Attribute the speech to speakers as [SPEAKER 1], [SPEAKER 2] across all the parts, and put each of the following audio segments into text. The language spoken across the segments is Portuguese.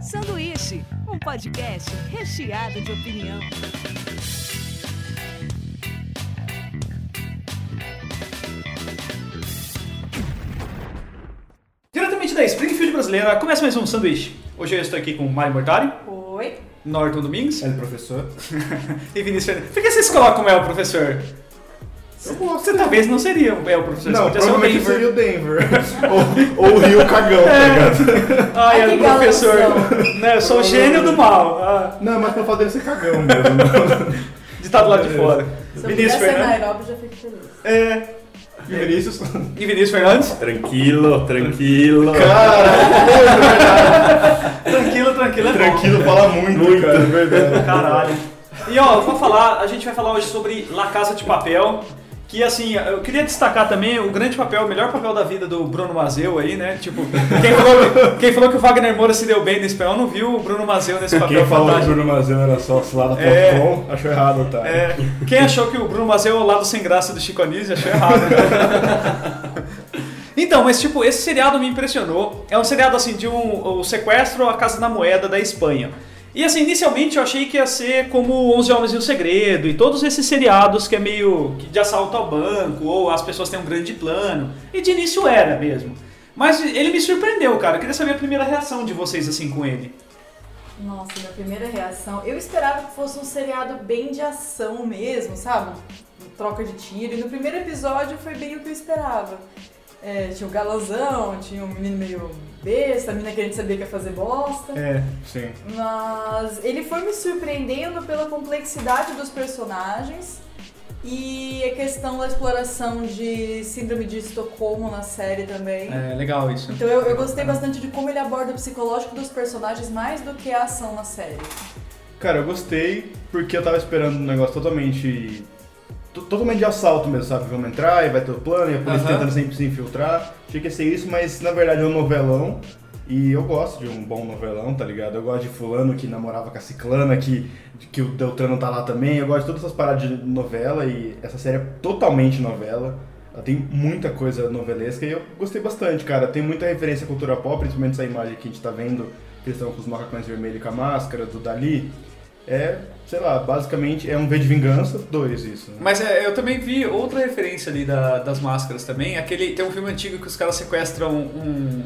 [SPEAKER 1] Sanduíche, um podcast recheado de opinião.
[SPEAKER 2] Diretamente da Springfield brasileira, começa mais um sanduíche. Hoje eu estou aqui com Mário Mortari,
[SPEAKER 1] Oi.
[SPEAKER 2] Norton Domingues
[SPEAKER 3] Ele É professor.
[SPEAKER 2] e Vinícius Fernandes. Por que vocês colocam o El Professor?
[SPEAKER 3] Eu gosto. né?
[SPEAKER 2] Você talvez não seria o El Professor,
[SPEAKER 3] Não,
[SPEAKER 2] você podia ser o
[SPEAKER 3] provavelmente
[SPEAKER 2] Denver.
[SPEAKER 3] seria o um Denver. ou, ou o Rio Cagão, tá ligado?
[SPEAKER 2] Ai,
[SPEAKER 1] Ai,
[SPEAKER 2] El
[SPEAKER 1] que galã
[SPEAKER 2] Ah, é Professor.
[SPEAKER 1] são.
[SPEAKER 2] Né, eu sou o gênio do mal. Ah,
[SPEAKER 3] Não, mas pelo fato dele ser cagão mesmo. né?
[SPEAKER 2] ditado lá
[SPEAKER 3] É.
[SPEAKER 2] de fora.
[SPEAKER 4] Se eu
[SPEAKER 2] Vinícius
[SPEAKER 4] pudesse ser na
[SPEAKER 2] Fernandes.
[SPEAKER 4] Nairobi, eu já fico feliz.
[SPEAKER 2] É,
[SPEAKER 3] E Vinícius.
[SPEAKER 2] e Vinícius Fernandes.
[SPEAKER 5] Tranquilo, tranquilo.
[SPEAKER 3] Cara,
[SPEAKER 2] Tranquilo, tranquilo, é bom.
[SPEAKER 3] tranquilo fala muito,
[SPEAKER 5] Muito.
[SPEAKER 3] cara, é verdade.
[SPEAKER 2] Caralho. E ó, eu vou falar, a gente vai falar hoje sobre La Casa de Papel. Que assim, eu queria destacar também o grande papel, o melhor papel da vida do Bruno Mazeu aí, né? Tipo, quem falou, quem falou que o Wagner Moura se deu bem nesse papel não viu o Bruno Mazeu nesse papel.
[SPEAKER 3] Quem falou que o
[SPEAKER 2] fantástico.
[SPEAKER 3] Bruno Mazeno era só cilada.com,
[SPEAKER 2] É.
[SPEAKER 3] achou errado, tá?
[SPEAKER 2] É, quem achou que o Bruno Mazeu é o lado sem graça do Chico Anísio achou errado. né? Então, mas tipo, esse seriado me impressionou. É um seriado assim de um o sequestro à Casa da Moeda da Espanha. E assim, inicialmente eu achei que ia ser como 11 Homens e o Segredo e todos esses seriados que é meio que de assalto ao banco ou as pessoas têm um grande plano. E de início era mesmo. Mas ele me surpreendeu, cara. Eu queria saber a primeira reação de vocês assim com ele.
[SPEAKER 4] Nossa, minha primeira reação. Eu esperava que fosse um seriado bem de ação mesmo, sabe? Troca de tiro. E no primeiro episódio foi bem o que eu esperava. É, tinha o galanzão, tinha um menino meio besta, a menina querendo saber que ia fazer bosta.
[SPEAKER 2] É.
[SPEAKER 3] Sim.
[SPEAKER 4] Mas ele foi me surpreendendo pela complexidade dos personagens e a questão da exploração de Síndrome de Estocolmo na série também.
[SPEAKER 2] É, legal isso.
[SPEAKER 4] Então eu, eu gostei bastante de como ele aborda o psicológico dos personagens mais do que a ação na série.
[SPEAKER 3] Cara, eu gostei porque eu tava esperando um negócio totalmente. to- Totalmente de assalto mesmo, sabe? Vamos entrar e vai ter o plano e a polícia
[SPEAKER 2] Aham.
[SPEAKER 3] tentando sempre se infiltrar. Achei que ia ser isso, mas na verdade é um novelão. E eu gosto de um bom novelão, tá ligado? Eu gosto de fulano que namorava com a ciclana, que, que o Deltrano tá lá também. Eu gosto de todas essas paradas de novela e essa série é totalmente novela. Ela tem muita coisa novelesca e eu gostei bastante, cara. Tem muita referência à cultura pop, principalmente essa imagem que a gente tá vendo, que eles estão com os macacões vermelhos e com a máscara, do Dali. É, sei lá, basicamente é um V de Vingança dois isso. Né?
[SPEAKER 2] Mas é, eu também vi outra referência ali da- das máscaras também. Aquele, tem um filme antigo que os caras sequestram um,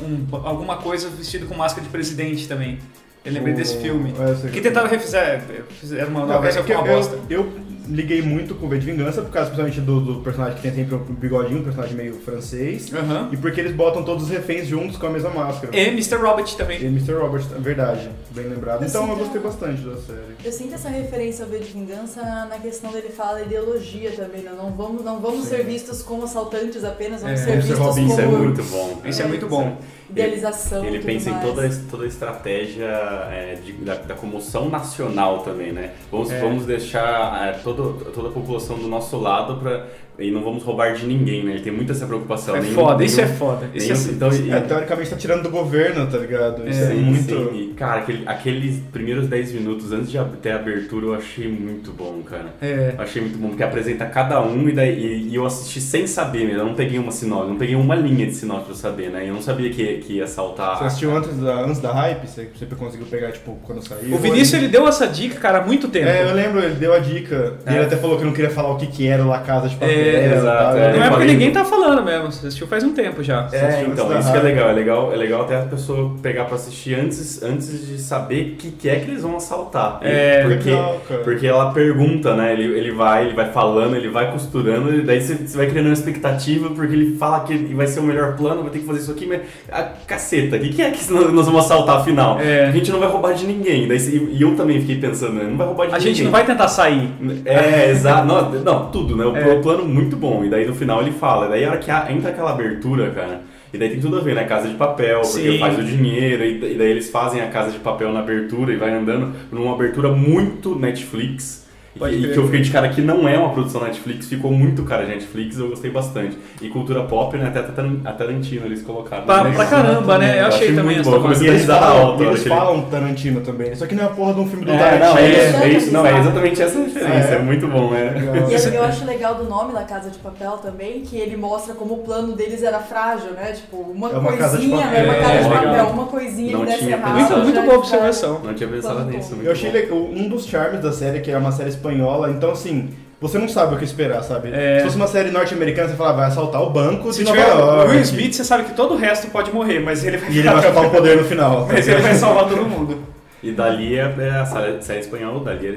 [SPEAKER 2] um- alguma coisa vestido com máscara de presidente também. Eu lembrei
[SPEAKER 3] O-
[SPEAKER 2] desse filme.
[SPEAKER 3] é, eu sei
[SPEAKER 2] Que
[SPEAKER 3] que-
[SPEAKER 2] tentaram refizer. Era uma
[SPEAKER 3] Não,
[SPEAKER 2] novela
[SPEAKER 3] é
[SPEAKER 2] com
[SPEAKER 3] que
[SPEAKER 2] uma
[SPEAKER 3] eu,
[SPEAKER 2] bosta.
[SPEAKER 3] eu, eu liguei muito com o V de Vingança, por causa principalmente do, do personagem que tem sempre o bigodinho, um personagem meio francês.
[SPEAKER 2] Aham.
[SPEAKER 3] E porque eles botam todos os reféns juntos com a mesma máscara.
[SPEAKER 2] E Mr. Robert também.
[SPEAKER 3] E Mr. Robert, é verdade, bem lembrado.
[SPEAKER 4] Eu
[SPEAKER 3] Então eu
[SPEAKER 4] sinto-
[SPEAKER 3] gostei bastante da série.
[SPEAKER 4] Eu sinto essa referência ao V de Vingança na questão dele fala ideologia também, né? Não vamos, não vamos
[SPEAKER 3] Sim.
[SPEAKER 4] ser vistos como assaltantes apenas, vamos
[SPEAKER 2] É,
[SPEAKER 4] ser
[SPEAKER 3] Sr.
[SPEAKER 4] vistos
[SPEAKER 3] Robin,
[SPEAKER 5] Isso é
[SPEAKER 4] como
[SPEAKER 5] muito bom.
[SPEAKER 2] Isso é muito bom.
[SPEAKER 4] idealização.
[SPEAKER 5] Ele
[SPEAKER 4] e tudo
[SPEAKER 5] pensa em
[SPEAKER 4] mais.
[SPEAKER 5] toda, a- toda a estratégia é, de- da, da comoção nacional também, né? Vamos,
[SPEAKER 2] É.
[SPEAKER 5] vamos deixar é, todo- toda a população do nosso lado pra, e não vamos roubar de ninguém, né? Ele tem muita essa preocupação. né?
[SPEAKER 2] É
[SPEAKER 5] Nenhum-
[SPEAKER 2] foda, isso é
[SPEAKER 5] nenhum-
[SPEAKER 2] foda. Isso é
[SPEAKER 5] nenhum-
[SPEAKER 2] assim.
[SPEAKER 5] então, e-
[SPEAKER 3] É, teoricamente tá tirando do governo, tá ligado? Isso é,
[SPEAKER 5] sim,
[SPEAKER 3] muito.
[SPEAKER 5] sim. E, cara, aquele- aqueles primeiros 10 minutos antes de ab- ter a abertura eu achei muito bom, cara.
[SPEAKER 2] É.
[SPEAKER 5] Eu Achei muito bom, porque apresenta cada um e, daí, e, e eu assisti sem saber, né? Eu não peguei uma sinopse, não peguei uma linha de sinopse pra eu saber, né? Eu não sabia que, que ia saltar.
[SPEAKER 3] Você assistiu antes da, antes da hype? Você sempre conseguiu pegar, tipo, quando saiu?
[SPEAKER 2] O Vinícius
[SPEAKER 3] Ou
[SPEAKER 2] ele deu essa dica, cara, há muito tempo.
[SPEAKER 3] É, eu lembro, ele deu a dica. E
[SPEAKER 2] É.
[SPEAKER 3] ele até falou que não queria falar o que que era La Casa de Papel.
[SPEAKER 2] É,
[SPEAKER 5] exato,
[SPEAKER 3] tal.
[SPEAKER 5] é.
[SPEAKER 2] Não é
[SPEAKER 5] eu
[SPEAKER 2] porque
[SPEAKER 5] falei-
[SPEAKER 2] ninguém tá falando mesmo. Você assistiu faz um tempo já.
[SPEAKER 3] Você
[SPEAKER 5] É,
[SPEAKER 3] assistiu antes
[SPEAKER 5] então,
[SPEAKER 3] da
[SPEAKER 5] isso que é
[SPEAKER 3] hype.
[SPEAKER 5] legal. É legal, é legal até a pessoa pegar pra assistir antes, antes de saber o que, que é que eles vão assaltar.
[SPEAKER 2] É,
[SPEAKER 5] porque,
[SPEAKER 3] legal, cara.
[SPEAKER 5] porque ela pergunta, né? Ele, ele vai, ele vai falando, ele vai costurando, e daí você, você vai criando uma expectativa, porque ele fala que vai ser o melhor plano, vai ter que fazer isso aqui, mas. A caceta, o que, que é que nós nós vamos assaltar afinal?
[SPEAKER 2] É.
[SPEAKER 5] A gente não vai roubar de ninguém. Daí, você- e eu também fiquei pensando, né? Não vai roubar de
[SPEAKER 2] A
[SPEAKER 5] ninguém.
[SPEAKER 2] gente não vai tentar sair.
[SPEAKER 5] É, exato. Não, não, tudo, né? O
[SPEAKER 2] É.
[SPEAKER 5] plano muito bom. E daí no final ele fala. Daí a hora que a- entra aquela abertura, cara. E daí tem tudo a ver, né? Casa de papel,
[SPEAKER 2] Sim.
[SPEAKER 5] porque faz o dinheiro, e da- e daí eles fazem a casa de papel na abertura e vai andando numa abertura muito Netflix.
[SPEAKER 3] Pode
[SPEAKER 5] e
[SPEAKER 3] crer.
[SPEAKER 5] que eu fiquei de cara que não é uma produção Netflix, ficou muito cara de Netflix, eu gostei bastante. E cultura pop, né? Até Taran- a Tarantino eles colocaram.
[SPEAKER 2] Pra,
[SPEAKER 5] né?
[SPEAKER 2] pra caramba, né? Eu
[SPEAKER 5] Eu
[SPEAKER 2] achei
[SPEAKER 5] achei
[SPEAKER 2] também
[SPEAKER 5] muito
[SPEAKER 2] essa
[SPEAKER 5] bom,
[SPEAKER 2] coisa.
[SPEAKER 5] comecei
[SPEAKER 3] E eles
[SPEAKER 5] Dá
[SPEAKER 3] falam,
[SPEAKER 5] alta,
[SPEAKER 3] e eles
[SPEAKER 5] aquele-
[SPEAKER 3] falam Tarantino também. Só que não é a porra de um filme do
[SPEAKER 5] É,
[SPEAKER 3] Tarantino.
[SPEAKER 5] não, é, isso,
[SPEAKER 4] Tarantino.
[SPEAKER 5] é isso, não, é exatamente essa a diferença, é, muito bom, é.
[SPEAKER 4] E
[SPEAKER 3] Legal.
[SPEAKER 4] eu, eu acho legal do nome da Casa de Papel também, que ele mostra como o plano deles era frágil, né? Tipo, uma,
[SPEAKER 3] É uma
[SPEAKER 4] coisinha,
[SPEAKER 3] casa de papel.
[SPEAKER 4] é uma casa de
[SPEAKER 5] É,
[SPEAKER 4] papel,
[SPEAKER 5] legal.
[SPEAKER 4] uma coisinha
[SPEAKER 5] Não
[SPEAKER 4] que desse
[SPEAKER 5] tinha
[SPEAKER 4] errado.
[SPEAKER 2] Muito,
[SPEAKER 5] pensado.
[SPEAKER 2] muito
[SPEAKER 4] já
[SPEAKER 2] boa
[SPEAKER 4] tá-
[SPEAKER 2] observação.
[SPEAKER 5] Não tinha pensado
[SPEAKER 4] Muito
[SPEAKER 5] nisso.
[SPEAKER 4] bom.
[SPEAKER 5] muito
[SPEAKER 3] Eu achei
[SPEAKER 5] bom.
[SPEAKER 3] legal, um dos charmes da série, que é uma série espanhola, então assim, você não sabe o que esperar, sabe?
[SPEAKER 2] É.
[SPEAKER 3] Se fosse uma série norte-americana, você fala, vai assaltar o banco
[SPEAKER 2] Se
[SPEAKER 3] de Nova
[SPEAKER 2] tiver o
[SPEAKER 3] York.
[SPEAKER 2] Will Smith, você sabe que todo o resto pode morrer, mas ele vai
[SPEAKER 3] E ele vai
[SPEAKER 2] ficar
[SPEAKER 3] assaltar o poder no final. tá
[SPEAKER 2] Mas ele vai
[SPEAKER 3] ligado?
[SPEAKER 2] salvar todo mundo.
[SPEAKER 5] E dali é, é a série, série espanhola, dali era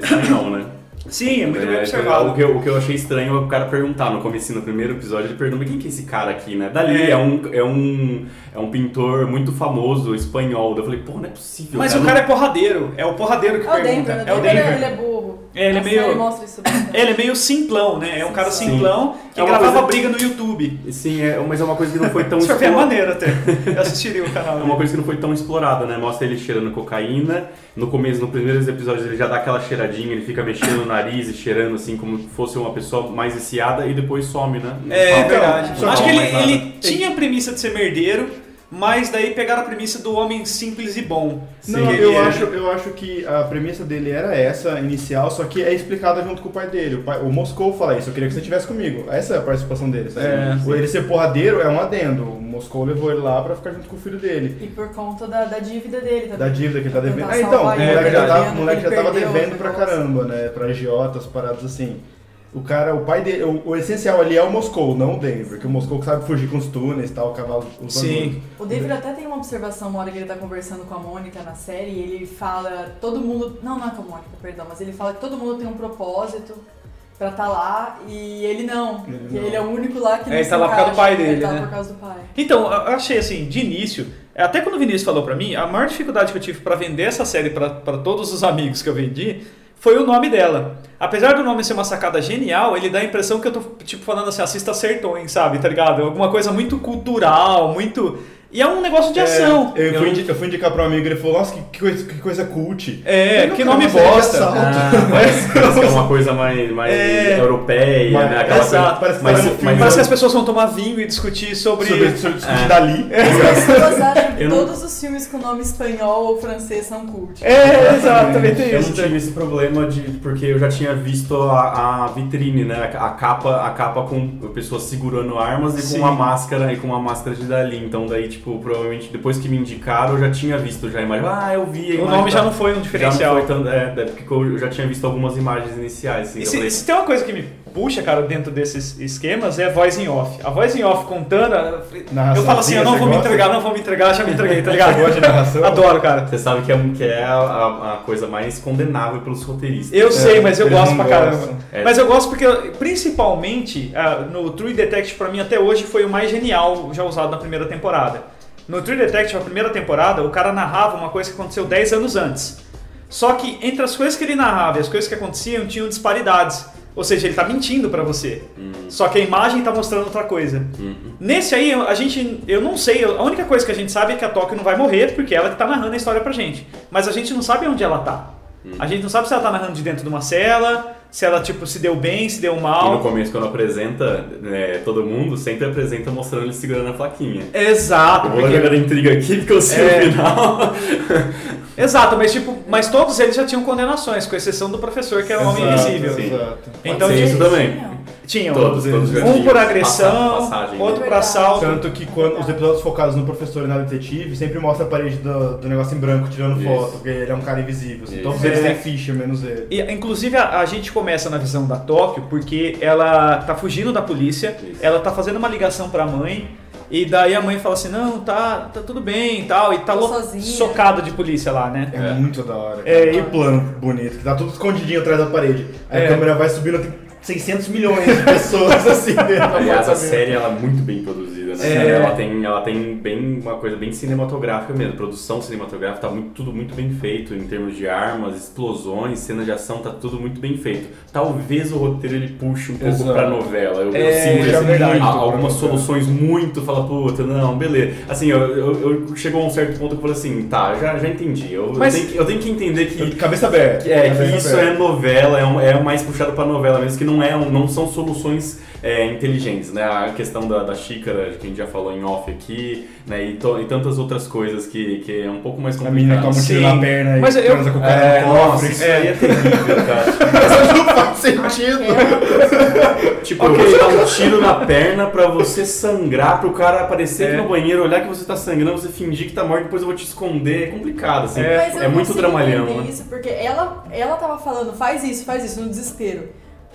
[SPEAKER 5] espanhol, né?
[SPEAKER 2] Sim, é muito bem
[SPEAKER 5] É, o,
[SPEAKER 2] observado.
[SPEAKER 5] que eu, o que eu achei estranho é o cara perguntar no começo no primeiro episódio, ele pergunta, "Mas quem que é esse cara aqui, né? Dali
[SPEAKER 2] É.
[SPEAKER 5] é, um, é, um, é um pintor muito famoso, espanhol. Daí Eu falei, pô, não é possível.
[SPEAKER 2] Mas o
[SPEAKER 5] não-
[SPEAKER 2] cara é porradeiro. É o porradeiro que
[SPEAKER 4] É o
[SPEAKER 2] pergunta.
[SPEAKER 4] Denver, né?
[SPEAKER 2] é o
[SPEAKER 4] Denver,
[SPEAKER 2] Denver.
[SPEAKER 4] Ele é burro.
[SPEAKER 2] É, ele é
[SPEAKER 4] A
[SPEAKER 2] meio-
[SPEAKER 4] série mostra isso bastante.
[SPEAKER 2] Ele é meio simplão, né? É um cara
[SPEAKER 5] Sim.
[SPEAKER 2] simplão que
[SPEAKER 5] É uma
[SPEAKER 2] gravava
[SPEAKER 5] coisa-
[SPEAKER 2] briga no YouTube.
[SPEAKER 5] Sim, é, mas é uma coisa que não foi tão
[SPEAKER 2] Isso foi bem
[SPEAKER 5] explorada.
[SPEAKER 2] maneiro até. Eu assistiria o canal.
[SPEAKER 5] É uma coisa que não foi tão explorada, né? Mostra ele cheirando cocaína. No começo, nos primeiros episódios, ele já dá aquela cheiradinha, ele fica mexendo o nariz e cheirando assim, como fosse uma pessoa mais viciada, e depois some, né? Não
[SPEAKER 2] É
[SPEAKER 5] fala-
[SPEAKER 2] verdade.
[SPEAKER 5] não
[SPEAKER 3] só
[SPEAKER 5] fala
[SPEAKER 2] Acho que ele,
[SPEAKER 5] mais nada.
[SPEAKER 2] ele tinha a premissa de ser merdeiro, mas daí pegaram a premissa do homem simples e bom.
[SPEAKER 3] Não,
[SPEAKER 2] Que ele
[SPEAKER 3] eu
[SPEAKER 2] é-
[SPEAKER 3] acho, eu acho que a premissa dele era essa, inicial, só que é explicada junto com o pai dele. O, pai- o Moscou fala isso, eu queria que você estivesse comigo. Essa é a participação dele, sabe?
[SPEAKER 2] É,
[SPEAKER 3] O ele ser porradeiro é um adendo. O Moscou levou ele lá pra ficar junto com o filho dele.
[SPEAKER 4] E por conta da, da dívida dele também.
[SPEAKER 3] Da dívida que ele tá devendo.
[SPEAKER 4] Tentar
[SPEAKER 3] Ah, então, o
[SPEAKER 4] salvar
[SPEAKER 2] ele,
[SPEAKER 3] moleque já,
[SPEAKER 2] tá
[SPEAKER 3] tá,
[SPEAKER 4] devendo,
[SPEAKER 3] o moleque já
[SPEAKER 4] ele
[SPEAKER 3] tava
[SPEAKER 4] perdeu
[SPEAKER 3] devendo
[SPEAKER 4] o
[SPEAKER 3] pra
[SPEAKER 4] negócio.
[SPEAKER 3] caramba, né? Pra agiotas, paradas assim. O cara, o pai dele, o, o essencial ali é o Moscou, não o Denver, que o Moscou que sabe fugir com os túneis e tal, o cavalo usando.
[SPEAKER 2] Sim.
[SPEAKER 4] O David até tem uma observação uma hora que ele tá conversando com a Mônica na série e ele fala, todo mundo. Não, não é com a Mônica, perdão, mas ele fala que todo mundo tem um propósito pra estar tá lá e ele não.
[SPEAKER 3] Ele
[SPEAKER 4] Ele,
[SPEAKER 3] não.
[SPEAKER 4] ele é o único lá que
[SPEAKER 2] É,
[SPEAKER 4] não
[SPEAKER 2] ele
[SPEAKER 4] se
[SPEAKER 2] tá lá por causa do
[SPEAKER 4] encaixa,
[SPEAKER 2] pai
[SPEAKER 4] ele
[SPEAKER 2] dele,
[SPEAKER 4] tá lá
[SPEAKER 2] né?
[SPEAKER 4] por causa do pai.
[SPEAKER 2] Então, eu achei assim, de início, até quando o Vinícius falou pra mim, a maior dificuldade que eu tive pra vender essa série pra pra todos os amigos que eu vendi foi o nome dela. Apesar do nome ser uma sacada genial, ele dá a impressão que eu tô, tipo, falando assim, assista Sertões, sabe, tá ligado? Alguma coisa muito cultural, muito... E é um negócio de
[SPEAKER 3] É,
[SPEAKER 2] ação.
[SPEAKER 3] eu, fui, indi- eu fui indicar pra um amigo, ele falou, nossa, que, que coisa, que coisa cult.
[SPEAKER 2] É,
[SPEAKER 3] Eu não
[SPEAKER 2] que
[SPEAKER 3] quero
[SPEAKER 2] nome
[SPEAKER 3] uma série de
[SPEAKER 2] bosta.
[SPEAKER 3] assalto.
[SPEAKER 5] Ah, parece, parece que é uma coisa mais, mais
[SPEAKER 2] É.
[SPEAKER 5] europeia,
[SPEAKER 3] Mas-
[SPEAKER 5] né? Aquela
[SPEAKER 3] exato,
[SPEAKER 5] coisa,
[SPEAKER 3] parece que
[SPEAKER 5] mas,
[SPEAKER 3] tá vendo filme.
[SPEAKER 5] mas
[SPEAKER 2] Parece que as pessoas vão tomar vinho e discutir sobre...
[SPEAKER 3] Sobre, sobre, sobre
[SPEAKER 5] É.
[SPEAKER 3] Dali.
[SPEAKER 4] As pessoas acham que
[SPEAKER 5] Eu não-
[SPEAKER 4] todos os filmes com nome espanhol ou francês são cult.
[SPEAKER 2] É, exatamente
[SPEAKER 5] Eu
[SPEAKER 2] isso.
[SPEAKER 5] não tive esse problema de porque eu já tinha visto a, a vitrine, né? A capa, a capa com pessoas segurando armas e
[SPEAKER 2] Sim.
[SPEAKER 5] com uma máscara e com uma máscara de Dali. Então daí tipo provavelmente depois que me indicaram eu já tinha visto já a imagem. Ah, eu vi. A
[SPEAKER 2] O
[SPEAKER 5] imagem,
[SPEAKER 2] nome já
[SPEAKER 5] tá.
[SPEAKER 2] não foi um
[SPEAKER 5] Já
[SPEAKER 2] diferencial.
[SPEAKER 5] não foi tanto, é, é, porque eu já tinha visto algumas imagens iniciais. Assim,
[SPEAKER 2] E
[SPEAKER 5] eu
[SPEAKER 2] se,
[SPEAKER 5] falei,
[SPEAKER 2] se tem uma coisa que me puxa, cara, dentro desses esquemas, é a voz em off. A voz em off contando, eu
[SPEAKER 3] Narração,
[SPEAKER 2] falo assim, eu não
[SPEAKER 3] você
[SPEAKER 2] vou me
[SPEAKER 3] gosta?
[SPEAKER 2] entregar, não vou me entregar, já me entreguei, tá ligado?
[SPEAKER 3] Você gosta de narração?
[SPEAKER 2] Adoro, cara.
[SPEAKER 5] Você sabe que é, um- que é a, a- a coisa mais condenável pelos roteiristas.
[SPEAKER 2] Eu sei, mas eu
[SPEAKER 3] É, eles
[SPEAKER 2] gosto
[SPEAKER 3] não
[SPEAKER 2] pra
[SPEAKER 3] gostam.
[SPEAKER 2] caramba.
[SPEAKER 5] É.
[SPEAKER 2] Mas eu gosto porque, principalmente, ah, no True Detective, pra mim, até hoje, foi o mais genial já usado na primeira temporada. No True Detective, a primeira temporada, o cara narrava uma coisa que aconteceu 10 anos antes. Só que entre as coisas que ele narrava e as coisas que aconteciam, tinham disparidades. Ou seja, ele tá mentindo pra você. Só que a imagem tá mostrando outra coisa.
[SPEAKER 5] Uhum.
[SPEAKER 2] Nesse aí, a gente, eu não sei, a única coisa que a gente sabe é que a Tóquio não vai morrer, porque ela que tá narrando a história pra gente. Mas a gente não sabe onde ela tá.
[SPEAKER 5] Uhum.
[SPEAKER 2] A gente não sabe se ela tá narrando de dentro de uma cela, se ela, tipo, se deu bem, se deu
[SPEAKER 5] E no
[SPEAKER 2] mal.
[SPEAKER 5] começo, quando apresenta né, todo mundo, sempre apresenta mostrando ele segurando a flaquinha.
[SPEAKER 2] Exato,
[SPEAKER 5] Eu vou
[SPEAKER 2] porque-
[SPEAKER 5] jogar intriga aqui porque eu sei
[SPEAKER 2] É.
[SPEAKER 5] o final.
[SPEAKER 2] exato, mas tipo, mas todos eles já tinham condenações, com exceção do professor que era um homem
[SPEAKER 3] Exato,
[SPEAKER 2] invisível.
[SPEAKER 5] sim.
[SPEAKER 3] Exato.
[SPEAKER 2] Então
[SPEAKER 5] Sim,
[SPEAKER 2] tinha-
[SPEAKER 5] isso também.
[SPEAKER 4] é.
[SPEAKER 2] tinham
[SPEAKER 5] Todos,
[SPEAKER 3] eles.
[SPEAKER 5] todos
[SPEAKER 2] um por agressão,
[SPEAKER 5] passagem, né?
[SPEAKER 2] outro por
[SPEAKER 4] Verdade.
[SPEAKER 2] assalto.
[SPEAKER 3] Tanto que quando os episódios focados no professor e na detetive sempre mostra a parede do, do negócio em branco tirando
[SPEAKER 5] Isso.
[SPEAKER 3] foto, porque ele é um cara invisível. assim.
[SPEAKER 5] Isso.
[SPEAKER 3] Todos eles
[SPEAKER 2] É.
[SPEAKER 3] têm ficha, menos ele.
[SPEAKER 2] E, inclusive, a, a gente começa na visão da Tóquio porque ela tá fugindo da polícia,
[SPEAKER 5] Isso.
[SPEAKER 2] ela tá fazendo uma ligação pra mãe, e daí a mãe fala assim: Não, tá, tá tudo bem e tal, e tá
[SPEAKER 4] Tô
[SPEAKER 2] lo-
[SPEAKER 4] sozinha.
[SPEAKER 2] socada de polícia lá, né?
[SPEAKER 3] É, muito da hora.
[SPEAKER 2] É,
[SPEAKER 3] cara.
[SPEAKER 2] e-
[SPEAKER 3] que plano bonito, que tá tudo escondidinho atrás da parede. Aí
[SPEAKER 2] É.
[SPEAKER 3] a câmera vai subindo, tem 600 milhões de pessoas assim dentro da
[SPEAKER 5] Aliás, a
[SPEAKER 3] apartamento.
[SPEAKER 2] assim,
[SPEAKER 5] série ela é muito bem produzida, né? Assim,
[SPEAKER 2] É.
[SPEAKER 5] ela, tem, ela tem bem uma coisa bem cinematográfica mesmo. Produção cinematográfica, tá muito, tudo muito bem feito em termos de armas, explosões, cena de ação, tá tudo muito bem feito. Talvez o roteiro ele puxe um pouco
[SPEAKER 3] Exato.
[SPEAKER 5] pra novela. Eu,
[SPEAKER 2] É,
[SPEAKER 5] eu sinto
[SPEAKER 2] isso é
[SPEAKER 5] assim,
[SPEAKER 2] verdade.
[SPEAKER 5] a- algumas
[SPEAKER 3] Pra novela.
[SPEAKER 5] soluções muito, fala, puta, não, beleza. Assim, eu, eu, eu- chegou a um certo ponto que eu falei assim, tá, já, já entendi. Eu, eu
[SPEAKER 2] Mas-
[SPEAKER 5] tenho, que- eu tenho que entender que
[SPEAKER 3] assim. Cabeça aberta.
[SPEAKER 5] que- É,
[SPEAKER 3] cabeça
[SPEAKER 5] que isso
[SPEAKER 3] aberta.
[SPEAKER 5] é novela, é, um- é mais puxado pra novela mesmo, que não, é, um- não são soluções é, inteligentes, né? A questão da, da xícara, que a gente já falou em off aqui, né? E, to- e tantas outras coisas que, que é um pouco mais
[SPEAKER 3] A menina
[SPEAKER 5] complicado.
[SPEAKER 3] toma um tiro
[SPEAKER 2] Sim.
[SPEAKER 3] na perna e
[SPEAKER 2] Mas eu-
[SPEAKER 3] transa com o cara
[SPEAKER 5] É,
[SPEAKER 3] no cofre.
[SPEAKER 5] nossa, isso aí é terrível, cara.
[SPEAKER 3] Mas não faz sentido.
[SPEAKER 5] Tipo, eu vou te dar um tiro na perna pra você sangrar, pro cara aparecer aqui
[SPEAKER 2] É.
[SPEAKER 5] no banheiro, olhar que você tá sangrando, você fingir que tá morto, depois eu vou te esconder. É complicado, assim.
[SPEAKER 2] É,
[SPEAKER 4] Mas eu
[SPEAKER 5] é
[SPEAKER 4] não
[SPEAKER 5] muito
[SPEAKER 4] consigo
[SPEAKER 5] dramalhão,
[SPEAKER 4] entender
[SPEAKER 5] né?
[SPEAKER 4] Isso porque ela, ela tava falando, faz isso, faz isso, no desespero.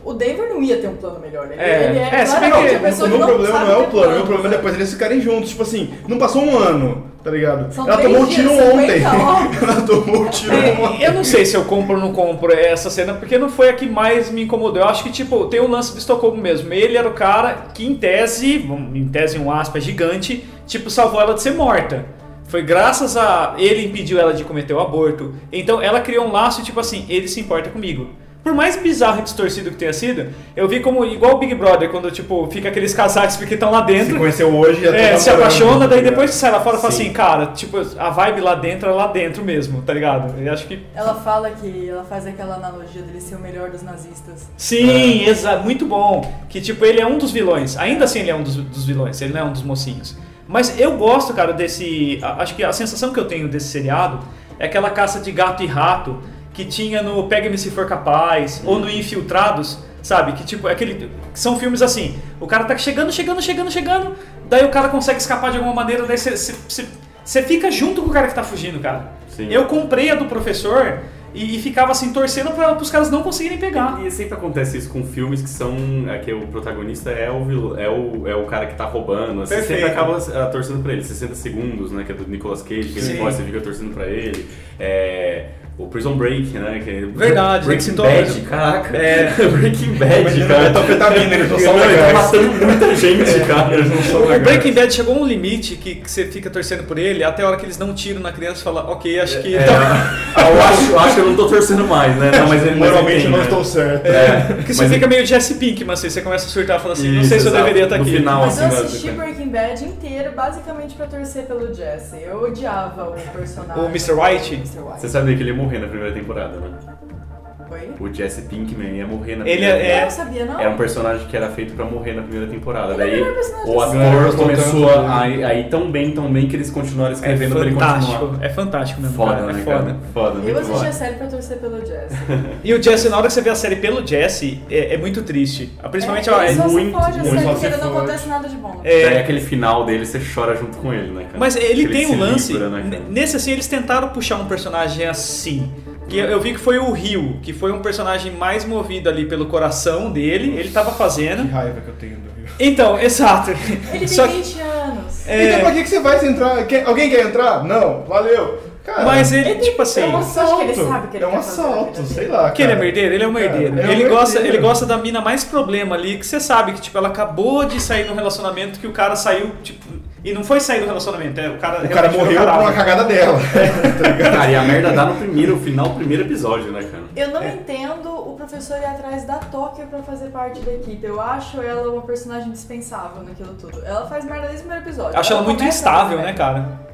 [SPEAKER 4] O Denver não ia ter um plano melhor. Ele
[SPEAKER 2] É.
[SPEAKER 4] ele
[SPEAKER 2] É, se bem
[SPEAKER 4] claramente
[SPEAKER 2] que
[SPEAKER 4] a pessoa
[SPEAKER 3] o
[SPEAKER 4] que
[SPEAKER 3] meu problema
[SPEAKER 4] sabe
[SPEAKER 3] não é
[SPEAKER 4] ter
[SPEAKER 3] o plano, o meu problema é depois eles ficarem juntos. Tipo assim, não passou um ano, tá ligado?
[SPEAKER 4] São
[SPEAKER 3] Ela
[SPEAKER 4] três
[SPEAKER 3] tomou um
[SPEAKER 4] dias,
[SPEAKER 3] tiro
[SPEAKER 4] 50
[SPEAKER 3] ontem.
[SPEAKER 4] horas.
[SPEAKER 3] Ela tomou um tiro ontem.
[SPEAKER 2] É, Eu não sei se eu compro ou não compro essa cena, porque não foi a que mais me incomodou. Eu acho que, tipo, tem o lance do Estocolmo mesmo. Ele era o cara que, em tese, vamos- em tese um aspa gigante, tipo, salvou ela de ser morta. Foi graças a ele impediu ela de cometer o aborto. Então ela criou um laço, tipo assim, ele se importa comigo. Por mais bizarro e distorcido que tenha sido, eu vi como igual o Big Brother, quando, tipo, fica aqueles casais que estão lá
[SPEAKER 3] Se
[SPEAKER 2] dentro.
[SPEAKER 3] conheceu hoje, já tá
[SPEAKER 2] É, se
[SPEAKER 3] namorando,
[SPEAKER 2] apaixona,
[SPEAKER 3] tá
[SPEAKER 2] daí
[SPEAKER 3] ligado?
[SPEAKER 2] depois que sai lá fora, fala
[SPEAKER 5] Sim.
[SPEAKER 2] assim, cara, tipo, a vibe lá dentro é lá dentro mesmo, tá ligado? Eu acho que.
[SPEAKER 4] Ela fala que ela faz aquela analogia dele ser o melhor dos nazistas.
[SPEAKER 2] Sim, exa muito bom. Que, tipo, ele é um dos vilões. Ainda assim, ele é um dos, dos vilões, ele não é um dos mocinhos. Mas eu gosto, cara, desse. a- Acho que a sensação que eu tenho desse seriado é aquela caça de gato e rato que tinha no Pega-me Se For Capaz ou no Infiltrados, sabe? Que, tipo, é aquele. que São filmes assim. O cara tá chegando, chegando, chegando, chegando. Daí o cara consegue escapar de alguma maneira, daí você fica junto com o cara que tá fugindo, cara.
[SPEAKER 5] Sim.
[SPEAKER 2] Eu comprei a do professor e, e ficava assim, torcendo para os caras não conseguirem pegar.
[SPEAKER 5] E sempre acontece isso com filmes que são. É que o protagonista é o vilão, é o, é o cara que tá roubando. Você
[SPEAKER 2] Perfeito.
[SPEAKER 5] sempre acaba ah, torcendo pra ele. 60 segundos, né? Que é do Nicolas Cage, que
[SPEAKER 2] Sim.
[SPEAKER 5] ele pode, você fica torcendo pra ele. É, O Prison Break, né? Que é-
[SPEAKER 2] Verdade, É.
[SPEAKER 5] Breaking
[SPEAKER 2] citou
[SPEAKER 5] Bad,
[SPEAKER 2] mesmo.
[SPEAKER 5] caraca. Breaking Bad,
[SPEAKER 3] Imagina
[SPEAKER 2] né?
[SPEAKER 5] cara.
[SPEAKER 2] tá
[SPEAKER 3] metafetamina, é eles não são
[SPEAKER 5] Não, ele tá
[SPEAKER 3] legais.
[SPEAKER 5] matando muita
[SPEAKER 2] É.
[SPEAKER 5] gente, cara.
[SPEAKER 3] Eles não são
[SPEAKER 2] O
[SPEAKER 3] legais.
[SPEAKER 2] Breaking Bad chegou a um limite que, que você fica torcendo por ele, até a hora que eles dão um tiro na criança e fala, ok, acho que.
[SPEAKER 5] É,
[SPEAKER 2] tá-
[SPEAKER 5] ah, eu acho, eu acho que eu não tô torcendo mais, né?
[SPEAKER 3] é
[SPEAKER 5] Não, mas ele
[SPEAKER 3] Moralmente eu não estou certo.
[SPEAKER 2] É. Porque você
[SPEAKER 5] É. mas-
[SPEAKER 2] fica meio Jesse Pinkman, assim, você começa a surtar e fala assim, não
[SPEAKER 5] Isso,
[SPEAKER 2] sei se eu
[SPEAKER 5] exato.
[SPEAKER 2] deveria estar
[SPEAKER 5] No
[SPEAKER 2] aqui.
[SPEAKER 3] Ah,
[SPEAKER 5] final,
[SPEAKER 4] Mas eu
[SPEAKER 5] assim,
[SPEAKER 4] assisti
[SPEAKER 5] vai-
[SPEAKER 4] Breaking Bad inteiro basicamente pra torcer pelo Jesse. Eu odiava o personagem.
[SPEAKER 2] O Mr. White?
[SPEAKER 4] O Mr. White.
[SPEAKER 5] Você sabia que ele ia morrer na primeira temporada, né?
[SPEAKER 4] Oi?
[SPEAKER 5] O Jesse Pinkman ia morrer na
[SPEAKER 2] Ele
[SPEAKER 5] primeira
[SPEAKER 2] é-
[SPEAKER 4] Eu não sabia, não?
[SPEAKER 5] Era um personagem que era feito pra morrer na primeira temporada. Daí
[SPEAKER 4] melhor personagem
[SPEAKER 5] o
[SPEAKER 4] da
[SPEAKER 5] ator
[SPEAKER 3] série.
[SPEAKER 5] começou
[SPEAKER 3] Voltando.
[SPEAKER 5] a, a ir tão bem, tão bem que eles continuaram
[SPEAKER 2] É
[SPEAKER 5] escrevendo pra ele
[SPEAKER 2] fantástico,
[SPEAKER 5] continuar.
[SPEAKER 2] é fantástico mesmo,
[SPEAKER 5] Foda,
[SPEAKER 2] cara,
[SPEAKER 5] né,
[SPEAKER 2] é foda.
[SPEAKER 5] cara? Foda,
[SPEAKER 4] Eu
[SPEAKER 5] muito
[SPEAKER 4] assisti a
[SPEAKER 5] bom.
[SPEAKER 4] série pra torcer pelo Jesse.
[SPEAKER 2] E o Jesse, na hora que você vê a série pelo Jesse, é, é muito triste. Ah, Principalmente,
[SPEAKER 4] é,
[SPEAKER 2] ó, é
[SPEAKER 4] ele só
[SPEAKER 2] muito-
[SPEAKER 4] se fode a
[SPEAKER 3] muito
[SPEAKER 4] série
[SPEAKER 3] só se
[SPEAKER 4] inteira, não
[SPEAKER 3] fode.
[SPEAKER 4] acontece nada de bom.
[SPEAKER 2] É.
[SPEAKER 5] Daí aquele final dele, você chora junto com ele, né, cara?
[SPEAKER 2] Mas ele tem
[SPEAKER 5] se
[SPEAKER 2] um lance.
[SPEAKER 5] Livra, né, cara?
[SPEAKER 2] n- nesse assim, eles tentaram puxar um personagem assim. Que eu, eu vi que foi o Rio, que foi um personagem mais movido ali pelo coração dele, ele tava
[SPEAKER 3] É. Que
[SPEAKER 2] fazendo.
[SPEAKER 3] raiva que eu tenho do Rio.
[SPEAKER 2] Então, exato.
[SPEAKER 4] Ele
[SPEAKER 2] Só
[SPEAKER 4] tem
[SPEAKER 2] que,
[SPEAKER 4] 20 anos.
[SPEAKER 2] É.
[SPEAKER 3] Então pra que, que você vai se entrar? Quer- alguém quer entrar? Não, valeu. Cara,
[SPEAKER 2] mas ele, tipo assim.
[SPEAKER 3] é um
[SPEAKER 4] Você acha
[SPEAKER 3] assalto.
[SPEAKER 4] que ele sabe que ele
[SPEAKER 3] é um
[SPEAKER 4] quer fazer a vida
[SPEAKER 3] assalto,
[SPEAKER 4] dele?
[SPEAKER 3] sei lá.
[SPEAKER 2] Que ele é
[SPEAKER 3] cara.
[SPEAKER 2] merdeiro? Ele é um
[SPEAKER 3] Cara,
[SPEAKER 2] merdeiro.
[SPEAKER 3] ele é um
[SPEAKER 2] ele, gosta,
[SPEAKER 3] merdeiro.
[SPEAKER 2] ele gosta da mina mais problema ali, que você sabe que, tipo, ela acabou de sair de um relacionamento que o cara saiu, tipo. E não foi sair do relacionamento, é, o cara.
[SPEAKER 3] O cara
[SPEAKER 2] realmente foi
[SPEAKER 3] morreu
[SPEAKER 2] pro
[SPEAKER 3] por uma
[SPEAKER 2] caralho.
[SPEAKER 3] cagada dela.
[SPEAKER 5] Cara, e a merda dá no primeiro, no final do primeiro episódio, né, cara?
[SPEAKER 4] Eu não entendo o professor ir atrás da Tóquio pra fazer parte da equipe. Eu acho ela uma personagem dispensável naquilo tudo. Ela faz merda desde o primeiro episódio.
[SPEAKER 2] Acho ela muito
[SPEAKER 4] começa
[SPEAKER 2] instável,
[SPEAKER 4] a fazer
[SPEAKER 2] né,
[SPEAKER 4] merda.
[SPEAKER 2] cara?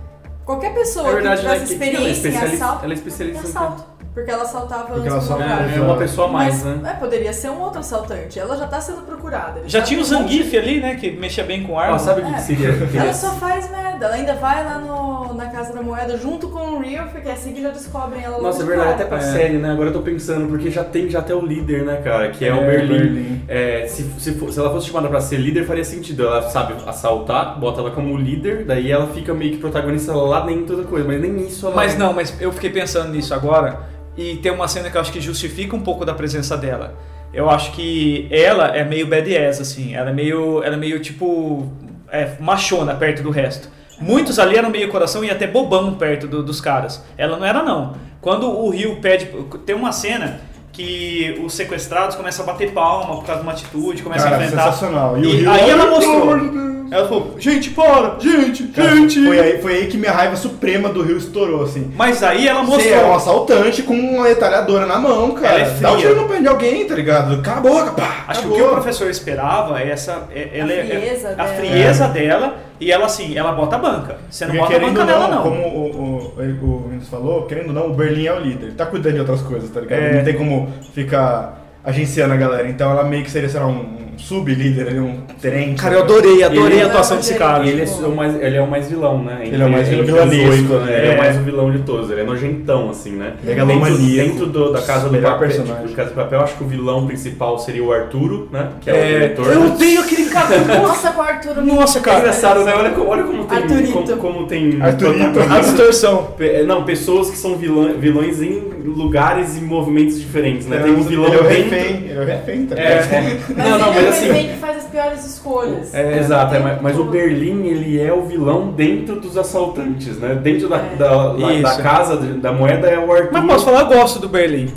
[SPEAKER 4] Qualquer pessoa que
[SPEAKER 5] né,
[SPEAKER 4] tivesse
[SPEAKER 5] que- que ela é
[SPEAKER 4] experiência em
[SPEAKER 5] especialista-
[SPEAKER 4] assalto,
[SPEAKER 5] Ela é
[SPEAKER 4] é
[SPEAKER 5] especialista. em
[SPEAKER 4] assalto. Porque ela assaltava
[SPEAKER 3] Porque
[SPEAKER 4] antes
[SPEAKER 3] ela
[SPEAKER 4] no
[SPEAKER 3] assaltava
[SPEAKER 4] lugar.
[SPEAKER 5] É uma pessoa a mais,
[SPEAKER 4] Mas,
[SPEAKER 5] né?
[SPEAKER 4] é, poderia ser um outro assaltante. Ela já tá sendo procurada. Ele
[SPEAKER 2] Já
[SPEAKER 4] tá
[SPEAKER 2] tinha o
[SPEAKER 4] com um monte de-
[SPEAKER 2] Zangief ali, né? Que mexia bem com arma.
[SPEAKER 5] Ó, sabe o que, que seria? que seria-
[SPEAKER 4] Ela só faz merda. Ela ainda vai lá no, na Casa da Moeda junto com o Rio, porque assim que já descobrem ela
[SPEAKER 5] Nossa, é
[SPEAKER 4] logo de
[SPEAKER 5] verdade, até
[SPEAKER 4] cara.
[SPEAKER 5] pra série, né? Agora eu tô pensando, porque já tem já até o líder, né, cara? Que é,
[SPEAKER 3] É,
[SPEAKER 5] o Berlim.
[SPEAKER 3] Berlim.
[SPEAKER 5] É, se, se, for- se ela fosse chamada pra ser líder, faria sentido. Ela sabe assaltar, bota ela como líder, daí ela fica meio que protagonista lá dentro da coisa, mas nem isso ela é.
[SPEAKER 2] Mas não, mas eu fiquei pensando nisso agora e tem uma cena que eu acho que justifica um pouco da presença dela. Eu acho que ela é meio badass, assim. Ela é meio, ela é meio tipo. é, machona perto do resto. Muitos ali eram meio coração e até bobão perto do- dos caras. Ela não era, não. Quando o Rio pede. Tem uma cena que os sequestrados começam a bater palma por causa de uma atitude, começam a
[SPEAKER 3] Cara,
[SPEAKER 2] inventar.
[SPEAKER 3] sensacional. E o
[SPEAKER 2] E
[SPEAKER 3] Rio- é
[SPEAKER 2] aí ela
[SPEAKER 3] Ai,
[SPEAKER 2] mostrou.
[SPEAKER 3] pelo amor de Deus.
[SPEAKER 2] Ela falou, gente, para, gente,
[SPEAKER 3] Cara,
[SPEAKER 2] gente.
[SPEAKER 3] Foi aí, foi aí que minha raiva suprema do Rio estourou, assim.
[SPEAKER 2] Mas aí ela
[SPEAKER 3] Você é um
[SPEAKER 2] mostrou.
[SPEAKER 3] assaltante com uma retalhadora na mão, cara.
[SPEAKER 2] Ela é fria.
[SPEAKER 3] Dá um tiro no pé de alguém, tá ligado? Cala a boca, pá.
[SPEAKER 2] Acho que o
[SPEAKER 3] acabou.
[SPEAKER 2] que o professor esperava é essa. é- ela é- é-
[SPEAKER 4] frieza
[SPEAKER 2] a
[SPEAKER 4] dela.
[SPEAKER 2] frieza dela. E ela, assim, ela bota a banca. Você não
[SPEAKER 3] Porque
[SPEAKER 2] bota a
[SPEAKER 3] querendo
[SPEAKER 2] banca
[SPEAKER 3] ou
[SPEAKER 2] nela, não.
[SPEAKER 3] Como o, o, o Vinícius falou, querendo ou não, o Berlim é o líder. Ele tá cuidando de outras coisas, tá ligado?
[SPEAKER 2] É.
[SPEAKER 3] Não tem como ficar agenciando a galera. Então ela meio que seria, sei lá, um sub-líder ali, um trem.
[SPEAKER 2] Cara, eu adorei, adorei
[SPEAKER 5] Ele-
[SPEAKER 2] a atuação desse cara.
[SPEAKER 5] E ele é, o mais, ele é o mais vilão, né?
[SPEAKER 3] Ele é o mais
[SPEAKER 5] Entre- entre
[SPEAKER 3] vilanesco,
[SPEAKER 5] os oito, né?
[SPEAKER 3] né?
[SPEAKER 5] Ele é o
[SPEAKER 2] É.
[SPEAKER 5] mais o vilão de todos, ele é nojentão, assim, né?
[SPEAKER 3] Megalomaníaco.
[SPEAKER 5] Dentro, dentro do- da Casa do
[SPEAKER 3] Melhor
[SPEAKER 5] Papel,
[SPEAKER 3] personagem.
[SPEAKER 5] de Casa do Papel, acho que o vilão principal seria o Arturo, né? Que é, o
[SPEAKER 2] É,
[SPEAKER 5] diretor.
[SPEAKER 2] eu tenho aquele cabelo.
[SPEAKER 4] Nossa, com o Arthur.
[SPEAKER 2] Nossa,
[SPEAKER 5] É
[SPEAKER 2] cara.
[SPEAKER 5] engraçado, né? Olha como, olha como tem...
[SPEAKER 4] Arturito.
[SPEAKER 5] Como, como tem
[SPEAKER 3] Arturito.
[SPEAKER 2] A distorção.
[SPEAKER 5] Pe- é, Não, pessoas que são vilã- vilões em lugares e movimentos diferentes, né? Tem um vilão
[SPEAKER 3] Ele é o
[SPEAKER 5] dentro-
[SPEAKER 3] refém, ele é o refém, tá
[SPEAKER 5] É,
[SPEAKER 3] ligado?
[SPEAKER 4] Mas
[SPEAKER 5] não, não,
[SPEAKER 4] ele
[SPEAKER 5] mas
[SPEAKER 4] é o
[SPEAKER 5] assim.
[SPEAKER 4] He-Man que faz as piores escolhas.
[SPEAKER 5] É, exato, é, mas, mas o Berlim ele é o vilão dentro dos assaltantes, né? Dentro da,
[SPEAKER 4] É.
[SPEAKER 5] da, da-
[SPEAKER 2] Isso.
[SPEAKER 5] da casa, da moeda é o Arthur.
[SPEAKER 2] Mas posso falar, eu gosto do Berlim.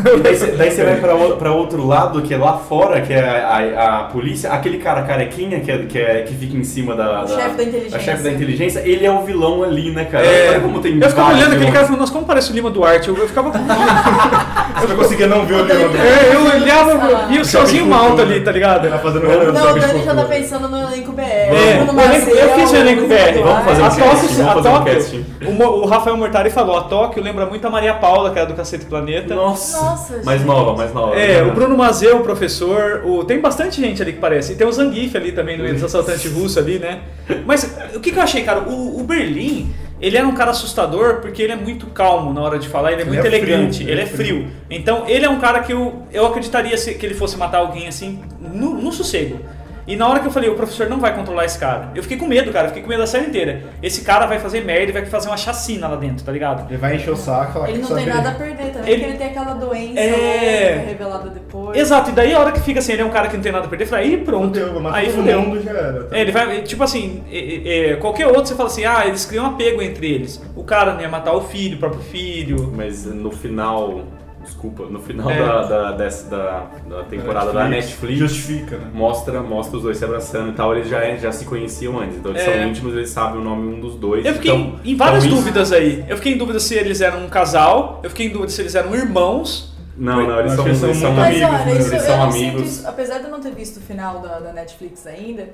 [SPEAKER 5] E daí você daí você vai pra, o- pra outro lado, que é lá fora, que é a, a- a polícia, aquele cara carequinha que, é, que, é- que fica em cima da.
[SPEAKER 4] O chefe da inteligência.
[SPEAKER 5] a chefe da inteligência, ele é o vilão ali, né, cara? Olha como tem
[SPEAKER 2] É. eu ficava
[SPEAKER 5] vários
[SPEAKER 2] olhando aquele
[SPEAKER 5] vilões.
[SPEAKER 2] cara e falando, nossa, como parece o Lima Duarte? Eu, eu ficava com.
[SPEAKER 3] Você não conseguia não ver o Leandro.
[SPEAKER 2] É, eu olhava e o sozinho malta ali, tá ligado?
[SPEAKER 3] Tá fazendo Renan,
[SPEAKER 4] Não, o
[SPEAKER 3] sabe?
[SPEAKER 4] Dani
[SPEAKER 3] Tipo,
[SPEAKER 4] já tá pensando no elenco BR.
[SPEAKER 2] É,
[SPEAKER 4] no
[SPEAKER 2] o elenco- eu fiz o é elenco BR,
[SPEAKER 5] Vamos fazer um
[SPEAKER 2] a
[SPEAKER 5] casting,
[SPEAKER 2] Tóquio,
[SPEAKER 5] vamos
[SPEAKER 2] a
[SPEAKER 5] fazer um
[SPEAKER 2] Tóquio-
[SPEAKER 5] casting.
[SPEAKER 2] o, Mo- o Rafael Mortari falou, a Tóquio lembra muito a Maria Paula, que era do Cacete Planeta.
[SPEAKER 5] Nossa,
[SPEAKER 4] Nossa,
[SPEAKER 5] mais
[SPEAKER 4] gente.
[SPEAKER 5] nova, mais nova.
[SPEAKER 2] É, o Bruno Mazeu, o professor, o- tem bastante gente ali que parece. E tem o Zangief ali também, no meio dos assaltantes russos ali, né? Mas o que, que eu achei, cara? O, o Berlim, ele era um cara assustador porque ele é muito calmo na hora de falar, ele é
[SPEAKER 3] Ele
[SPEAKER 2] muito
[SPEAKER 3] é frio,
[SPEAKER 2] elegante, ele,
[SPEAKER 3] ele
[SPEAKER 2] é
[SPEAKER 3] é
[SPEAKER 2] frio. Então ele é um cara que eu, eu acreditaria se- que ele fosse matar alguém assim, no, no sossego. E na hora que eu falei, o professor não vai controlar esse cara. Eu fiquei com medo, cara. Eu fiquei com medo da série inteira. Esse cara vai fazer merda e vai fazer uma chacina lá dentro, tá ligado?
[SPEAKER 3] Ele vai encher o saco, ela
[SPEAKER 4] Ele
[SPEAKER 3] quer
[SPEAKER 4] não tem
[SPEAKER 3] saber.
[SPEAKER 4] nada a perder também,
[SPEAKER 2] Ele-
[SPEAKER 4] porque ele tem aquela doença
[SPEAKER 2] É.
[SPEAKER 4] né, que é revelada depois.
[SPEAKER 2] Exato, e daí a hora que fica assim, ele é um cara que não tem nada a perder, fala, aí pronto.
[SPEAKER 3] Fudeu, mas
[SPEAKER 2] aí
[SPEAKER 3] todo
[SPEAKER 2] fudeu.
[SPEAKER 3] mundo já era. tá?
[SPEAKER 2] É, ele vai, tipo assim, é, é, é, qualquer outro você fala assim, ah, eles criam apego entre eles. O cara não ia matar o filho, o próprio filho.
[SPEAKER 5] Mas no final, desculpa, no final
[SPEAKER 2] É.
[SPEAKER 5] da, da, dessa- da- da temporada da Netflix,
[SPEAKER 3] Justifica, né?
[SPEAKER 5] mostra, mostra os dois se abraçando e tal, eles já, é- já se conheciam antes, então eles
[SPEAKER 2] É.
[SPEAKER 5] são íntimos, eles sabem o nome um dos dois.
[SPEAKER 2] Eu fiquei
[SPEAKER 5] então,
[SPEAKER 2] em várias
[SPEAKER 5] então isso-
[SPEAKER 2] dúvidas aí. Eu fiquei em dúvida se eles eram um casal, eu fiquei em dúvida se eles eram irmãos.
[SPEAKER 5] Não, não, eles
[SPEAKER 3] Acho
[SPEAKER 5] são,
[SPEAKER 3] que eles são
[SPEAKER 5] eles são
[SPEAKER 3] muito
[SPEAKER 4] Mas
[SPEAKER 5] amigos,
[SPEAKER 4] olha,
[SPEAKER 5] né?
[SPEAKER 4] isso,
[SPEAKER 5] eles
[SPEAKER 4] eu
[SPEAKER 5] são
[SPEAKER 4] não sinto
[SPEAKER 5] amigos.
[SPEAKER 4] isso, apesar de eu não ter visto o final da, da Netflix ainda,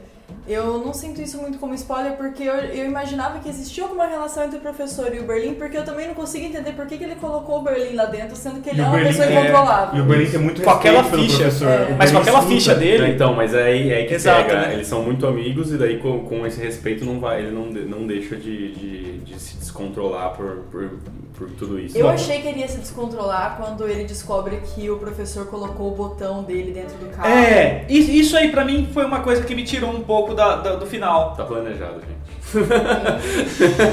[SPEAKER 4] eu não sinto isso muito como spoiler, porque eu, eu imaginava que existia alguma relação entre o professor e o Berlim, porque eu também não consigo entender por que, que ele colocou o Berlim lá dentro, sendo que ele
[SPEAKER 3] E
[SPEAKER 4] é
[SPEAKER 3] o
[SPEAKER 4] uma
[SPEAKER 3] Berlim
[SPEAKER 4] pessoa
[SPEAKER 3] é- E
[SPEAKER 4] incontrolável.
[SPEAKER 3] o Berlim tem muito
[SPEAKER 2] Com aquela
[SPEAKER 3] respeito pelo
[SPEAKER 2] ficha.
[SPEAKER 3] professor.
[SPEAKER 4] É.
[SPEAKER 3] O
[SPEAKER 2] Mas com
[SPEAKER 3] Berlim
[SPEAKER 2] aquela
[SPEAKER 3] escuta.
[SPEAKER 2] ficha dele.
[SPEAKER 5] Então, mas aí é que
[SPEAKER 2] Exato,
[SPEAKER 5] pega,
[SPEAKER 2] né?
[SPEAKER 5] eles são muito amigos e daí com, com esse respeito não vai, ele não, de- não deixa de, de- de se descontrolar por, por, por tudo isso.
[SPEAKER 4] Eu achei que ele ia se descontrolar quando ele descobre que o professor colocou o botão dele dentro do carro.
[SPEAKER 2] É, e- isso aí pra mim foi uma coisa que me tirou um pouco da- da- do final.
[SPEAKER 5] Tá planejado, gente.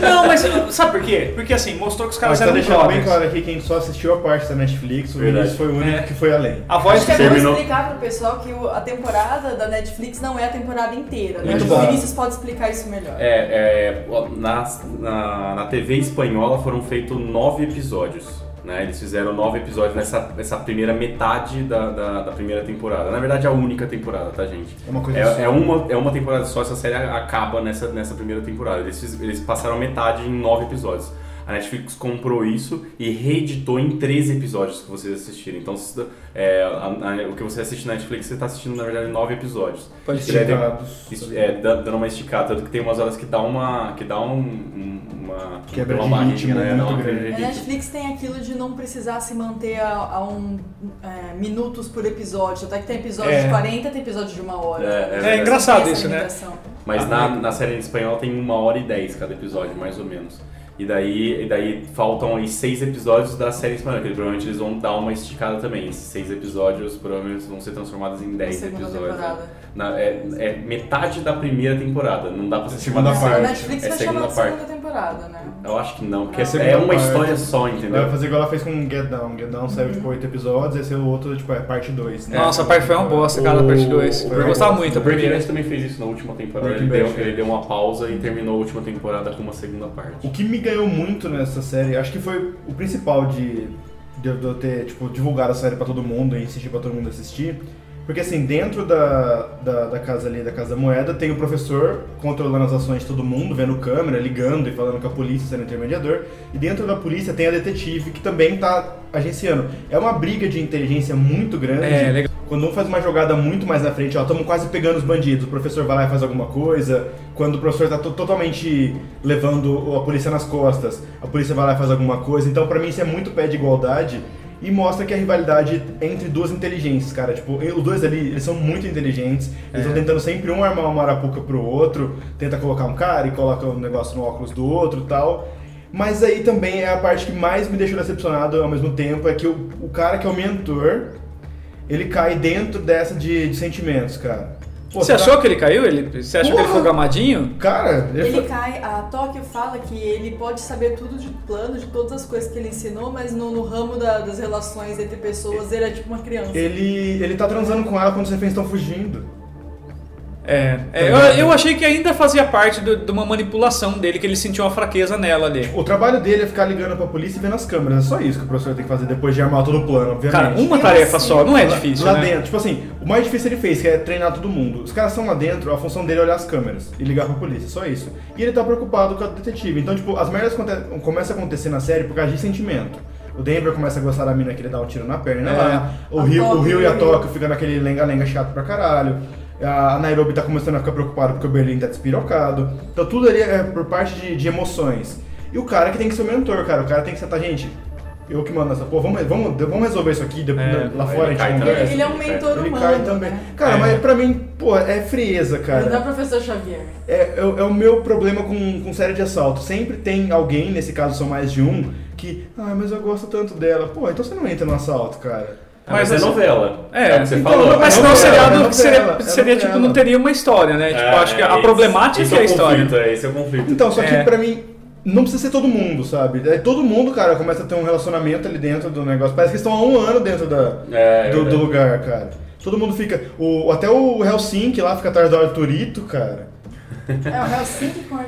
[SPEAKER 2] Não, mas sabe por quê? Porque assim, mostrou que os caras
[SPEAKER 3] Mas tá
[SPEAKER 2] eram
[SPEAKER 3] deixando bem
[SPEAKER 2] brothers.
[SPEAKER 3] claro aqui que a gente só assistiu a parte da Netflix, o
[SPEAKER 5] Verdade.
[SPEAKER 3] Vinícius foi o único
[SPEAKER 2] É.
[SPEAKER 3] que foi além.
[SPEAKER 2] A voz
[SPEAKER 4] Acho que
[SPEAKER 2] que
[SPEAKER 4] é bom
[SPEAKER 5] Terminou.
[SPEAKER 4] explicar pro pessoal que o- a temporada da Netflix não é a temporada inteira, né?
[SPEAKER 3] Muito
[SPEAKER 4] Acho que
[SPEAKER 3] bom.
[SPEAKER 4] o Vinícius pode explicar isso melhor.
[SPEAKER 5] É, é, ó, na, na, na TV espanhola foram feitos nove episódios. Né? Eles fizeram nove episódios nessa, nessa primeira metade da, da, da primeira temporada. Na verdade, é a única temporada, tá, gente?
[SPEAKER 3] É uma coisa só.
[SPEAKER 5] É, é uma, é uma temporada só, essa série acaba nessa, nessa primeira temporada. Eles, fiz- eles passaram metade em nove episódios. A Netflix comprou isso e reeditou em 13 episódios que vocês assistirem. Então, se- é, a- a- o que você assiste na Netflix, você está assistindo, na verdade, nove episódios.
[SPEAKER 3] Pode
[SPEAKER 5] E daí tem-
[SPEAKER 3] esticados.
[SPEAKER 5] isso, É, dá- dando uma esticada, tanto que tem umas horas que dá uma. que dá um, um- uma.
[SPEAKER 3] Quebra
[SPEAKER 5] uma
[SPEAKER 3] de
[SPEAKER 5] barriga,
[SPEAKER 3] ritmo, né?
[SPEAKER 5] Dá
[SPEAKER 3] Muito
[SPEAKER 5] uma
[SPEAKER 3] grande.
[SPEAKER 5] quebra
[SPEAKER 4] A
[SPEAKER 5] de ritmo.
[SPEAKER 4] Netflix tem aquilo de não precisar se manter a, a um é, minutos por episódio. Até que tem episódio
[SPEAKER 2] É.
[SPEAKER 4] de 40, tem episódio de uma hora.
[SPEAKER 5] É, é
[SPEAKER 4] Eles
[SPEAKER 5] É
[SPEAKER 4] não
[SPEAKER 2] engraçado
[SPEAKER 4] têm essa
[SPEAKER 2] isso, né?
[SPEAKER 4] limitação.
[SPEAKER 5] Mas na, na série em espanhol tem uma hora e dez cada episódio, mais ou menos. E daí, e daí faltam aí seis episódios da série espanhola, que provavelmente eles vão dar uma esticada também. Esses seis episódios provavelmente vão ser transformados em
[SPEAKER 4] Na
[SPEAKER 5] dez
[SPEAKER 4] segunda
[SPEAKER 5] episódios. né?
[SPEAKER 4] temporada.
[SPEAKER 5] Na- é, é metade da primeira temporada, não dá pra ser
[SPEAKER 3] Segunda
[SPEAKER 5] chamada
[SPEAKER 3] parte.
[SPEAKER 4] A
[SPEAKER 5] série.
[SPEAKER 4] Netflix
[SPEAKER 5] É
[SPEAKER 4] vai
[SPEAKER 5] segunda
[SPEAKER 4] chamar de
[SPEAKER 5] parte.
[SPEAKER 4] segunda temporada, né?
[SPEAKER 5] Eu acho que não, porque
[SPEAKER 3] É
[SPEAKER 5] é,
[SPEAKER 3] segunda É
[SPEAKER 5] uma
[SPEAKER 3] parte.
[SPEAKER 5] história só,
[SPEAKER 3] Ela vai
[SPEAKER 5] entendeu?
[SPEAKER 3] fazer igual ela fez com Get Down. Get Down saiu tipo 8 episódios, esse é o outro, tipo, é parte 2. Né?
[SPEAKER 2] Nossa, a parte foi uma bosta, cara, a parte 2. Eu gostava muito
[SPEAKER 5] O
[SPEAKER 2] da
[SPEAKER 5] Breaking
[SPEAKER 2] primeira.
[SPEAKER 5] Bad também fez isso na última temporada.
[SPEAKER 3] Breaking
[SPEAKER 5] Ele deu,
[SPEAKER 3] Bad, é.
[SPEAKER 5] ele deu uma pausa e terminou a última temporada com uma segunda parte.
[SPEAKER 3] O que me ganhou muito nessa série, acho que foi o principal de, de eu de eu ter tipo, divulgado a série pra todo mundo e insistir pra todo mundo assistir, Porque assim, dentro da, da, da casa ali, da Casa da Moeda, tem o professor controlando as ações de todo mundo, vendo câmera, ligando e falando com a polícia, sendo intermediador. E dentro da polícia tem a detetive, que também tá agenciando. É uma briga de inteligência muito grande.
[SPEAKER 2] É, legal.
[SPEAKER 3] Quando um faz uma jogada muito mais na frente, ó, estamos quase pegando os bandidos, o professor vai lá e faz alguma coisa. Quando o professor tá to- totalmente levando a polícia nas costas, a polícia vai lá e faz alguma coisa. Então, pra mim, isso é muito pé de igualdade. E mostra que a rivalidade é entre duas inteligências, cara. Tipo, e- os dois ali, eles são muito inteligentes. Eles estão tentando sempre um armar uma arapuca pro outro. Tenta colocar um cara e coloca um negócio no óculos do outro e tal. Mas aí também é a parte que mais me deixou decepcionado ao mesmo tempo, é que o, o cara que é o mentor, ele cai dentro dessa de, de sentimentos, cara. Pô,
[SPEAKER 2] Você
[SPEAKER 3] tá. será-
[SPEAKER 2] achou que ele caiu? Ele, você achou que ele
[SPEAKER 3] Porra!
[SPEAKER 2] foi gamadinho?
[SPEAKER 3] Cara, ele
[SPEAKER 4] Ele
[SPEAKER 3] foi-
[SPEAKER 4] cai, a Tóquio fala que ele pode saber tudo de plano, de todas as coisas que ele ensinou, mas no, no ramo da- das relações entre pessoas, ele é tipo uma criança.
[SPEAKER 3] ele, ele tá transando com ela quando os reféns estão fugindo.
[SPEAKER 2] É.
[SPEAKER 3] Tá
[SPEAKER 2] é, eu, eu achei que ainda fazia parte do- de uma manipulação dele, que ele sentiu uma fraqueza nela ali.
[SPEAKER 3] O trabalho dele é ficar ligando pra polícia e vendo as câmeras. É só isso que o professor tem que fazer depois de armar todo o plano, obviamente.
[SPEAKER 2] Cara, uma
[SPEAKER 4] Eu
[SPEAKER 2] tarefa
[SPEAKER 4] assim,
[SPEAKER 2] só, não é
[SPEAKER 3] Lá-
[SPEAKER 2] difícil,
[SPEAKER 3] Lá
[SPEAKER 2] né?
[SPEAKER 3] dentro, tipo assim, o mais difícil ele fez, que é treinar todo mundo. Os caras estão lá dentro, a função dele é olhar as câmeras e ligar pra polícia, só isso. E ele tá preocupado com a detetive. Então, tipo, as merdas conte- começam a acontecer na série por causa de sentimento. O Denver começa a gostar da mina que ele dá um tiro na perna
[SPEAKER 2] É.
[SPEAKER 3] lá. O
[SPEAKER 4] A
[SPEAKER 3] Rio, o
[SPEAKER 4] Tóquio.
[SPEAKER 3] Rio e a Tóquio ficam naquele lenga-lenga chato pra caralho. A Nairobi tá começando a ficar preocupada porque o Berlim tá despirocado. Então tudo ali é por parte de, de emoções. E o cara que tem que ser o mentor, cara. O cara tem que sentar, gente, eu que mando essa porra, vamos, vamos, vamos resolver isso aqui depois,
[SPEAKER 2] É,
[SPEAKER 3] lá
[SPEAKER 5] ele
[SPEAKER 3] fora a gente
[SPEAKER 5] cai
[SPEAKER 3] conversa.
[SPEAKER 5] também.
[SPEAKER 4] Ele, ele é um mentor
[SPEAKER 3] Ele
[SPEAKER 4] humano.
[SPEAKER 3] cai também.
[SPEAKER 4] né?
[SPEAKER 3] Cara,
[SPEAKER 2] É.
[SPEAKER 3] mas pra mim, pô, é frieza,
[SPEAKER 4] Ele não é
[SPEAKER 3] cara.
[SPEAKER 4] professor Xavier.
[SPEAKER 3] É, é, o- é o meu problema com, com série de assalto. Sempre tem alguém, nesse caso são mais de um, que, ah, mas eu gosto tanto dela. Pô, então você não entra no assalto, cara.
[SPEAKER 5] Mas,
[SPEAKER 2] Mas
[SPEAKER 5] é
[SPEAKER 2] assim-
[SPEAKER 5] novela.
[SPEAKER 2] É,
[SPEAKER 5] o que você
[SPEAKER 3] então,
[SPEAKER 5] falou. né?
[SPEAKER 2] Mas
[SPEAKER 3] É
[SPEAKER 2] senão o
[SPEAKER 3] novela,
[SPEAKER 2] seriado
[SPEAKER 3] é novela,
[SPEAKER 2] seria,
[SPEAKER 3] é
[SPEAKER 2] seria, tipo,
[SPEAKER 3] novela.
[SPEAKER 2] não teria uma história, né? Tipo,
[SPEAKER 5] É,
[SPEAKER 2] acho que a
[SPEAKER 5] esse-
[SPEAKER 2] problemática
[SPEAKER 5] esse
[SPEAKER 2] é a
[SPEAKER 5] o
[SPEAKER 2] história.
[SPEAKER 5] Conflito, é, esse é o conflito.
[SPEAKER 3] Então, só que
[SPEAKER 2] É.
[SPEAKER 3] pra mim, não precisa ser todo mundo, sabe? É, todo mundo, cara, começa a ter um relacionamento ali dentro do negócio. Parece que estão há um ano dentro da,
[SPEAKER 5] É, é
[SPEAKER 3] do, do
[SPEAKER 5] verdade.
[SPEAKER 3] lugar, cara. Todo mundo fica. O, até o Helsinki lá fica atrás do Arturito, cara.
[SPEAKER 4] É o Helsinki com a-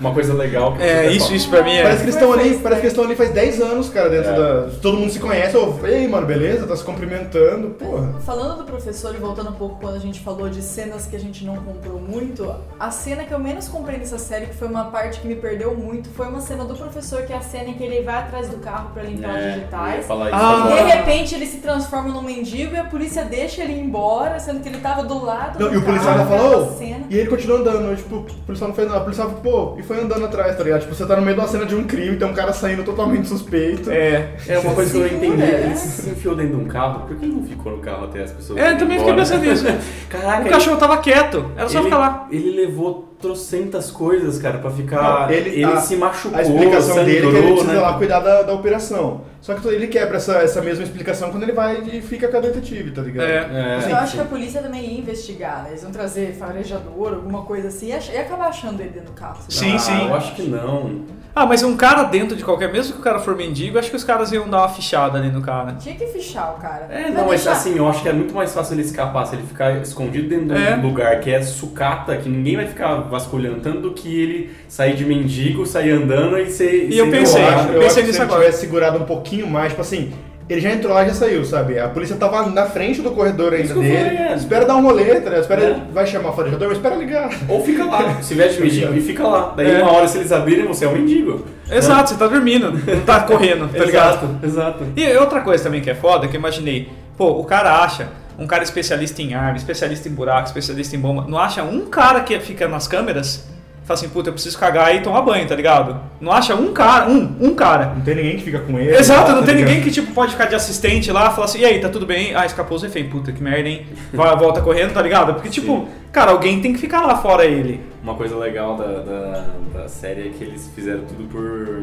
[SPEAKER 5] Uma coisa legal que
[SPEAKER 2] É,
[SPEAKER 5] você
[SPEAKER 2] isso,
[SPEAKER 5] fala.
[SPEAKER 2] isso pra mim é.
[SPEAKER 3] Parece que eles estão ali,
[SPEAKER 4] Perfeito.
[SPEAKER 3] parece que eles estão ali faz 10 anos, cara, dentro
[SPEAKER 5] É.
[SPEAKER 3] da. Todo mundo se conhece, ou ei, mano, beleza? Tá se cumprimentando, porra.
[SPEAKER 4] Falando do professor e voltando um pouco quando a gente falou de cenas que a gente não comprou muito, a cena que eu menos comprei nessa série, que foi uma parte que me perdeu muito, foi uma cena do professor, que é a cena em que ele vai atrás do carro pra limpar
[SPEAKER 5] É,
[SPEAKER 4] os
[SPEAKER 5] eu ia
[SPEAKER 4] digitais.
[SPEAKER 5] falar isso
[SPEAKER 2] Ah.
[SPEAKER 5] agora.
[SPEAKER 4] De repente ele se transforma num mendigo e a polícia deixa ele ir embora, sendo que ele tava do lado
[SPEAKER 3] Não,
[SPEAKER 4] do
[SPEAKER 3] e o
[SPEAKER 4] carro,
[SPEAKER 3] policial ainda
[SPEAKER 4] aquela
[SPEAKER 3] falou,
[SPEAKER 4] cena.
[SPEAKER 3] e ele continua andando, eu, tipo, o policial não fez nada, o policial, pô, e foi andando atrás, tá ligado? Tipo, você tá no meio da cena de um crime, tem um cara saindo totalmente suspeito.
[SPEAKER 2] É.
[SPEAKER 5] É uma coisa que eu não entendi.
[SPEAKER 4] Segura, né?
[SPEAKER 5] Ele se enfiou dentro de um carro. Por que ele não ficou no carro até as pessoas?
[SPEAKER 2] É,
[SPEAKER 5] irem
[SPEAKER 2] eu também fiquei
[SPEAKER 5] embora?
[SPEAKER 2] pensando nisso.
[SPEAKER 5] Caraca,
[SPEAKER 2] O cachorro tava quieto, era só
[SPEAKER 5] ele,
[SPEAKER 2] ficar lá.
[SPEAKER 5] ele levou trocentas coisas, cara, pra ficar.
[SPEAKER 3] Não, ele-
[SPEAKER 5] ele
[SPEAKER 3] a-
[SPEAKER 5] se machucou.
[SPEAKER 3] A explicação
[SPEAKER 5] sangrou,
[SPEAKER 3] dele é que ele precisa
[SPEAKER 5] né?
[SPEAKER 3] lá cuidar da, da operação. Só que ele quebra essa, essa mesma explicação quando ele vai e fica com a detetive, tá ligado?
[SPEAKER 2] É.
[SPEAKER 5] É,
[SPEAKER 4] Então, eu acho que a polícia também ia investigar, né? Eles iam trazer farejador, alguma coisa assim, e ach- e acabar achando ele dentro do carro. sei lá.
[SPEAKER 2] Sim,
[SPEAKER 5] Ah,
[SPEAKER 2] sim.
[SPEAKER 5] Eu acho que não.
[SPEAKER 2] Ah, mas um cara dentro de qualquer, mesmo que o cara for mendigo, acho que os caras iam dar uma fichada ali no cara.
[SPEAKER 4] um- Tinha que fichar o cara.
[SPEAKER 5] É,
[SPEAKER 4] Vai
[SPEAKER 5] não, mas
[SPEAKER 4] deixar-
[SPEAKER 5] assim, eu acho que é muito mais fácil ele escapar se ele ficar escondido dentro de um
[SPEAKER 2] É.
[SPEAKER 5] lugar que é sucata, que ninguém vai ficar vasculhando tanto do que ele sair de mendigo, sair andando e ser.
[SPEAKER 2] E eu
[SPEAKER 5] ser
[SPEAKER 2] pensei,
[SPEAKER 5] enrolado.
[SPEAKER 2] eu pensei
[SPEAKER 3] que
[SPEAKER 2] nisso
[SPEAKER 3] se ele
[SPEAKER 2] agora.
[SPEAKER 3] tivesse segurado um pouquinho mais, tipo assim, ele já entrou lá e já saiu, sabe? A polícia tava na frente do corredor ainda
[SPEAKER 5] Isso que eu
[SPEAKER 3] dele.
[SPEAKER 5] falei, é.
[SPEAKER 3] Espera dar um rolê, tá ligado? Espera,
[SPEAKER 5] É.
[SPEAKER 3] vai chamar o farejador, mas espera ligar.
[SPEAKER 5] Ou fica lá, se veste de mendigo e fica lá. Daí
[SPEAKER 2] É.
[SPEAKER 5] uma hora, se eles abrirem, você é um mendigo.
[SPEAKER 2] Exato, você tá dormindo, não tá correndo, tá ligado?
[SPEAKER 5] Exato, exato.
[SPEAKER 2] E outra coisa também que é foda, que eu imaginei, pô, o cara acha um cara especialista em arma, especialista em buraco, especialista em bomba, não acha um cara que fica nas câmeras, fala assim, puta, eu preciso cagar e tomar banho, tá ligado? Não acha um cara, um, um cara.
[SPEAKER 3] Não tem ninguém que fica com ele.
[SPEAKER 2] Exato, não
[SPEAKER 3] tá
[SPEAKER 2] tem
[SPEAKER 3] ligado?
[SPEAKER 2] ninguém que tipo pode ficar de assistente lá, falar assim, e aí, tá tudo bem? Ah, escapou os refém, puta que merda, hein? Vai, volta correndo, tá ligado? Porque tipo, cara, alguém tem que ficar lá fora ele.
[SPEAKER 5] Uma coisa legal da, da, da série é que eles fizeram tudo por.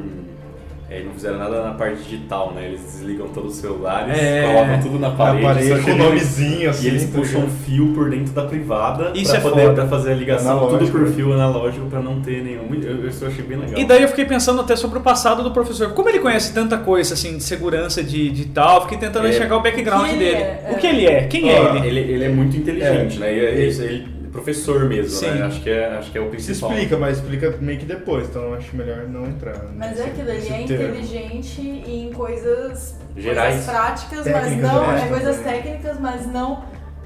[SPEAKER 5] É, eles não fizeram nada na parte digital, né? Eles desligam todos os celulares,
[SPEAKER 2] É.
[SPEAKER 5] colocam tudo na
[SPEAKER 3] Na
[SPEAKER 5] parede,
[SPEAKER 3] parede,
[SPEAKER 5] só
[SPEAKER 3] com
[SPEAKER 5] que
[SPEAKER 3] o
[SPEAKER 5] eles-
[SPEAKER 3] nomezinho assim.
[SPEAKER 5] E eles
[SPEAKER 3] tá
[SPEAKER 5] puxam um
[SPEAKER 3] ligado?
[SPEAKER 5] fio por dentro da privada
[SPEAKER 2] Isso
[SPEAKER 5] pra
[SPEAKER 2] é
[SPEAKER 5] poder
[SPEAKER 2] foda.
[SPEAKER 5] pra fazer a ligação,
[SPEAKER 3] Analógico,
[SPEAKER 5] tudo por
[SPEAKER 3] né?
[SPEAKER 5] fio analógico pra não ter nenhum. Eu, eu, isso eu achei bem legal.
[SPEAKER 2] E daí eu fiquei pensando até sobre o passado do professor. Como ele conhece tanta coisa, assim, de segurança, de, de tal, fiquei tentando
[SPEAKER 5] É.
[SPEAKER 2] enxergar o background
[SPEAKER 4] Quem ele
[SPEAKER 2] dele.
[SPEAKER 4] é, é.
[SPEAKER 2] O que ele é? Quem é
[SPEAKER 3] Ó,
[SPEAKER 2] ele?
[SPEAKER 5] ele, ele é muito inteligente, né? E é- Ele, ele é professor mesmo,
[SPEAKER 2] Sim.
[SPEAKER 5] né? Acho que, é, acho que é o
[SPEAKER 3] Se
[SPEAKER 5] principal.
[SPEAKER 3] explica, mas explica meio que depois, então acho melhor não entrar.
[SPEAKER 4] Mas é aquilo, ele
[SPEAKER 3] ali
[SPEAKER 4] é inteligente em coisas,
[SPEAKER 5] Gerais.
[SPEAKER 4] coisas práticas,
[SPEAKER 3] Técnicas,
[SPEAKER 4] mas não.
[SPEAKER 3] né?
[SPEAKER 4] É coisas técnicas, mas não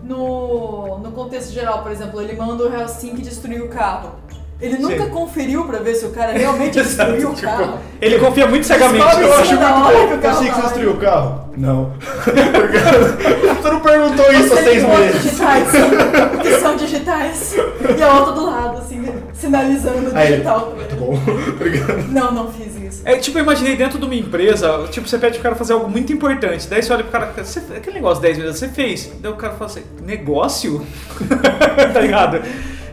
[SPEAKER 4] no, no contexto geral, por exemplo, ele manda o Helsing destruir o carro. Ele nunca
[SPEAKER 2] Sim.
[SPEAKER 4] conferiu pra ver se o cara realmente
[SPEAKER 2] Exato,
[SPEAKER 4] destruiu o
[SPEAKER 2] tipo,
[SPEAKER 4] carro.
[SPEAKER 2] Ele confia muito cegamente.
[SPEAKER 4] Sabe,
[SPEAKER 3] é- Eu acho
[SPEAKER 4] Da
[SPEAKER 3] muito
[SPEAKER 4] hora
[SPEAKER 3] bom
[SPEAKER 4] que o
[SPEAKER 3] que eu
[SPEAKER 4] carro
[SPEAKER 3] sei que você
[SPEAKER 4] vai.
[SPEAKER 3] destruiu o carro. Não. você não perguntou isso há
[SPEAKER 4] Você
[SPEAKER 3] seis
[SPEAKER 4] tem outros
[SPEAKER 3] meses.
[SPEAKER 4] digitais que são digitais. E a outra do lado, assim, sinalizando o
[SPEAKER 3] Aí Ah, ele,
[SPEAKER 4] digital.
[SPEAKER 3] Muito bom. Obrigado.
[SPEAKER 4] Não, não fiz isso.
[SPEAKER 2] É tipo, eu imaginei dentro de uma empresa, tipo, você pede pro cara fazer algo muito importante. Daí você olha pro cara, "Você- aquele negócio de 10 minutos, você fez. Daí o cara fala assim, negócio? tá ligado?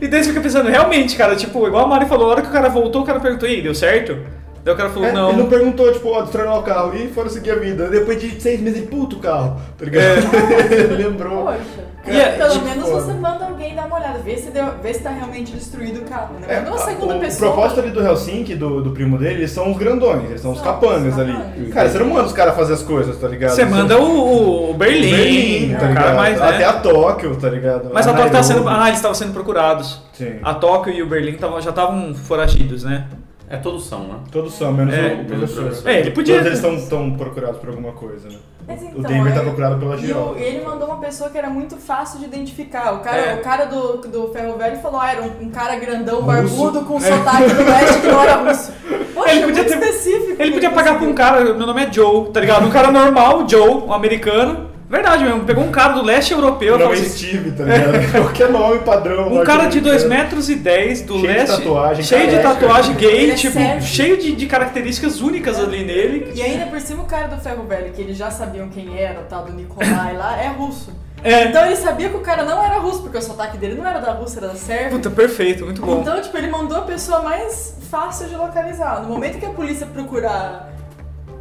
[SPEAKER 2] E daí você fica pensando, realmente, cara, tipo, igual a Mari falou, a hora que o cara voltou, o cara perguntou, e aí, deu certo? Daí o cara falou,
[SPEAKER 3] É,
[SPEAKER 2] não.
[SPEAKER 3] Ele não perguntou, tipo, ó, destruiu o carro e foram seguir a vida. Depois de seis meses, ele, puto o carro, tá ligado?
[SPEAKER 2] É.
[SPEAKER 3] ele lembrou.
[SPEAKER 4] Poxa.
[SPEAKER 2] E é,
[SPEAKER 4] Pelo
[SPEAKER 3] tipo,
[SPEAKER 4] menos
[SPEAKER 3] foda.
[SPEAKER 4] você manda alguém dar uma olhada, vê se, deu, vê se tá realmente destruído o carro, né?
[SPEAKER 3] É,
[SPEAKER 4] Manda uma
[SPEAKER 2] Ah,
[SPEAKER 3] a-
[SPEAKER 4] segunda
[SPEAKER 3] o
[SPEAKER 4] pessoa.
[SPEAKER 3] propósito ali do Helsinki, do, do primo dele, eles são os grandões, eles são os
[SPEAKER 4] São,
[SPEAKER 3] capangas
[SPEAKER 4] os
[SPEAKER 3] ali.
[SPEAKER 4] capangas.
[SPEAKER 3] Cara, você não manda os caras fazer as coisas, tá ligado?
[SPEAKER 2] Você manda o, o Berlim,
[SPEAKER 3] Berlim, tá
[SPEAKER 2] o
[SPEAKER 3] ligado?
[SPEAKER 2] cara mais, né?
[SPEAKER 3] Até a Tóquio, tá ligado?
[SPEAKER 2] Mas a Tóquio tá sendo.
[SPEAKER 3] Nairobi.
[SPEAKER 2] Ah, eles estavam sendo procurados.
[SPEAKER 3] Sim.
[SPEAKER 2] A Tóquio e o Berlim tavam- já estavam foragidos, né?
[SPEAKER 5] É todos são, né?
[SPEAKER 3] Todos são, menos
[SPEAKER 2] É,
[SPEAKER 3] o
[SPEAKER 5] menos o
[SPEAKER 3] professor.
[SPEAKER 5] professor.
[SPEAKER 2] É, ele podia.
[SPEAKER 3] Todos eles estão tão procurados por alguma coisa, né?
[SPEAKER 4] Mas
[SPEAKER 3] o
[SPEAKER 4] então,
[SPEAKER 3] Denver tá
[SPEAKER 4] aí-
[SPEAKER 3] procurado pela
[SPEAKER 4] E o-
[SPEAKER 3] Giral.
[SPEAKER 4] ele mandou uma pessoa que era muito fácil de identificar. O cara,
[SPEAKER 2] É.
[SPEAKER 4] o cara do, do ferro velho falou: ah, era um, um cara grandão,
[SPEAKER 3] Russo.
[SPEAKER 4] barbudo, com sotaque do leste que não era russo. Poxa,
[SPEAKER 2] É. Ele
[SPEAKER 4] é
[SPEAKER 2] podia
[SPEAKER 4] muito
[SPEAKER 2] ter-
[SPEAKER 4] específico.
[SPEAKER 2] Ele podia pagar pra um cara, meu nome é Joe, tá ligado? Um cara normal, Joe, um americano. Verdade mesmo, pegou um cara do leste europeu,
[SPEAKER 3] Não
[SPEAKER 2] falou
[SPEAKER 3] é
[SPEAKER 2] assim,
[SPEAKER 3] Steve, tá ligado? Qualquer nome padrão.
[SPEAKER 2] um cara de 2 metros e 10 do
[SPEAKER 3] Cheio de
[SPEAKER 2] leste,
[SPEAKER 3] tatuagem,
[SPEAKER 2] cheio de
[SPEAKER 3] careca.
[SPEAKER 2] tatuagem gay,
[SPEAKER 4] Ele é
[SPEAKER 2] tipo,
[SPEAKER 4] sérvio.
[SPEAKER 2] cheio de, de características únicas ali nele.
[SPEAKER 4] E ainda por cima, o cara do ferro velho, que eles já sabiam quem era, o tal do Nikolai lá, é russo.
[SPEAKER 2] É,
[SPEAKER 4] Então ele sabia que o cara não era russo, porque o sotaque dele não era da Rússia, era da Sérvia.
[SPEAKER 2] É, puta, perfeito, muito bom.
[SPEAKER 4] Então, tipo, ele mandou a pessoa mais fácil de localizar. No momento que a polícia procurar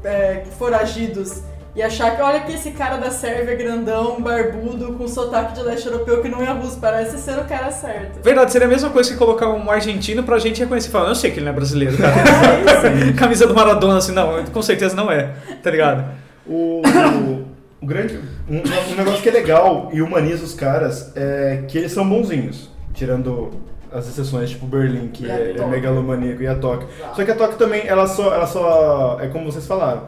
[SPEAKER 4] é, foragidos e achar que, olha que esse cara da Sérvia é grandão, barbudo, com sotaque de leste europeu que não é russo, parece ser o cara certo.
[SPEAKER 2] Verdade, seria a mesma coisa que colocar um argentino pra gente reconhecer. Falar, eu sei que ele não é brasileiro, cara.
[SPEAKER 4] É
[SPEAKER 2] Camisa do Maradona, assim, não, com certeza não é, tá ligado?
[SPEAKER 3] O, o, o grande. Um, um negócio que é legal e humaniza os caras é que eles são bonzinhos. Tirando as exceções, tipo Berlim, que
[SPEAKER 4] E a
[SPEAKER 3] é, é
[SPEAKER 4] Tóquio. Tá.
[SPEAKER 3] megalomaníaco, e a Tóquio. Só que a Tóquio também, ela só, ela só. É como vocês falaram.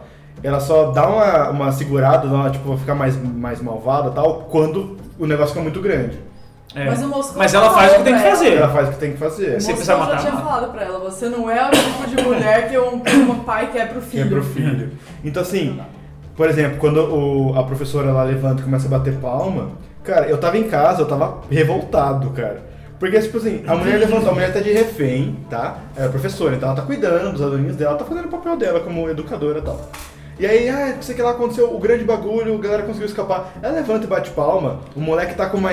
[SPEAKER 3] Ela só dá uma, uma segurada, dá uma, tipo, vai ficar mais, mais malvada e tal, quando o negócio fica muito grande.
[SPEAKER 2] É.
[SPEAKER 4] Mas o Moscou
[SPEAKER 2] Mas ela
[SPEAKER 4] falou
[SPEAKER 2] faz o que tem que
[SPEAKER 4] pra ela.
[SPEAKER 2] fazer.
[SPEAKER 3] Ela faz o que tem que fazer.
[SPEAKER 2] Você
[SPEAKER 4] Moça,
[SPEAKER 2] precisa matar,
[SPEAKER 4] Eu já tinha
[SPEAKER 2] mata.
[SPEAKER 4] falado pra ela, você não é o tipo de mulher que um, que um pai quer pro filho.
[SPEAKER 3] Quebra o filho. Então, assim, por exemplo, quando o- a professora lá levanta e começa a bater palma, cara, eu tava em casa, eu tava revoltado, cara. Porque, tipo assim, a mulher levantou, a mulher tá de refém, tá? É a professora, então ela tá cuidando dos aluninhos dela, ela tá fazendo o papel dela como educadora e tal. E aí, ah, não sei o que lá aconteceu o grande bagulho, a galera conseguiu escapar. Ela levanta e bate palma, o moleque tá com uma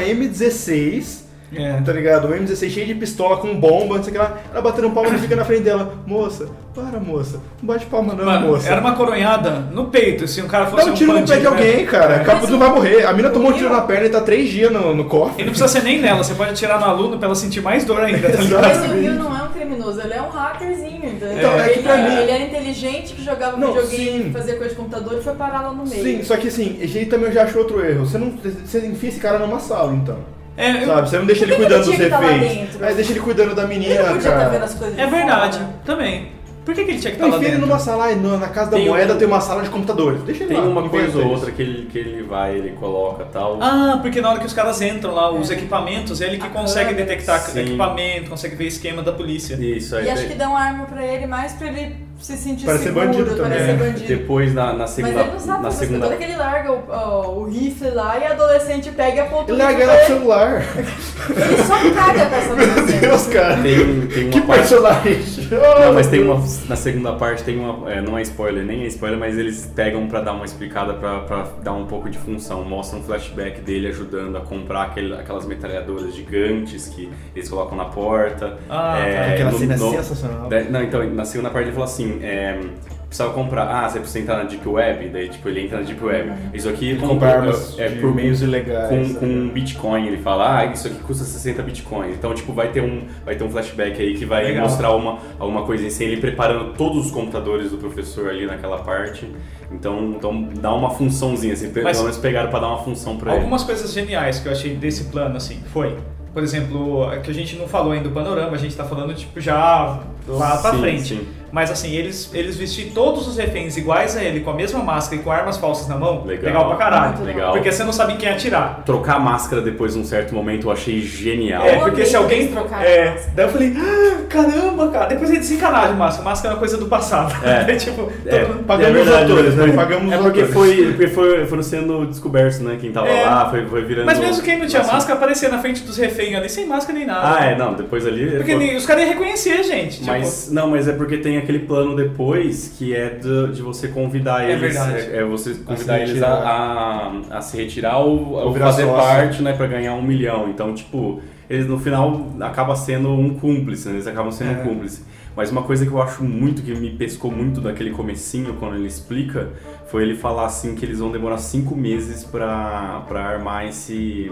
[SPEAKER 3] M16
[SPEAKER 2] É.
[SPEAKER 3] tá ligado? O M16 cheio de pistola com bomba, não sei o que lá. Ela batendo palma e fica na frente dela. Moça, para, moça. Não bate palma não,
[SPEAKER 2] Mano,
[SPEAKER 3] moça.
[SPEAKER 2] era uma coronhada no peito, se um cara fosse
[SPEAKER 3] Dá um
[SPEAKER 2] um
[SPEAKER 3] tiro no pé de
[SPEAKER 2] bandido, né?
[SPEAKER 3] alguém, cara. Acabou,
[SPEAKER 4] Mas
[SPEAKER 3] não
[SPEAKER 4] o-
[SPEAKER 3] vai morrer. A mina tomou um tiro
[SPEAKER 4] Meu.
[SPEAKER 3] na perna e tá três dias no, no
[SPEAKER 2] E
[SPEAKER 3] cofre.
[SPEAKER 2] não precisa ser nem nela, você pode atirar no aluno pra ela sentir mais dor ainda, tá ligado?
[SPEAKER 4] Mas o
[SPEAKER 3] Exatamente.
[SPEAKER 4] Rio não é um criminoso, ele é um hackerzinho, entendeu?
[SPEAKER 3] Então, é que
[SPEAKER 4] ele,
[SPEAKER 3] pra mim-
[SPEAKER 4] ele era inteligente, que jogava
[SPEAKER 3] Não, sim.
[SPEAKER 4] videogame, fazia coisa de computador e foi parar lá no meio.
[SPEAKER 3] Sim, só que assim, esse aí também eu já acho outro erro. Você não você enfia esse cara numa sala, então.
[SPEAKER 2] É, eu-
[SPEAKER 3] Sabe? Você não deixa
[SPEAKER 4] Por
[SPEAKER 3] ele
[SPEAKER 4] que
[SPEAKER 3] cuidando
[SPEAKER 4] ele
[SPEAKER 3] dos
[SPEAKER 4] tinha que tá lá
[SPEAKER 3] reféns.
[SPEAKER 4] dentro?
[SPEAKER 3] Aí deixa ele cuidando da
[SPEAKER 4] Ele
[SPEAKER 3] menina,
[SPEAKER 4] não podia estar vendo
[SPEAKER 3] cara.
[SPEAKER 4] as coisas de
[SPEAKER 2] é
[SPEAKER 4] fora,
[SPEAKER 2] verdade,
[SPEAKER 4] né?
[SPEAKER 2] também. Por que, que ele tinha que estar
[SPEAKER 3] Não,
[SPEAKER 2] lá
[SPEAKER 3] enfia ele
[SPEAKER 2] dentro?
[SPEAKER 3] numa sala, aí na na casa da
[SPEAKER 5] Tem um-
[SPEAKER 3] moeda tem uma sala de computadores. Deixa ele
[SPEAKER 5] Tem
[SPEAKER 3] lá.
[SPEAKER 5] uma
[SPEAKER 3] inventa
[SPEAKER 5] coisa ou
[SPEAKER 3] isso.
[SPEAKER 5] outra que ele, que ele vai, ele coloca tal.
[SPEAKER 2] Ah, porque na hora que os caras entram lá, os equipamentos, é ele que
[SPEAKER 4] A
[SPEAKER 2] consegue
[SPEAKER 4] câmera.
[SPEAKER 2] detectar
[SPEAKER 5] É. Ah, Sim.
[SPEAKER 2] equipamento, consegue ver esquema da polícia.
[SPEAKER 5] Isso aí.
[SPEAKER 4] E acho
[SPEAKER 5] tem-
[SPEAKER 4] que dão arma pra ele mais pra ele se sentir
[SPEAKER 3] Pra ser
[SPEAKER 4] seguro,
[SPEAKER 3] bandido
[SPEAKER 4] pra
[SPEAKER 3] também, Tipo,
[SPEAKER 4] ser
[SPEAKER 3] é.
[SPEAKER 4] bandido.
[SPEAKER 5] Depois na, na
[SPEAKER 4] Mas
[SPEAKER 5] segunda.
[SPEAKER 4] ele não sabe
[SPEAKER 5] na
[SPEAKER 4] fazer segunda...
[SPEAKER 5] segunda.
[SPEAKER 4] que ele larga o, ó, o rifle lá e a adolescente pega e aponta o
[SPEAKER 3] Ele larga
[SPEAKER 4] rifle
[SPEAKER 3] ela
[SPEAKER 4] pra
[SPEAKER 3] pro
[SPEAKER 4] ele.
[SPEAKER 3] celular.
[SPEAKER 4] Ele só caga com essa
[SPEAKER 3] Meu Deus,
[SPEAKER 4] adolescente.
[SPEAKER 3] cara.
[SPEAKER 5] Tem, tem uma
[SPEAKER 3] Que
[SPEAKER 5] parte.
[SPEAKER 3] personagem!
[SPEAKER 5] Não, mas tem uma. Na segunda parte tem uma. é, não é spoiler, nem é spoiler, mas eles pegam pra dar uma explicada, pra, pra dar um pouco de função. Mostra um flashback dele ajudando a comprar aquele- aquelas metralhadoras gigantes que eles colocam na porta.
[SPEAKER 2] Ah,
[SPEAKER 5] É,
[SPEAKER 3] Aquela
[SPEAKER 5] no-
[SPEAKER 3] cena é
[SPEAKER 5] no-
[SPEAKER 3] sensacional.
[SPEAKER 5] Daí- Não, então, na segunda parte ele fala assim, é, precisava comprar, ah, você precisa entrar na Deep Web, daí tipo, ele entra na Deep Web.
[SPEAKER 4] Uhum.
[SPEAKER 5] Isso aqui com-
[SPEAKER 3] Comprar armas
[SPEAKER 5] é, é
[SPEAKER 3] de
[SPEAKER 5] por
[SPEAKER 3] meios
[SPEAKER 5] meios
[SPEAKER 3] ilegais,
[SPEAKER 5] com,
[SPEAKER 3] né?
[SPEAKER 5] com Bitcoin, ele fala, ah, isso aqui custa 60 Bitcoin. Então, tipo, vai ter um, vai ter um flashback aí que vai
[SPEAKER 2] Legal.
[SPEAKER 5] mostrar uma, alguma coisa assim, ele preparando todos os computadores do professor ali naquela parte. Então, então dá uma funçãozinha, assim, pe-
[SPEAKER 2] Mas-
[SPEAKER 5] pelo menos pegaram pra dar uma função pra ele.
[SPEAKER 2] Algumas coisas geniais que eu achei desse plano, assim, foi. Por exemplo, a que a gente não falou ainda do panorama, a gente tá falando, tipo, já lá pra
[SPEAKER 5] Sim,
[SPEAKER 2] frente.
[SPEAKER 5] sim.
[SPEAKER 2] Mas assim, eles, eles vestir todos os reféns iguais a ele, com a mesma máscara e com armas falsas na mão,
[SPEAKER 5] Legal.
[SPEAKER 2] legal, pra caralho.
[SPEAKER 4] Muito
[SPEAKER 5] Legal.
[SPEAKER 2] Porque você não sabe em quem atirar.
[SPEAKER 5] Trocar a máscara depois de um certo momento eu achei genial.
[SPEAKER 2] É,
[SPEAKER 4] Eu
[SPEAKER 2] porque
[SPEAKER 4] amei
[SPEAKER 2] se alguém.
[SPEAKER 4] eles trocarem a
[SPEAKER 2] É,
[SPEAKER 4] máscara.
[SPEAKER 2] daí eu falei, "Ah, caramba, cara. Depois eles desencanaram de máscara. Máscara é uma coisa do passado. É, tipo,
[SPEAKER 5] É,
[SPEAKER 2] todo mundo-
[SPEAKER 3] Pagamos
[SPEAKER 5] verdade,
[SPEAKER 3] os atores,
[SPEAKER 5] né?
[SPEAKER 3] né? Pagamos
[SPEAKER 5] é
[SPEAKER 3] os
[SPEAKER 5] porque
[SPEAKER 3] atores.
[SPEAKER 5] foi, porque foi, foram sendo descobertos, né? Quem tava
[SPEAKER 2] É.
[SPEAKER 5] lá, foi, foi virando.
[SPEAKER 2] Mas mesmo quem não tinha
[SPEAKER 5] Nossa.
[SPEAKER 2] máscara aparecia na frente dos reféns ali, sem máscara nem nada.
[SPEAKER 5] assim- Ah, é, não, depois ali.
[SPEAKER 2] Porque
[SPEAKER 5] pô,
[SPEAKER 2] nem- os caras iam reconhecer, gente. Tipo,
[SPEAKER 5] Mas, não, mas é porque tem aquele plano depois que é do- de, você convidar
[SPEAKER 2] É
[SPEAKER 5] eles.
[SPEAKER 2] verdade.
[SPEAKER 5] É, é você convidar
[SPEAKER 3] se
[SPEAKER 5] eles
[SPEAKER 3] retirar.
[SPEAKER 5] a, a, a se retirar ou, ou
[SPEAKER 3] virar
[SPEAKER 5] fazer
[SPEAKER 3] sócio.
[SPEAKER 5] parte, né, pra ganhar um milhão. Então, tipo, eles no final acaba sendo um cúmplice, né? Eles acabam sendo
[SPEAKER 2] É.
[SPEAKER 5] um cúmplice. Mas uma coisa que eu acho muito, que me pescou muito daquele comecinho, quando ele explica, foi ele falar assim que eles vão demorar cinco meses pra, pra armar esse,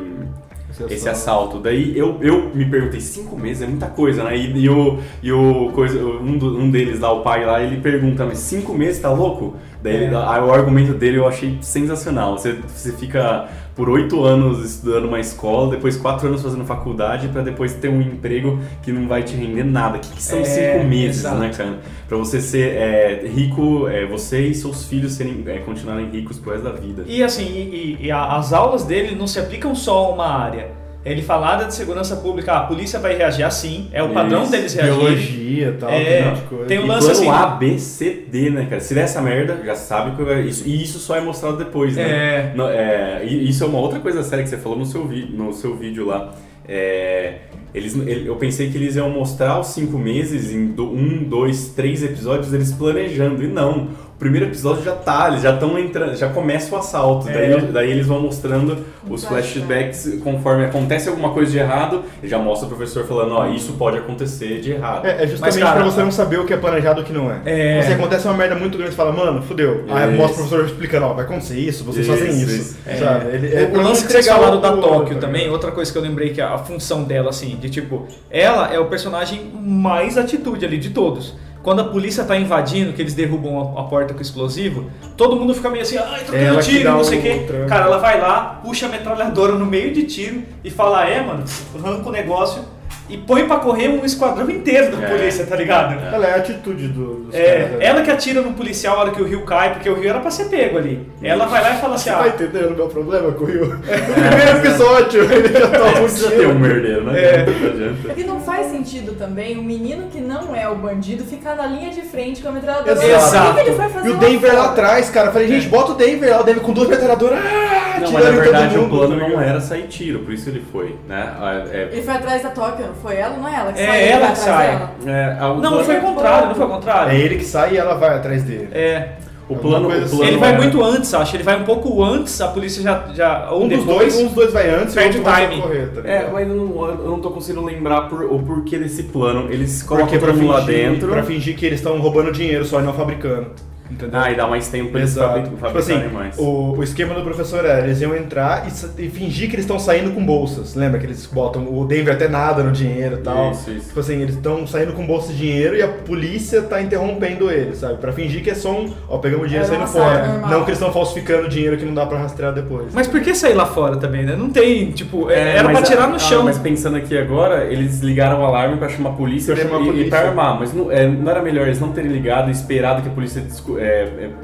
[SPEAKER 3] é
[SPEAKER 5] esse assalto. Daí eu, eu me perguntei, cinco meses é muita coisa, né? E, e o, e o coisa, um, do- um deles lá, o pai lá, ele pergunta, mas cinco meses tá louco? Daí
[SPEAKER 2] É.
[SPEAKER 5] ele dá- aí o argumento dele eu achei sensacional. Você, você fica por oito anos estudando uma escola, depois quatro anos fazendo faculdade, pra depois ter um emprego que não vai te render nada. O que, que são
[SPEAKER 2] É,
[SPEAKER 5] cinco meses,
[SPEAKER 2] exato.
[SPEAKER 5] né, cara? Pra você ser é, rico, é, você e seus filhos serem, é, continuarem ricos pro resto da vida.
[SPEAKER 2] E assim, e, e- e a- as aulas dele não se aplicam só a uma área. Ele fala da área de segurança pública, ah, a polícia vai reagir assim, é o padrão
[SPEAKER 5] Isso,
[SPEAKER 2] deles reagir.
[SPEAKER 3] Biologia e tal,
[SPEAKER 2] É,
[SPEAKER 3] tem um monte de coisa.
[SPEAKER 2] tem um
[SPEAKER 5] E
[SPEAKER 2] lance
[SPEAKER 5] plano
[SPEAKER 2] assim-
[SPEAKER 5] A, B, C, D, né, cara? Se der essa merda, já sabe que eu- isso. E isso só é mostrado depois, né?
[SPEAKER 2] É,
[SPEAKER 5] Não, é, e isso é uma outra coisa séria que você falou no seu, vi- no seu vídeo lá. É, eles, ele- eu pensei que eles iam mostrar os cinco meses em do- um, dois, três episódios eles planejando. E não. O primeiro episódio já tá, eles já estão entrando, já começa o assalto.
[SPEAKER 2] É.
[SPEAKER 5] Daí, daí eles vão mostrando os flashbacks conforme acontece alguma coisa de errado, já mostra o professor falando, ó, isso pode acontecer de errado.
[SPEAKER 3] É, é justamente
[SPEAKER 2] Mas, cara,
[SPEAKER 3] pra você não saber o que é planejado e o que não é.
[SPEAKER 2] É.
[SPEAKER 3] Assim, acontece uma merda muito grande, você fala, mano, fudeu. Aí
[SPEAKER 5] Isso.
[SPEAKER 3] mostra o professor explicando, ó, vai acontecer isso, vocês fazem
[SPEAKER 5] Isso,
[SPEAKER 3] isso.
[SPEAKER 5] isso.
[SPEAKER 3] Sabe? Ele- é
[SPEAKER 2] o lance
[SPEAKER 3] pra não
[SPEAKER 2] que vocês
[SPEAKER 3] entregar
[SPEAKER 2] falaram da
[SPEAKER 3] o-
[SPEAKER 2] Tóquio
[SPEAKER 3] né?
[SPEAKER 2] também, outra coisa que eu lembrei que a, a função dela, assim, de tipo, ela é o personagem mais atitude ali de todos. Quando a polícia tá invadindo, que eles derrubam a, a porta com explosivo, todo mundo fica meio assim, ai, trocando
[SPEAKER 3] Ela que
[SPEAKER 2] tiro,
[SPEAKER 3] dá
[SPEAKER 2] não
[SPEAKER 3] o
[SPEAKER 2] sei o quê.
[SPEAKER 3] tranco.
[SPEAKER 2] Cara, ela vai lá, puxa a metralhadora no meio de tiro e fala, é, mano, arranca o negócio e põe pra correr um esquadrão inteiro da
[SPEAKER 5] É.
[SPEAKER 2] polícia, tá ligado?
[SPEAKER 3] Ela é a atitude do, dos caras,
[SPEAKER 2] É,
[SPEAKER 3] né?
[SPEAKER 2] ela que atira no policial a hora que o rio cai, porque o rio era pra ser pego ali. Ela vai lá e fala assim,
[SPEAKER 3] Você tá
[SPEAKER 2] ah,
[SPEAKER 3] entendendo o meu problema com o Ryu? No
[SPEAKER 5] É.
[SPEAKER 3] primeiro episódio, ele já tá um
[SPEAKER 5] Precisa ter um
[SPEAKER 3] tiro.
[SPEAKER 5] merdeiro, né?
[SPEAKER 2] É.
[SPEAKER 5] Não adianta.
[SPEAKER 4] E não faz sentido também o menino que não é o bandido ficar na linha de frente com a metralhadora.
[SPEAKER 2] Exato.
[SPEAKER 4] O que que ele foi fazer
[SPEAKER 3] E o
[SPEAKER 4] lá
[SPEAKER 3] Denver lá
[SPEAKER 4] fora?
[SPEAKER 3] atrás, cara. Eu falei, gente, bota o Denver lá. O Denver com duas metralhadoras. Ah,
[SPEAKER 5] É. Não, mas na
[SPEAKER 3] atirando em todo
[SPEAKER 5] verdade o
[SPEAKER 3] mundo,
[SPEAKER 5] plano
[SPEAKER 3] tá
[SPEAKER 5] não é.
[SPEAKER 3] ligado?
[SPEAKER 5] era sair tiro, por isso ele foi, né? Ah, É,
[SPEAKER 4] Ele foi atrás da Tóquio, não foi ela? Não é ela que
[SPEAKER 2] É
[SPEAKER 4] saiu, ele
[SPEAKER 2] ela
[SPEAKER 4] foi
[SPEAKER 2] que
[SPEAKER 4] atrás
[SPEAKER 2] sai.
[SPEAKER 4] dela.
[SPEAKER 5] é, a- o
[SPEAKER 2] não,
[SPEAKER 5] plano-
[SPEAKER 2] não foi o contrário, não foi o
[SPEAKER 3] É
[SPEAKER 2] contrário.
[SPEAKER 3] ele que sai e ela vai atrás dele.
[SPEAKER 2] É,
[SPEAKER 5] O plano,
[SPEAKER 3] Alguma coisa
[SPEAKER 5] o
[SPEAKER 3] assim.
[SPEAKER 5] plano
[SPEAKER 2] ele vai
[SPEAKER 5] era-
[SPEAKER 2] muito antes, acho. Ele vai um pouco antes, a polícia já. já ou
[SPEAKER 3] Um dos
[SPEAKER 2] depois.
[SPEAKER 3] dois, um dos dois vai antes e o
[SPEAKER 2] Perde
[SPEAKER 3] outro vai
[SPEAKER 2] o timing.
[SPEAKER 3] correr, tá ligado?
[SPEAKER 5] É, mas eu não, eu não tô conseguindo lembrar por- o porquê desse plano. Eles colocam
[SPEAKER 3] Porque
[SPEAKER 5] todo
[SPEAKER 3] pra
[SPEAKER 5] mundo
[SPEAKER 3] fingir,
[SPEAKER 5] lá dentro. né?
[SPEAKER 3] pra fingir que eles estão roubando dinheiro só e não fabricando. Entendeu?
[SPEAKER 5] Ah, e dá mais tempo pra eles
[SPEAKER 3] Exato.
[SPEAKER 5] fabri-
[SPEAKER 3] Tipo
[SPEAKER 5] fabricarem
[SPEAKER 3] assim,
[SPEAKER 5] mais.
[SPEAKER 3] o, o esquema do professor era, eles iam entrar e, sa- e fingir que eles estão saindo com bolsas. Lembra que eles botam o Denver até nada no dinheiro e tal.
[SPEAKER 5] Isso, isso.
[SPEAKER 3] Tipo assim, eles estão saindo com bolsa de dinheiro e a polícia tá interrompendo eles, sabe? Pra fingir que é só um, ó, pegamos dinheiro
[SPEAKER 4] É
[SPEAKER 3] e saindo
[SPEAKER 4] uma
[SPEAKER 3] fora.
[SPEAKER 4] saída normal.
[SPEAKER 3] Não que eles estão falsificando dinheiro que não dá pra rastrear depois.
[SPEAKER 2] Mas por que sair lá fora também, né? Não tem, tipo,
[SPEAKER 5] É,
[SPEAKER 2] era
[SPEAKER 5] mas
[SPEAKER 2] pra tirar
[SPEAKER 5] a-
[SPEAKER 2] no
[SPEAKER 5] ah,
[SPEAKER 2] chão.
[SPEAKER 5] mas pensando aqui agora, eles ligaram o alarme pra chamar a polícia,
[SPEAKER 3] Pra
[SPEAKER 5] e-
[SPEAKER 3] chamar a
[SPEAKER 5] e, e
[SPEAKER 3] polícia.
[SPEAKER 5] pra armar. Mas não, é, não era melhor eles não terem ligado e esperado que a polícia discu- é,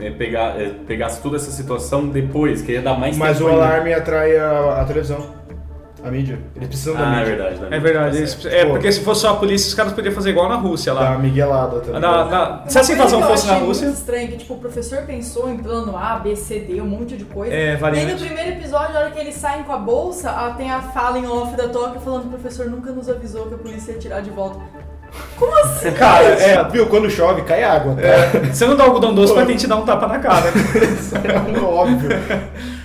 [SPEAKER 5] é, é, pegar- é, pegasse toda essa situação depois, que ia dar mais
[SPEAKER 3] Mas o
[SPEAKER 5] tempo. ainda.
[SPEAKER 3] alarme atrai a, a televisão, a mídia. Eles precisam da
[SPEAKER 5] Ah, é
[SPEAKER 3] mídia.
[SPEAKER 5] verdade. né?
[SPEAKER 2] É verdade.
[SPEAKER 5] Tá
[SPEAKER 2] eles-
[SPEAKER 5] certo.
[SPEAKER 2] é,
[SPEAKER 3] Pô.
[SPEAKER 2] porque se fosse só a polícia, os caras podiam fazer igual na Rússia
[SPEAKER 3] Da
[SPEAKER 2] lá.
[SPEAKER 3] Tá miguelada também.
[SPEAKER 2] Na- na-
[SPEAKER 4] Uma
[SPEAKER 2] se essa
[SPEAKER 4] coisa
[SPEAKER 3] um
[SPEAKER 2] invasão
[SPEAKER 4] que eu
[SPEAKER 2] fosse na
[SPEAKER 4] achei
[SPEAKER 2] Rússia.
[SPEAKER 4] Muito estranho, que tipo, o professor pensou em plano A, B, C, D, um monte de coisa.
[SPEAKER 2] É, variante.
[SPEAKER 4] E aí no primeiro episódio, na hora que eles saem com a bolsa, ah, tem a fala em off da Tóquio falando que o professor nunca nos avisou que a polícia ia tirar de volta. Como assim?
[SPEAKER 2] Cara, é,
[SPEAKER 3] É, viu? Quando chove, cai água, tá?
[SPEAKER 2] você não dá algodão doce
[SPEAKER 3] Pô.
[SPEAKER 2] pra quem te dar um tapa na cara.
[SPEAKER 3] É um óbvio.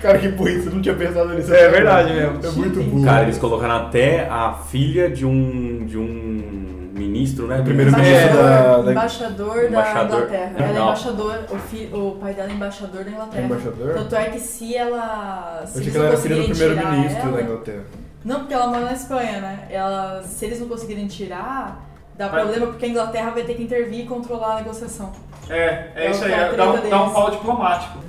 [SPEAKER 3] Cara, que burrice, eu não tinha pensado nisso.
[SPEAKER 2] É verdade mesmo.
[SPEAKER 3] É muito burro.
[SPEAKER 5] Cara, eles colocaram até a filha de um, de um ministro, né?
[SPEAKER 3] Primeiro-ministro
[SPEAKER 5] Ministro.
[SPEAKER 3] da-
[SPEAKER 4] tipo, embaixador da
[SPEAKER 5] Embaixador.
[SPEAKER 4] Inglaterra. Ela é
[SPEAKER 5] Não.
[SPEAKER 4] embaixadora, o, fi- o pai dela é embaixador da Inglaterra.
[SPEAKER 3] É embaixador?
[SPEAKER 4] Tanto é que se ela. Se
[SPEAKER 3] Eu achei
[SPEAKER 4] eles
[SPEAKER 3] que ela
[SPEAKER 4] não
[SPEAKER 3] era filha do
[SPEAKER 4] conseguirem tirar
[SPEAKER 3] primeiro-ministro
[SPEAKER 4] ela-
[SPEAKER 3] da Inglaterra.
[SPEAKER 4] Não, porque ela mora na Espanha, né? Ela, se eles não conseguirem tirar, dá
[SPEAKER 2] Vai.
[SPEAKER 4] problema porque a Inglaterra vai ter que intervir e controlar a negociação.
[SPEAKER 2] É,
[SPEAKER 4] é isso aí, dá um- dá um pau
[SPEAKER 2] diplomático.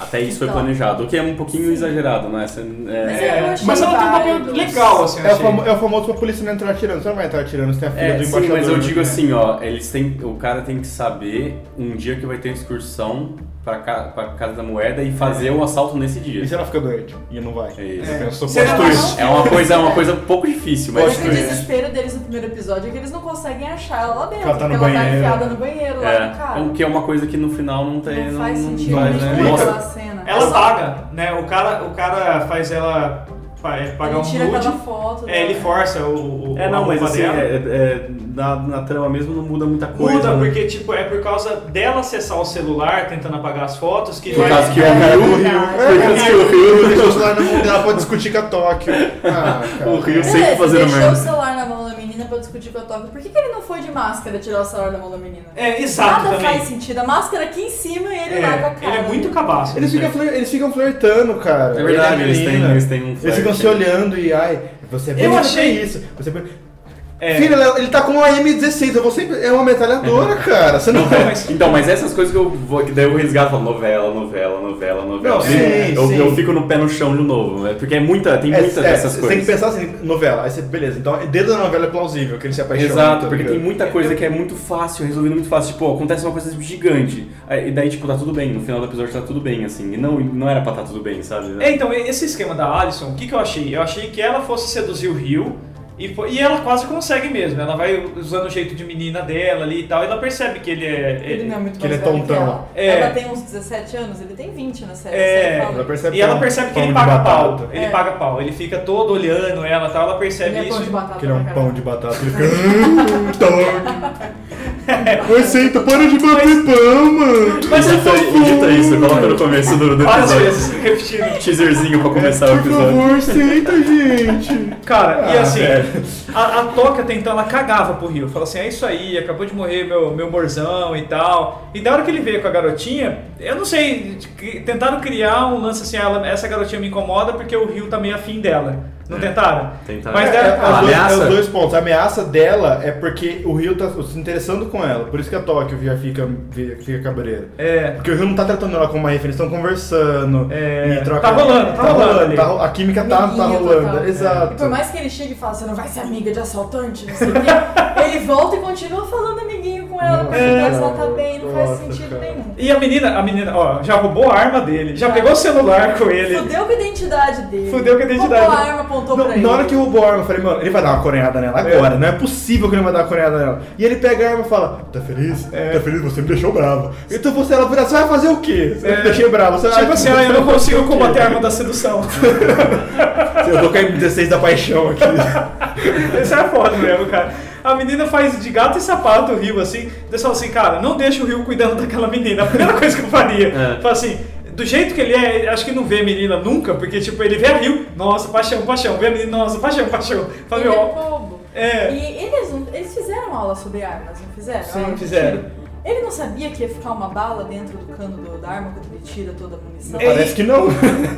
[SPEAKER 5] Até isso foi
[SPEAKER 4] Então.
[SPEAKER 5] planejado, o que é um pouquinho exagerado, né? Essa-
[SPEAKER 4] Mas
[SPEAKER 5] é,
[SPEAKER 4] eu
[SPEAKER 2] É,
[SPEAKER 4] achei
[SPEAKER 2] mas ela tem um papel
[SPEAKER 4] válido.
[SPEAKER 2] legal, assim, eu
[SPEAKER 3] É o,
[SPEAKER 2] achei.
[SPEAKER 3] famo- é o famoso pra polícia não entrar atirando. Você não vai entrar atirando, você tem a filha
[SPEAKER 5] É,
[SPEAKER 3] do
[SPEAKER 5] sim,
[SPEAKER 3] embaixador.
[SPEAKER 5] mas eu
[SPEAKER 3] né?
[SPEAKER 5] digo assim, ó, eles têm, o cara tem que saber um dia que vai ter excursão pra, ca, pra Casa da Moeda e fazer o assalto nesse dia.
[SPEAKER 3] E se ela fica doente? E não vai.
[SPEAKER 5] É isso.
[SPEAKER 3] Eu sou
[SPEAKER 2] Será
[SPEAKER 3] posto
[SPEAKER 2] que
[SPEAKER 3] isso.
[SPEAKER 5] É uma coisa, é uma coisa um pouco difícil, mas...
[SPEAKER 4] Mas o desespero deles no primeiro episódio é que eles não conseguem achar ela lá dentro.
[SPEAKER 3] Ela tá no
[SPEAKER 4] porque ela tá
[SPEAKER 3] banheiro.
[SPEAKER 4] enfiada no banheiro, lá no
[SPEAKER 5] É,
[SPEAKER 4] cara.
[SPEAKER 5] o que é uma coisa que no final não tem...
[SPEAKER 4] Não faz sentido
[SPEAKER 5] faz,
[SPEAKER 3] né?
[SPEAKER 4] nenhum
[SPEAKER 5] Mostra-
[SPEAKER 4] aquela cena. É
[SPEAKER 2] Ela
[SPEAKER 4] só-
[SPEAKER 2] paga, né? O cara, o cara faz ela pa- é, pagar
[SPEAKER 4] Ele tira
[SPEAKER 2] um
[SPEAKER 4] aquela
[SPEAKER 2] nude.
[SPEAKER 4] foto.
[SPEAKER 2] É, ele
[SPEAKER 4] dela.
[SPEAKER 2] força o, o
[SPEAKER 5] É,
[SPEAKER 2] a
[SPEAKER 5] não, mas
[SPEAKER 2] roupa
[SPEAKER 5] assim,
[SPEAKER 2] dela.
[SPEAKER 5] é, é, na, na trama mesmo não muda muita coisa.
[SPEAKER 2] Muda,
[SPEAKER 5] né?
[SPEAKER 2] porque tipo, é por causa dela acessar o celular, tentando apagar as fotos, que
[SPEAKER 5] Por
[SPEAKER 2] vai.
[SPEAKER 5] causa que o
[SPEAKER 4] É
[SPEAKER 5] Rio...
[SPEAKER 4] verdade.
[SPEAKER 5] Por causa que o
[SPEAKER 3] Eu deixo o
[SPEAKER 5] Rio...
[SPEAKER 3] celular na mão dela pra discutir com a Tóquio. Ah, cara.
[SPEAKER 5] O Rio
[SPEAKER 4] Beleza,
[SPEAKER 5] sempre fazendo
[SPEAKER 4] deixou o
[SPEAKER 5] merda.
[SPEAKER 4] celular na mão da menina pra discutir com a Tóquio. Por que, que ele não foi de máscara tirar o celular da mão da menina?
[SPEAKER 2] É, exato
[SPEAKER 4] Nada
[SPEAKER 2] também.
[SPEAKER 4] faz sentido. A máscara aqui em cima e ele
[SPEAKER 2] É,
[SPEAKER 4] lá com a cara.
[SPEAKER 2] ele é muito cabaço.
[SPEAKER 3] Eles ficam, flir- eles ficam flertando, cara.
[SPEAKER 5] É verdade,
[SPEAKER 3] Ele e a
[SPEAKER 5] eles têm,
[SPEAKER 3] menina.
[SPEAKER 5] eles têm um
[SPEAKER 3] Eles ficam
[SPEAKER 5] flerte.
[SPEAKER 3] se olhando e ai, você é bonita pra
[SPEAKER 2] achei-
[SPEAKER 3] isso. Você é bonita-
[SPEAKER 2] É.
[SPEAKER 3] Filho, ele ele tá com uma M16, eu vou sempre. É uma metralhadora, cara. Você não
[SPEAKER 2] Não, mas-
[SPEAKER 5] Então, mas essas coisas que eu vou, que daí eu resgato, falo, novela, novela, novela, novela.
[SPEAKER 3] Não,
[SPEAKER 5] Eu-
[SPEAKER 3] sim,
[SPEAKER 5] eu,
[SPEAKER 3] sim.
[SPEAKER 5] eu fico no pé no chão de novo, né? Porque é muita, tem
[SPEAKER 3] É,
[SPEAKER 5] muitas
[SPEAKER 3] é,
[SPEAKER 5] dessas
[SPEAKER 3] você tem
[SPEAKER 5] coisas.
[SPEAKER 3] que pensar assim, novela. Aí você, beleza, então dentro da novela é plausível que ele se apaixona. tá
[SPEAKER 5] Exato, porque
[SPEAKER 3] ligado?
[SPEAKER 5] tem muita coisa que é muito fácil, resolvido muito fácil. Tipo, ó, acontece uma coisa gigante. aí- E daí, tipo, tá tudo bem. No final do episódio tá tudo bem, assim. E não, e não era pra tá tudo bem, sabe?
[SPEAKER 2] É, então, e- esse esquema da Alison, o que, que eu achei? Eu achei que ela fosse seduzir o Rio e, fo- e ela quase consegue mesmo. Ela vai usando o jeito de menina dela ali e tal, e ela percebe que ele é.
[SPEAKER 4] Ele não é muito
[SPEAKER 3] Que ele é
[SPEAKER 4] mais velho que
[SPEAKER 3] tontão.
[SPEAKER 4] ela.
[SPEAKER 2] É.
[SPEAKER 4] Ela tem uns 17 anos, ele tem 20 na série.
[SPEAKER 2] É.
[SPEAKER 4] você
[SPEAKER 3] Ela
[SPEAKER 4] fala.
[SPEAKER 3] percebe
[SPEAKER 2] E ela
[SPEAKER 3] é um
[SPEAKER 2] percebe que
[SPEAKER 3] pão
[SPEAKER 2] ele
[SPEAKER 3] de
[SPEAKER 2] paga
[SPEAKER 3] batata.
[SPEAKER 2] pau. Ele
[SPEAKER 4] É.
[SPEAKER 2] paga pau. Ele fica todo olhando ela e tal, ela
[SPEAKER 4] Ele
[SPEAKER 2] percebe
[SPEAKER 4] é pão
[SPEAKER 2] isso.
[SPEAKER 4] de batata
[SPEAKER 3] Que ele é
[SPEAKER 4] pra
[SPEAKER 3] um
[SPEAKER 4] caralho.
[SPEAKER 3] pão de batata. Ele fica. Torne. Oi, senta, para de bater pão, mano.
[SPEAKER 2] Mas é
[SPEAKER 5] edita,
[SPEAKER 2] fofo.
[SPEAKER 5] edita isso, coloca no começo do, do
[SPEAKER 2] Várias
[SPEAKER 5] episódio. um
[SPEAKER 2] vezes repetindo.
[SPEAKER 5] Teaserzinho pra começar
[SPEAKER 3] Por
[SPEAKER 5] o episódio.
[SPEAKER 3] favor, senta, gente.
[SPEAKER 2] Cara, e
[SPEAKER 3] Ah,
[SPEAKER 2] assim,
[SPEAKER 3] velho.
[SPEAKER 2] a, a Toca até então ela cagava pro Rio. Falava assim: é isso aí, acabou de morrer meu, meu morzão e tal. E da hora que ele veio com a garotinha, eu não sei, que- tentaram criar um lance assim: ela, essa garotinha me incomoda porque o Rio tá meio afim dela. Não tentaram?
[SPEAKER 5] Tentaram.
[SPEAKER 2] Mas
[SPEAKER 3] Mas
[SPEAKER 2] deram-
[SPEAKER 3] é,
[SPEAKER 5] a
[SPEAKER 3] os dois-
[SPEAKER 5] ameaça?
[SPEAKER 3] é os dois pontos. A ameaça dela é porque o Rio tá se interessando com ela. Por isso que a Tóquio já fica, fica cabreira.
[SPEAKER 2] É.
[SPEAKER 3] Porque o Rio não tá tratando ela como uma referência, estão conversando.
[SPEAKER 2] É,
[SPEAKER 3] e troca...
[SPEAKER 2] tá rolando, tá rolando ali.
[SPEAKER 3] tá ro- a química tá, tá
[SPEAKER 4] Amiguinho
[SPEAKER 3] rolando.
[SPEAKER 4] é total. É.
[SPEAKER 3] Exato.
[SPEAKER 4] E por mais que ele chegue e fale, você não vai ser amiga de assaltante, não sei o quê, ele volta e continua falando amiguinho com ela, porque
[SPEAKER 3] É.
[SPEAKER 4] ela tá bem, não faz
[SPEAKER 3] Nossa,
[SPEAKER 4] sentido
[SPEAKER 3] cara.
[SPEAKER 4] nenhum.
[SPEAKER 2] E a menina, a menina, ó, já roubou a arma dele, já pegou o celular com ele.
[SPEAKER 4] Fudeu com a identidade dele.
[SPEAKER 2] Fudeu com a identidade
[SPEAKER 4] Roubou a
[SPEAKER 2] dele.
[SPEAKER 4] arma, apontou
[SPEAKER 3] Não,
[SPEAKER 4] pra ele.
[SPEAKER 3] na hora que roubou a arma, eu falei, mano, ele vai dar uma coreada nela agora. Não é possível que ele vai dar uma coreada nela. E ele pega a arma e fala, tá feliz?
[SPEAKER 2] É.
[SPEAKER 3] Tá feliz? Você me deixou brava. Então você, ela vira, você vai fazer o quê? Você
[SPEAKER 2] É.
[SPEAKER 3] me deixei brava. Você
[SPEAKER 2] Tipo
[SPEAKER 3] vai-
[SPEAKER 2] assim, ah, eu não consigo combater a arma da sedução.
[SPEAKER 3] Eu tô com a M16 da paixão aqui.
[SPEAKER 2] Isso é foda mesmo, cara. A menina faz de gato e sapato o Rio, assim. Daí fala assim, cara, não deixa o Rio cuidando daquela menina. A primeira coisa que eu faria.
[SPEAKER 5] É.
[SPEAKER 2] Fala assim, do jeito que ele é, acho que não vê a menina nunca, porque, tipo, ele vê a Rio, nossa, paixão, paixão. Vê a menina, nossa, paixão, paixão. Fala,
[SPEAKER 4] Ele é
[SPEAKER 2] meu,
[SPEAKER 4] bobo.
[SPEAKER 2] é.
[SPEAKER 4] E eles, não- eles fizeram aula sobre armas, não fizeram? Aula
[SPEAKER 2] Sim,
[SPEAKER 4] de
[SPEAKER 2] fizeram.
[SPEAKER 4] tiro. Ele não sabia que ia ficar uma bala dentro do cano do- da arma quando ele tira toda a munição?
[SPEAKER 2] É,
[SPEAKER 3] Parece que não.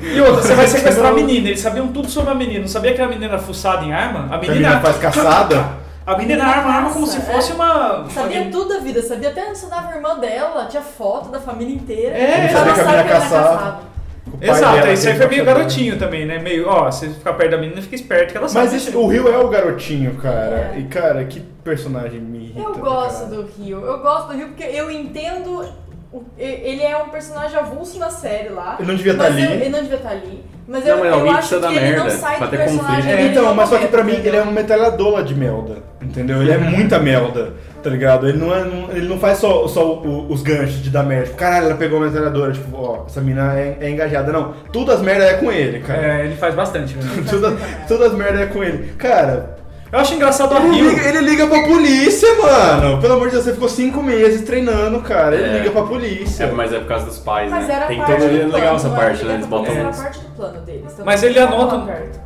[SPEAKER 2] E outra, você vai sequestrar a menina. Eles sabiam tudo sobre a menina. Não sabia que a menina era fuçada em arma? A
[SPEAKER 3] A menina
[SPEAKER 2] menina. tipo,
[SPEAKER 3] faz caçada.
[SPEAKER 2] A menina arma a arma como se
[SPEAKER 4] Nossa,
[SPEAKER 2] fosse
[SPEAKER 4] é.
[SPEAKER 2] uma.
[SPEAKER 4] Sabia
[SPEAKER 2] uma-
[SPEAKER 4] tudo da vida, sabia até onde estudava a irmã dela, tinha foto da família inteira.
[SPEAKER 2] É,
[SPEAKER 4] só
[SPEAKER 2] sabia
[SPEAKER 3] que
[SPEAKER 4] não
[SPEAKER 3] a
[SPEAKER 4] sabe
[SPEAKER 3] menina
[SPEAKER 4] que ela era
[SPEAKER 3] caçava.
[SPEAKER 4] casada.
[SPEAKER 3] O pai
[SPEAKER 2] Exato,
[SPEAKER 3] dela,
[SPEAKER 2] isso aí
[SPEAKER 3] aquele
[SPEAKER 2] foi meio
[SPEAKER 3] embaixador.
[SPEAKER 2] garotinho também, né? Meio, ó, você ficar perto da menina, fica esperto que ela sabe.
[SPEAKER 3] Mas esse- o Rio é o garotinho, cara.
[SPEAKER 4] É.
[SPEAKER 3] E, cara, que personagem me irrita.
[SPEAKER 4] Eu
[SPEAKER 3] pra
[SPEAKER 4] gosto
[SPEAKER 3] caralho.
[SPEAKER 4] do Rio. Eu gosto do Rio porque eu entendo. o- e- Ele é um personagem avulso na série lá.
[SPEAKER 3] Ele não devia
[SPEAKER 4] mas
[SPEAKER 3] estar ali.
[SPEAKER 4] eu- ele não devia estar ali. Mas
[SPEAKER 5] Não,
[SPEAKER 4] eu,
[SPEAKER 5] mas
[SPEAKER 4] eu
[SPEAKER 5] alguém
[SPEAKER 4] acho
[SPEAKER 5] precisa
[SPEAKER 4] que
[SPEAKER 5] dar
[SPEAKER 4] ele não
[SPEAKER 5] merda,
[SPEAKER 4] sai
[SPEAKER 5] pra
[SPEAKER 4] do
[SPEAKER 5] ter
[SPEAKER 4] personagem
[SPEAKER 5] conflito.
[SPEAKER 4] dele.
[SPEAKER 3] É, então,
[SPEAKER 4] no
[SPEAKER 3] mas só que
[SPEAKER 4] momento,
[SPEAKER 3] pra mim ele
[SPEAKER 4] entendeu?
[SPEAKER 3] é um metralhadola de melda, entendeu? Ele é muita melda, tá ligado? Ele não, é, não- ele não faz só, só o- o- os ganchos de dar merda. Tipo, caralho, ela pegou uma metralhadora. Tipo, ó, essa mina é, é engajada. Não, todas as merdas é com ele, cara.
[SPEAKER 2] É, ele faz bastante, né?
[SPEAKER 3] Todas, todas as merdas é com ele. Cara,
[SPEAKER 2] Eu acho engraçado a
[SPEAKER 3] ele é-
[SPEAKER 2] Rio.
[SPEAKER 3] liga, ele liga pra polícia, mano. Pelo amor de Deus, você ficou cinco meses treinando, cara. Ele
[SPEAKER 5] É.
[SPEAKER 3] liga pra polícia.
[SPEAKER 5] É, mas é por causa dos pais,
[SPEAKER 4] Mas
[SPEAKER 5] né?
[SPEAKER 4] era
[SPEAKER 5] Tem
[SPEAKER 4] parte
[SPEAKER 5] todo
[SPEAKER 4] do
[SPEAKER 5] é legal
[SPEAKER 4] plano,
[SPEAKER 5] essa
[SPEAKER 4] não
[SPEAKER 5] parte,
[SPEAKER 4] era
[SPEAKER 5] né? Eles botam.
[SPEAKER 4] Era parte do plano deles. então
[SPEAKER 2] Mas
[SPEAKER 4] não
[SPEAKER 2] ele
[SPEAKER 4] era tão
[SPEAKER 2] anota- um-
[SPEAKER 4] perto.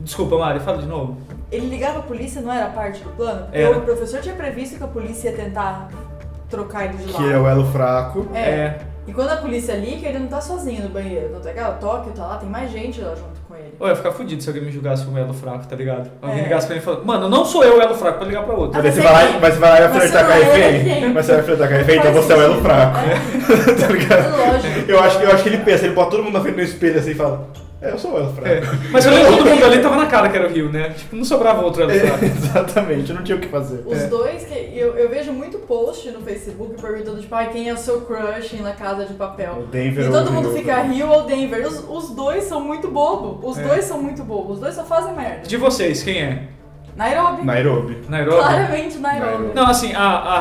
[SPEAKER 2] Desculpa, Mari, fala de novo.
[SPEAKER 4] Ele ligava a polícia, não era parte do plano? Porque
[SPEAKER 2] Era.
[SPEAKER 4] o professor tinha previsto que a polícia ia tentar trocar ele de lado.
[SPEAKER 3] Que é o elo é fraco.
[SPEAKER 4] É. E quando a polícia liga, ele não tá sozinho no banheiro. Tanto é que ah, o Tóquio tá lá, tem mais gente lá junto com ele.
[SPEAKER 2] Ou eu ia ficar fudido se alguém me julgasse como elo fraco, tá ligado? Alguém
[SPEAKER 4] É.
[SPEAKER 2] ligasse pra mim e falasse, mano, não sou eu o elo fraco, pode ligar pra outro.
[SPEAKER 4] Ah,
[SPEAKER 3] Mas você
[SPEAKER 4] você
[SPEAKER 3] vai lá,
[SPEAKER 4] quem?
[SPEAKER 3] mas você vai lá e vai
[SPEAKER 4] Você
[SPEAKER 3] flertar com
[SPEAKER 4] não
[SPEAKER 3] a
[SPEAKER 4] é
[SPEAKER 3] refém.
[SPEAKER 4] quem?
[SPEAKER 3] Mas você vai flertar com a refém, então
[SPEAKER 4] Faz
[SPEAKER 3] você é o elo
[SPEAKER 4] sentido.
[SPEAKER 3] fraco. tá
[SPEAKER 4] É,
[SPEAKER 3] ligado?
[SPEAKER 4] lógico.
[SPEAKER 3] Eu acho, que- eu acho que ele pensa, ele bota todo mundo na frente do espelho assim e fala: É, eu sou o elo fraco.
[SPEAKER 2] É. Mas eu lembro que todo mundo ali tava na cara que era o Rio, né? Tipo, não sobrava outro
[SPEAKER 3] É.
[SPEAKER 2] elo fraco.
[SPEAKER 3] Exatamente, eu não tinha o que fazer.
[SPEAKER 4] Os dois, que eu, eu vejo muito post no Facebook perguntando, tipo, ai, quem é o seu crush na Casa de Papel?
[SPEAKER 3] O Denver
[SPEAKER 4] E
[SPEAKER 3] ou
[SPEAKER 4] todo
[SPEAKER 3] o
[SPEAKER 4] mundo
[SPEAKER 3] Rio,
[SPEAKER 4] fica
[SPEAKER 3] né?
[SPEAKER 4] Rio ou Denver. Os, os dois são muito bobo. Os
[SPEAKER 2] É.
[SPEAKER 4] dois são muito bobos. Os dois só fazem merda.
[SPEAKER 2] De vocês, quem é?
[SPEAKER 4] Nairobi.
[SPEAKER 3] Tipo, Nairobi.
[SPEAKER 2] Nairobi?
[SPEAKER 4] Claramente Nairobi.
[SPEAKER 2] Não, assim, a, a,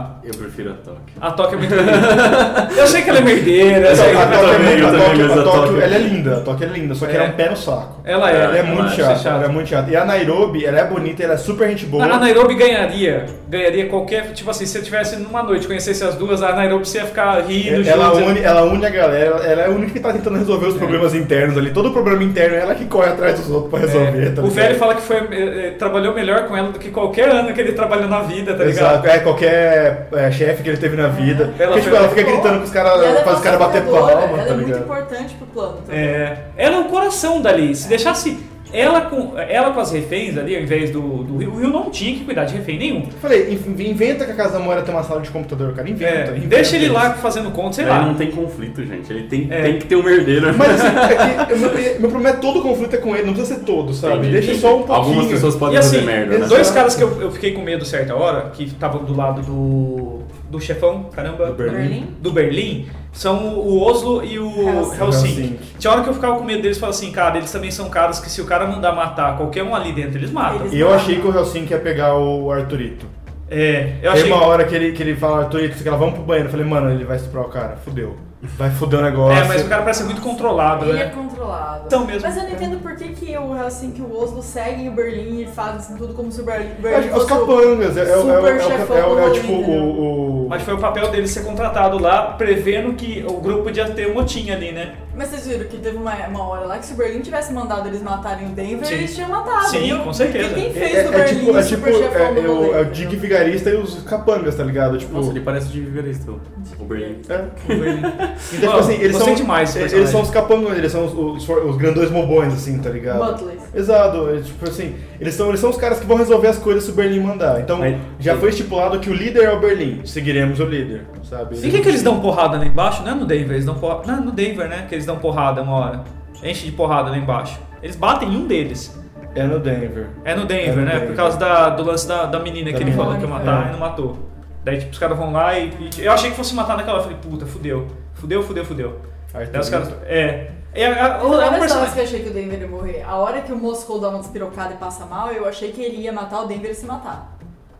[SPEAKER 2] a,
[SPEAKER 5] Eu prefiro a Tóquio.
[SPEAKER 2] a Tóquio é muito linda. Eu sei que ela é merdeira, eu
[SPEAKER 3] A
[SPEAKER 2] sei que
[SPEAKER 5] eu
[SPEAKER 2] ela é...
[SPEAKER 3] Tóquio é
[SPEAKER 5] também,
[SPEAKER 3] muito-
[SPEAKER 5] eu
[SPEAKER 3] a
[SPEAKER 5] também,
[SPEAKER 3] Tóquio-
[SPEAKER 5] mas
[SPEAKER 3] a
[SPEAKER 5] a
[SPEAKER 3] Tóquio,
[SPEAKER 5] Tóquio-
[SPEAKER 3] ela é linda, a Tóquio é linda, só que ela é um pé no saco.
[SPEAKER 2] Ela é,
[SPEAKER 3] Ela é
[SPEAKER 5] eu
[SPEAKER 3] muito
[SPEAKER 5] acho
[SPEAKER 3] chata,
[SPEAKER 2] chata.
[SPEAKER 3] ela é muito chata. E a Nairobi, ela é bonita, ela é super gente boa.
[SPEAKER 2] A Nairobi ganharia. Ganharia qualquer. Tipo assim, se eu tivesse numa noite, conhecesse as duas, a Nairobi você ia ficar rindo,
[SPEAKER 3] Ela
[SPEAKER 2] junto.
[SPEAKER 3] une, ela une a galera, ela é a única que tá tentando resolver os problemas internos ali. Todo problema interno é ela que corre atrás dos outros pra resolver.
[SPEAKER 2] É,
[SPEAKER 3] tá
[SPEAKER 2] o
[SPEAKER 3] ligado?
[SPEAKER 2] velho fala que foi, eh, eh, trabalhou melhor com ela do que qualquer ano que ele trabalhou na vida, tá ligado?
[SPEAKER 3] Exato, é qualquer é, chefe que ele teve na vida. Porque,
[SPEAKER 2] Ela
[SPEAKER 3] tipo,
[SPEAKER 2] foi-
[SPEAKER 3] ela fica gritando com os caras,
[SPEAKER 4] E ela é
[SPEAKER 3] faz os caras bater
[SPEAKER 4] pacificadora,
[SPEAKER 3] palma,
[SPEAKER 4] Ela
[SPEAKER 3] tá
[SPEAKER 4] é muito
[SPEAKER 3] ligado?
[SPEAKER 4] importante pro plano também.
[SPEAKER 2] É, ela é o coração dali. Se deixasse ela com, ela com as reféns ali, ao invés do, do Rio, o Rio não tinha que cuidar de refém nenhum.
[SPEAKER 3] Eu Falei, in- inventa que a casa da Moira tem uma sala de computador, cara. Inventa,
[SPEAKER 2] É,
[SPEAKER 3] inventa
[SPEAKER 2] deixa ele
[SPEAKER 3] isso. É,
[SPEAKER 2] lá fazendo conta, sei
[SPEAKER 5] Aí
[SPEAKER 2] lá.
[SPEAKER 5] não tem conflito, gente. Ele tem,
[SPEAKER 2] É.
[SPEAKER 5] tem que ter um merdeiro.
[SPEAKER 3] Mas assim, é que, eu- meu, meu problema é todo conflito é com ele, não precisa ser todo, sabe?
[SPEAKER 5] Entendi,
[SPEAKER 3] Deixa
[SPEAKER 5] entendi.
[SPEAKER 3] só um pouquinho.
[SPEAKER 5] Algumas pessoas podem
[SPEAKER 2] E assim,
[SPEAKER 5] fazer merda, né?
[SPEAKER 2] dois caras que eu, eu fiquei com medo certa hora, que estavam do lado do, do chefão, caramba,
[SPEAKER 3] Do Berlim.
[SPEAKER 4] Berlim.
[SPEAKER 2] do Berlim, são o o Oslo e o
[SPEAKER 4] Helsinki.
[SPEAKER 2] Helsinki. Tinha hora que eu ficava com medo deles e falava assim, cara, eles também são caras que se o cara mandar matar qualquer um ali dentro, eles matam.
[SPEAKER 4] Eles-
[SPEAKER 3] E eu achei que o Helsinki ia pegar o Arthurito.
[SPEAKER 2] É, eu
[SPEAKER 3] Tem
[SPEAKER 2] achei.
[SPEAKER 3] uma hora que ele, que ele fala, Arthurito, você quer lá, vamos pro banheiro. Eu falei, mano, ele vai estuprar o cara, fudeu. Vai fuder o negócio.
[SPEAKER 2] É, mas o cara parece muito controlado,
[SPEAKER 4] Ele é
[SPEAKER 2] né?
[SPEAKER 4] controlado.
[SPEAKER 2] Então mesmo.
[SPEAKER 4] Mas eu não
[SPEAKER 3] é.
[SPEAKER 4] entendo por que, que o Helsinki e o Oslo seguem o Berlim e fazem tudo como se o Berlim,
[SPEAKER 3] Eu acho
[SPEAKER 4] Berlim
[SPEAKER 3] que Os
[SPEAKER 4] fosse o-
[SPEAKER 3] capangas, é, é, é, o- é, o-
[SPEAKER 4] super chefão
[SPEAKER 3] é o- é o
[SPEAKER 4] do
[SPEAKER 3] tipo
[SPEAKER 4] rolê,
[SPEAKER 3] o. o-
[SPEAKER 2] Mas foi o papel dele ser contratado lá, prevendo que o grupo podia ter um motim ali, né?
[SPEAKER 4] Mas vocês viram que teve uma, uma hora lá que se o Berlim tivesse mandado eles matarem o Denver,
[SPEAKER 2] Sim.
[SPEAKER 4] eles tinham matado.
[SPEAKER 2] Sim,
[SPEAKER 4] E o-
[SPEAKER 2] com certeza.
[SPEAKER 4] Porque quem
[SPEAKER 3] É,
[SPEAKER 4] fez
[SPEAKER 3] é-
[SPEAKER 4] do
[SPEAKER 3] é
[SPEAKER 4] Berlim
[SPEAKER 3] tipo, é
[SPEAKER 4] o
[SPEAKER 3] tipo
[SPEAKER 4] super chefão
[SPEAKER 3] é,
[SPEAKER 4] do
[SPEAKER 3] é o,
[SPEAKER 4] rolê,
[SPEAKER 3] é o Dick
[SPEAKER 4] entendeu?
[SPEAKER 3] Vigarista e os capangas, tá ligado? Tipo,
[SPEAKER 5] Nossa, ele parece de vigarista, o Berlim.
[SPEAKER 3] é.
[SPEAKER 2] Então,
[SPEAKER 3] Então, tipo assim, eles
[SPEAKER 2] gostei
[SPEAKER 3] são,
[SPEAKER 2] demais esse
[SPEAKER 3] eles
[SPEAKER 2] personagem.
[SPEAKER 3] são os capangões, eles são os, os, for- os grandões mobões, assim, tá ligado?
[SPEAKER 4] Butlers.
[SPEAKER 3] Exato, é, tipo assim, eles são, eles são os caras que vão resolver as coisas se o Berlim mandar. Então,
[SPEAKER 5] Aí-
[SPEAKER 3] já foi estipulado que o líder é o Berlim, seguiremos o líder, sabe?
[SPEAKER 2] Em que, que eles dão porrada lá embaixo? Não é no Denver, eles dão porrada. Não é no Denver, né? Que eles dão porrada uma hora. Enche de porrada lá embaixo. Eles batem em um deles.
[SPEAKER 3] É no Denver.
[SPEAKER 2] É no
[SPEAKER 3] É
[SPEAKER 2] Denver,
[SPEAKER 3] no
[SPEAKER 2] né?
[SPEAKER 3] Denver.
[SPEAKER 2] Por causa da- do lance da, da menina
[SPEAKER 3] Da
[SPEAKER 2] que ele
[SPEAKER 3] menina.
[SPEAKER 2] falou que ia matar
[SPEAKER 3] É.
[SPEAKER 2] e não matou. Daí, tipo, os caras vão lá e. e- Eu achei que fosse matar naquela hora. Eu Falei, puta, fudeu. Fudeu, fudeu, fudeu.
[SPEAKER 3] Aí
[SPEAKER 2] Daí os
[SPEAKER 3] tem-
[SPEAKER 2] caras. É. É, é, é, é
[SPEAKER 4] Não
[SPEAKER 2] um
[SPEAKER 4] era só
[SPEAKER 2] personagem.
[SPEAKER 4] que eu achei que o Denver ia morrer. A hora que o Moscou dá uma despirocada e passa mal, eu achei que ele ia matar o Denver e se matar.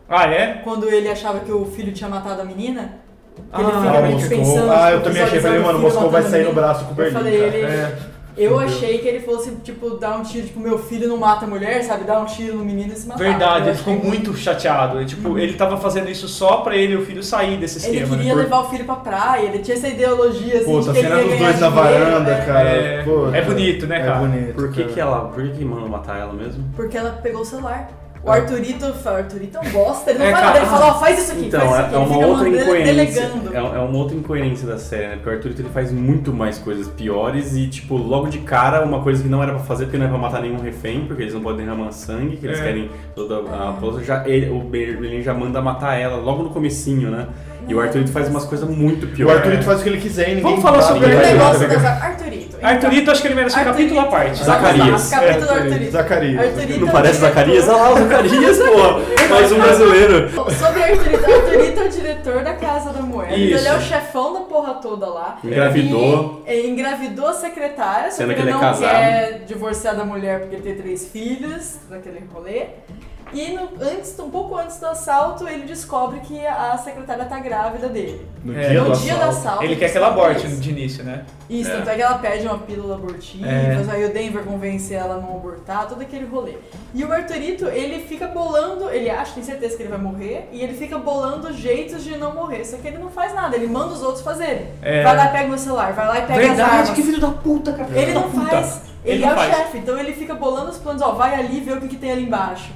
[SPEAKER 2] Ah, é?
[SPEAKER 4] Quando ele achava que o filho tinha matado a menina, que ele
[SPEAKER 2] Ah,
[SPEAKER 4] fica
[SPEAKER 3] Ah, o
[SPEAKER 4] meio que pensando.
[SPEAKER 3] Moscou. Ah, eu
[SPEAKER 4] tipo,
[SPEAKER 3] também achei,
[SPEAKER 4] visualizando
[SPEAKER 3] falei, mano, o
[SPEAKER 4] filho
[SPEAKER 3] Moscou vai
[SPEAKER 4] matando a
[SPEAKER 3] sair no
[SPEAKER 4] menina.
[SPEAKER 3] braço com o
[SPEAKER 4] Eu
[SPEAKER 3] Berlim.
[SPEAKER 4] falei,
[SPEAKER 3] cara.
[SPEAKER 4] ele-
[SPEAKER 3] É.
[SPEAKER 4] Eu
[SPEAKER 3] Fudeu.
[SPEAKER 4] achei que ele fosse, tipo, dar um tiro, tipo, meu filho não mata a mulher, sabe? Dar um tiro no menino e se matar.
[SPEAKER 2] Verdade,
[SPEAKER 4] Eu
[SPEAKER 2] ele ficou
[SPEAKER 4] achei-
[SPEAKER 2] muito chateado. E, tipo, ele tava fazendo isso só pra ele e o filho sair desse esquema.
[SPEAKER 4] Ele
[SPEAKER 2] né?
[SPEAKER 4] queria
[SPEAKER 2] Por-
[SPEAKER 4] levar o filho pra praia, ele tinha essa ideologia assim.
[SPEAKER 3] Puta, a
[SPEAKER 4] de que
[SPEAKER 3] cena
[SPEAKER 4] ele ia
[SPEAKER 3] dos
[SPEAKER 4] ganhar
[SPEAKER 3] tá dois na
[SPEAKER 4] dinheiro,
[SPEAKER 3] varanda,
[SPEAKER 4] né?
[SPEAKER 3] cara.
[SPEAKER 2] É,
[SPEAKER 3] puta.
[SPEAKER 2] é bonito, né, cara?
[SPEAKER 3] É bonito.
[SPEAKER 5] Por que,
[SPEAKER 3] cara.
[SPEAKER 5] que ela. Por que, que mandou matar ela mesmo?
[SPEAKER 4] Porque ela pegou o celular. O Arthurito, fa- o Arthurito é um bosta, ele não
[SPEAKER 2] É,
[SPEAKER 4] fala
[SPEAKER 2] cara.
[SPEAKER 4] nada, ele fala, ó, faz isso aqui,
[SPEAKER 5] Então,
[SPEAKER 4] faz isso
[SPEAKER 5] é,
[SPEAKER 4] aqui.
[SPEAKER 5] é
[SPEAKER 4] ele
[SPEAKER 5] uma
[SPEAKER 4] fica
[SPEAKER 5] outra
[SPEAKER 4] mandando,
[SPEAKER 5] incoerência.
[SPEAKER 4] Delegando.
[SPEAKER 5] É, é uma outra incoerência da série, né? Porque o Arthurito ele faz muito mais coisas piores e, tipo, logo de cara, uma coisa que não era pra fazer, porque não é pra matar nenhum refém, porque eles não podem derramar sangue, que eles
[SPEAKER 2] É.
[SPEAKER 5] querem toda a bolsa, já ele- o Berlim já manda matar ela logo no comecinho, né? E o Arthurito faz umas coisas muito
[SPEAKER 3] E o
[SPEAKER 5] piores.
[SPEAKER 3] Arthurito faz o que ele quiser e ninguém
[SPEAKER 2] Vamos falar
[SPEAKER 3] dá,
[SPEAKER 2] sobre
[SPEAKER 3] ninguém
[SPEAKER 2] o
[SPEAKER 4] O
[SPEAKER 3] vai
[SPEAKER 2] Arthurito.
[SPEAKER 3] fazer
[SPEAKER 4] negócio
[SPEAKER 3] nada.
[SPEAKER 4] das... Arthurito. então.
[SPEAKER 2] Arthurito, acho que ele merece um capítulo à parte.
[SPEAKER 4] Vamos lá,
[SPEAKER 5] Zacarias.
[SPEAKER 4] Capítulo do
[SPEAKER 2] É,
[SPEAKER 4] Arthurito.
[SPEAKER 3] Zacarias.
[SPEAKER 4] Arthurito é
[SPEAKER 5] Não
[SPEAKER 4] o
[SPEAKER 5] parece Zacarias? Olha
[SPEAKER 4] diretor-
[SPEAKER 5] lá o Zacarias, pô! Mais um brasileiro!
[SPEAKER 4] Sobre Arthurito, Arthurito é o diretor da Casa da Moeda.
[SPEAKER 2] Isso.
[SPEAKER 4] Ele é o chefão da porra toda lá.
[SPEAKER 5] Engravidou.
[SPEAKER 4] E, é, engravidou a secretária, só
[SPEAKER 5] Sendo
[SPEAKER 4] que
[SPEAKER 5] que ele
[SPEAKER 4] ele
[SPEAKER 5] é
[SPEAKER 4] não
[SPEAKER 5] casado.
[SPEAKER 4] quer divorciar da mulher porque ele tem três filhos, naquele rolê. E no- antes, um pouco antes do assalto, ele descobre que a secretária tá grávida dele.
[SPEAKER 3] No
[SPEAKER 2] É.
[SPEAKER 3] dia
[SPEAKER 4] no
[SPEAKER 3] do
[SPEAKER 4] dia do
[SPEAKER 3] assalto.
[SPEAKER 4] assalto.
[SPEAKER 2] Ele quer que ela
[SPEAKER 4] descobre
[SPEAKER 2] aborte
[SPEAKER 4] isso.
[SPEAKER 2] de início, né?
[SPEAKER 4] Isso,
[SPEAKER 5] É.
[SPEAKER 4] tanto é que ela pede uma pílula abortiva,
[SPEAKER 2] É.
[SPEAKER 4] aí o Denver convence ela a não abortar, todo aquele rolê. E o Arthurito, ele fica bolando, ele acha, tem certeza que ele vai morrer, e ele fica bolando jeitos de não morrer, só que ele não faz nada, ele manda os outros fazerem.
[SPEAKER 2] É.
[SPEAKER 4] Vai lá e pega meu celular, vai lá e pega as armas.
[SPEAKER 2] Verdade, que filho da puta, cara.
[SPEAKER 4] Ele não
[SPEAKER 2] Puta.
[SPEAKER 4] faz, ele,
[SPEAKER 2] Ele
[SPEAKER 4] é
[SPEAKER 2] não
[SPEAKER 4] o
[SPEAKER 2] faz.
[SPEAKER 4] chefe, então ele fica bolando os planos, ó, vai ali e vê o que, que tem ali embaixo.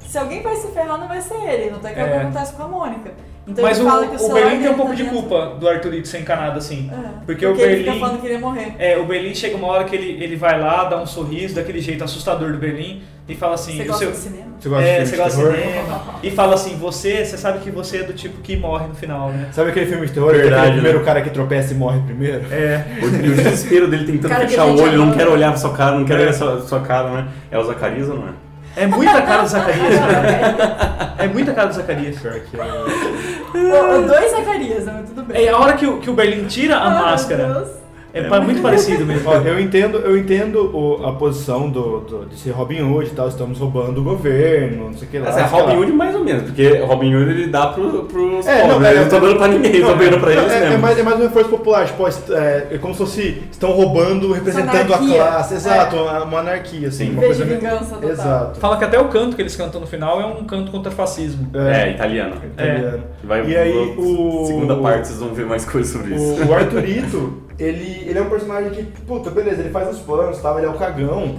[SPEAKER 4] E se alguém vai se ferrar, não vai ser ele, não tem que é o que
[SPEAKER 2] É.
[SPEAKER 4] acontece com a Mônica. Então
[SPEAKER 2] Mas
[SPEAKER 4] ele
[SPEAKER 2] o,
[SPEAKER 4] fala que o,
[SPEAKER 2] o
[SPEAKER 4] celular
[SPEAKER 2] Berlim tem
[SPEAKER 4] dele
[SPEAKER 2] um pouco
[SPEAKER 4] tá
[SPEAKER 2] de
[SPEAKER 4] dentro-
[SPEAKER 2] culpa do Arthurito ser encanado assim.
[SPEAKER 4] É,
[SPEAKER 2] porque, o
[SPEAKER 4] ele fica
[SPEAKER 2] Berlim.
[SPEAKER 4] falando que ele ia morrer.
[SPEAKER 2] É, o Berlim chega uma hora que ele, ele vai lá, dá um sorriso daquele jeito assustador do Berlim e fala assim:
[SPEAKER 4] Você
[SPEAKER 2] o
[SPEAKER 4] gosta
[SPEAKER 2] seu-
[SPEAKER 4] de cinema?
[SPEAKER 3] Você gosta
[SPEAKER 2] é,
[SPEAKER 3] de
[SPEAKER 2] você
[SPEAKER 3] filme de
[SPEAKER 2] gosta
[SPEAKER 3] terror?
[SPEAKER 2] de cinema. E fala assim: você, você sabe que você é do tipo que morre no final, né?
[SPEAKER 3] Sabe aquele filme de terror? que é
[SPEAKER 5] Verdade,
[SPEAKER 3] aquele primeiro
[SPEAKER 5] né?
[SPEAKER 3] cara que tropeça e morre primeiro?
[SPEAKER 2] É.
[SPEAKER 5] O, o desespero dele tentando
[SPEAKER 4] Cara, que
[SPEAKER 5] fechar o
[SPEAKER 4] gente
[SPEAKER 5] olho, não
[SPEAKER 4] adora.
[SPEAKER 5] quero olhar pra sua cara, não quero
[SPEAKER 2] É.
[SPEAKER 5] olhar sua, sua cara, né? É o Zacarias ou não é?
[SPEAKER 2] É muita cara do Zacarias, cara. É muita cara do Zacarias.
[SPEAKER 3] Pior que é.
[SPEAKER 4] Ô, ô, Dois Zacarias, né? mas tudo bem.
[SPEAKER 2] É a hora que o, que o Berlim tira a
[SPEAKER 4] Ah, meu
[SPEAKER 2] máscara.
[SPEAKER 4] Deus.
[SPEAKER 2] É, pa- muito parecido mesmo.
[SPEAKER 3] Ó, eu entendo, eu entendo o- a posição do, do- de ser Robin Hood e tal, estamos roubando o governo, não sei o que lá.
[SPEAKER 5] Essa é
[SPEAKER 3] sei lá.
[SPEAKER 5] Robin Hood mais ou menos, porque Robin Hood ele dá pro, pros
[SPEAKER 3] É, não,
[SPEAKER 5] pobres,
[SPEAKER 3] é,
[SPEAKER 5] ele não tá dando pra ninguém,
[SPEAKER 3] Não,
[SPEAKER 5] tá dando pra
[SPEAKER 3] é-
[SPEAKER 5] eles
[SPEAKER 3] é,
[SPEAKER 5] mesmo.
[SPEAKER 3] é mais, é mais um reforço popular, tipo, ó, est- é, é como se fosse estão roubando, representando a
[SPEAKER 4] anarquia.
[SPEAKER 3] classe. Exato, uma- uma anarquia, assim.
[SPEAKER 5] Sim.
[SPEAKER 3] Uma
[SPEAKER 4] É. Em vez de
[SPEAKER 3] meio-
[SPEAKER 4] vingança total.
[SPEAKER 3] Exato.
[SPEAKER 2] Fala que até o canto que eles cantam no final é um canto contra fascismo.
[SPEAKER 5] É, italiano.
[SPEAKER 3] italiano.
[SPEAKER 5] Vai,
[SPEAKER 3] e aí, o.
[SPEAKER 5] Segunda parte, vocês vão ver mais coisas sobre isso.
[SPEAKER 3] O, o Arthurito, ele, ele é um personagem que, puta, beleza, ele faz os planos, tal, ele é o cagão.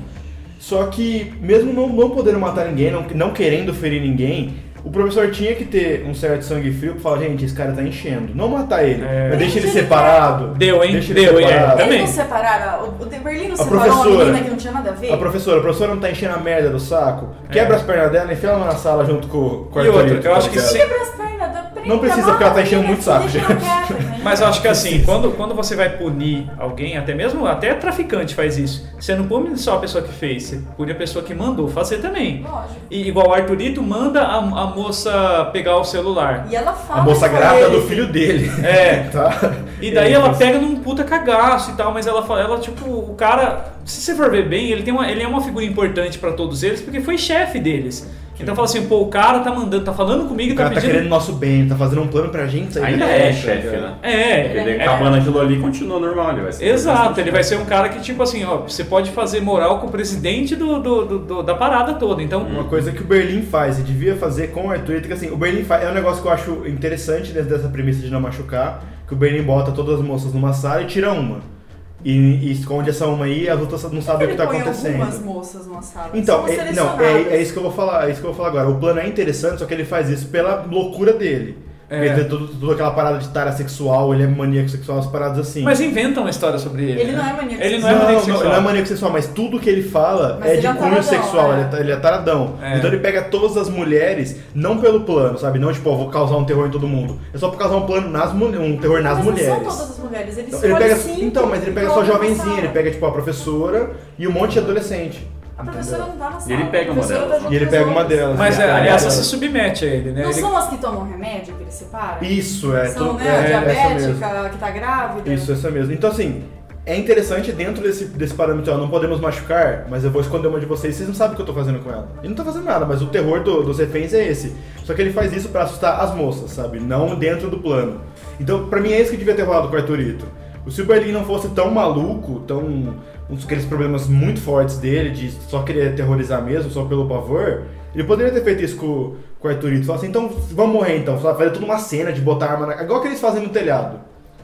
[SPEAKER 3] Só que, mesmo não, não podendo matar ninguém, não, não querendo ferir ninguém, o professor tinha que ter um certo sangue frio pra falar, gente, esse cara tá enchendo. Não matar ele,
[SPEAKER 2] É.
[SPEAKER 3] mas deixa ele
[SPEAKER 4] Gente, ele
[SPEAKER 3] separado.
[SPEAKER 2] Deu, hein?
[SPEAKER 3] Deixa ele
[SPEAKER 2] Deu, é.
[SPEAKER 3] separado.
[SPEAKER 2] Também.
[SPEAKER 4] Eles não separaram, o- o de Berlim não
[SPEAKER 3] Tá A
[SPEAKER 4] separou uma
[SPEAKER 3] professora.
[SPEAKER 4] menina que não tinha nada a ver?
[SPEAKER 3] A professora, a professora não tá enchendo a merda do saco, quebra as pernas dela, enfia ela na sala junto com, com o
[SPEAKER 2] É. E outra,
[SPEAKER 3] Arthurito.
[SPEAKER 2] eu
[SPEAKER 3] tá
[SPEAKER 2] acho que
[SPEAKER 3] ligado?
[SPEAKER 2] sim.
[SPEAKER 4] Quebra as pernas da preta,
[SPEAKER 3] Não precisa, porque ela tá enchendo muito saco,
[SPEAKER 4] deixa
[SPEAKER 3] gente.
[SPEAKER 4] ela quieta, né?
[SPEAKER 2] Mas eu acho que assim, quando, quando você vai punir alguém, até mesmo até traficante faz isso. Você não pune só a pessoa que fez, você pune a pessoa que mandou fazer também.
[SPEAKER 4] Lógico.
[SPEAKER 2] E igual o Arthurito manda a, a moça pegar o celular.
[SPEAKER 4] E ela fala
[SPEAKER 3] A moça
[SPEAKER 4] com
[SPEAKER 3] grávida
[SPEAKER 4] ele.
[SPEAKER 3] do filho dele.
[SPEAKER 2] É.
[SPEAKER 3] Tá?
[SPEAKER 2] E daí ela pega num puta cagaço e tal, mas ela fala, ela tipo, o cara, se você for ver bem, ele tem uma, ele é uma figura importante pra todos eles, porque foi chefe deles. Então fala assim, pô, o cara tá mandando, tá falando comigo,
[SPEAKER 3] O
[SPEAKER 2] tá
[SPEAKER 3] cara tá
[SPEAKER 2] pedindo.
[SPEAKER 3] querendo nosso bem, tá fazendo um plano pra gente sair tá
[SPEAKER 5] Ainda
[SPEAKER 3] da
[SPEAKER 5] é,
[SPEAKER 3] merda,
[SPEAKER 5] chefe,
[SPEAKER 3] cara.
[SPEAKER 5] né?
[SPEAKER 2] É,
[SPEAKER 5] Ele
[SPEAKER 2] é,
[SPEAKER 5] acabando aquilo ali continua normal, ele vai ser.
[SPEAKER 2] Exato, ele vai ser um cara que, tipo assim, ó, você pode fazer moral com o presidente do, do- do- do- da parada toda. Então,
[SPEAKER 3] Uma coisa que o Berlim faz e devia fazer com o Arthurito, que assim, o Berlim faz, é um negócio que eu acho interessante dentro dessa premissa de não machucar, que o Berlim bota todas as moças numa sala e tira uma. E, e esconde essa uma aí e as outras não sabem o
[SPEAKER 4] Ele
[SPEAKER 3] que tá
[SPEAKER 4] põe
[SPEAKER 3] acontecendo.
[SPEAKER 4] algumas moças numa sala.
[SPEAKER 3] Então, é,
[SPEAKER 4] são
[SPEAKER 3] não, é,
[SPEAKER 4] selecionadas.
[SPEAKER 3] é isso que eu vou falar, é isso que eu vou falar agora. O plano é interessante, só que ele faz isso pela loucura dele.
[SPEAKER 2] É.
[SPEAKER 3] Ele tem tudo- toda aquela parada de tara sexual, ele é maníaco sexual, as paradas assim.
[SPEAKER 2] mas inventam uma história sobre ele.
[SPEAKER 4] Ele
[SPEAKER 2] né?
[SPEAKER 4] não é maníaco
[SPEAKER 2] Ele não é
[SPEAKER 3] Não, não,
[SPEAKER 2] maníaco
[SPEAKER 3] não,
[SPEAKER 2] sexual.
[SPEAKER 3] ele é maníaco sexual, mas tudo que ele fala
[SPEAKER 4] Mas
[SPEAKER 3] é
[SPEAKER 4] ele
[SPEAKER 3] de
[SPEAKER 4] é um
[SPEAKER 3] cunho
[SPEAKER 4] taradão,
[SPEAKER 3] sexual,
[SPEAKER 4] é.
[SPEAKER 3] ele, é, ele é taradão.
[SPEAKER 2] É.
[SPEAKER 3] Então ele pega todas as mulheres, não pelo plano, sabe? Não tipo, ó, vou causar um terror em todo mundo. É só por causar um plano nas mu- um terror nas
[SPEAKER 4] mas não
[SPEAKER 3] mulheres.
[SPEAKER 4] são todas as mulheres. Ele,
[SPEAKER 3] Então,
[SPEAKER 4] escolhe
[SPEAKER 3] ele pega,
[SPEAKER 4] cinco
[SPEAKER 3] então, mas ele
[SPEAKER 4] e
[SPEAKER 3] pega só
[SPEAKER 4] coloca na
[SPEAKER 3] jovenzinha,
[SPEAKER 4] sala.
[SPEAKER 3] ele pega tipo a professora e um monte de adolescente.
[SPEAKER 4] A professora não tá na sala.
[SPEAKER 5] ele pega
[SPEAKER 4] a
[SPEAKER 5] uma
[SPEAKER 4] professora
[SPEAKER 5] delas,
[SPEAKER 4] tá junto
[SPEAKER 3] E ele
[SPEAKER 4] com
[SPEAKER 3] pega
[SPEAKER 4] as
[SPEAKER 3] uma
[SPEAKER 4] outras.
[SPEAKER 3] delas.
[SPEAKER 2] Mas
[SPEAKER 3] né?
[SPEAKER 2] é, aliás, você se submete a ele, né?
[SPEAKER 4] Não
[SPEAKER 2] Ele-
[SPEAKER 4] são as que tomam remédio que ele separa?
[SPEAKER 3] Isso, é.
[SPEAKER 4] São,
[SPEAKER 3] tudo-
[SPEAKER 4] né,
[SPEAKER 3] é,
[SPEAKER 4] a
[SPEAKER 3] essa mesmo.
[SPEAKER 4] diabética, a que tá grávida.
[SPEAKER 3] Isso, essa mesmo. Então, assim, é interessante dentro desse, desse parâmetro, ó, não podemos machucar, mas eu vou esconder uma de vocês, vocês não sabem o que eu tô fazendo com ela. Ele não tá fazendo nada, mas o terror do- dos reféns é esse. Só que ele faz isso pra assustar as moças, sabe? Não dentro do plano. Então, pra mim, é isso que devia ter rolado com o Arthurito. Se o Berlim não fosse tão maluco, tão. um dos aqueles problemas muito fortes dele, de só querer terrorizar mesmo, só pelo pavor, ele poderia ter feito isso com, com o Arthurito. Falar assim, então vamos morrer então, sabe? Fazer toda uma cena de botar arma na. igual que eles fazem no telhado,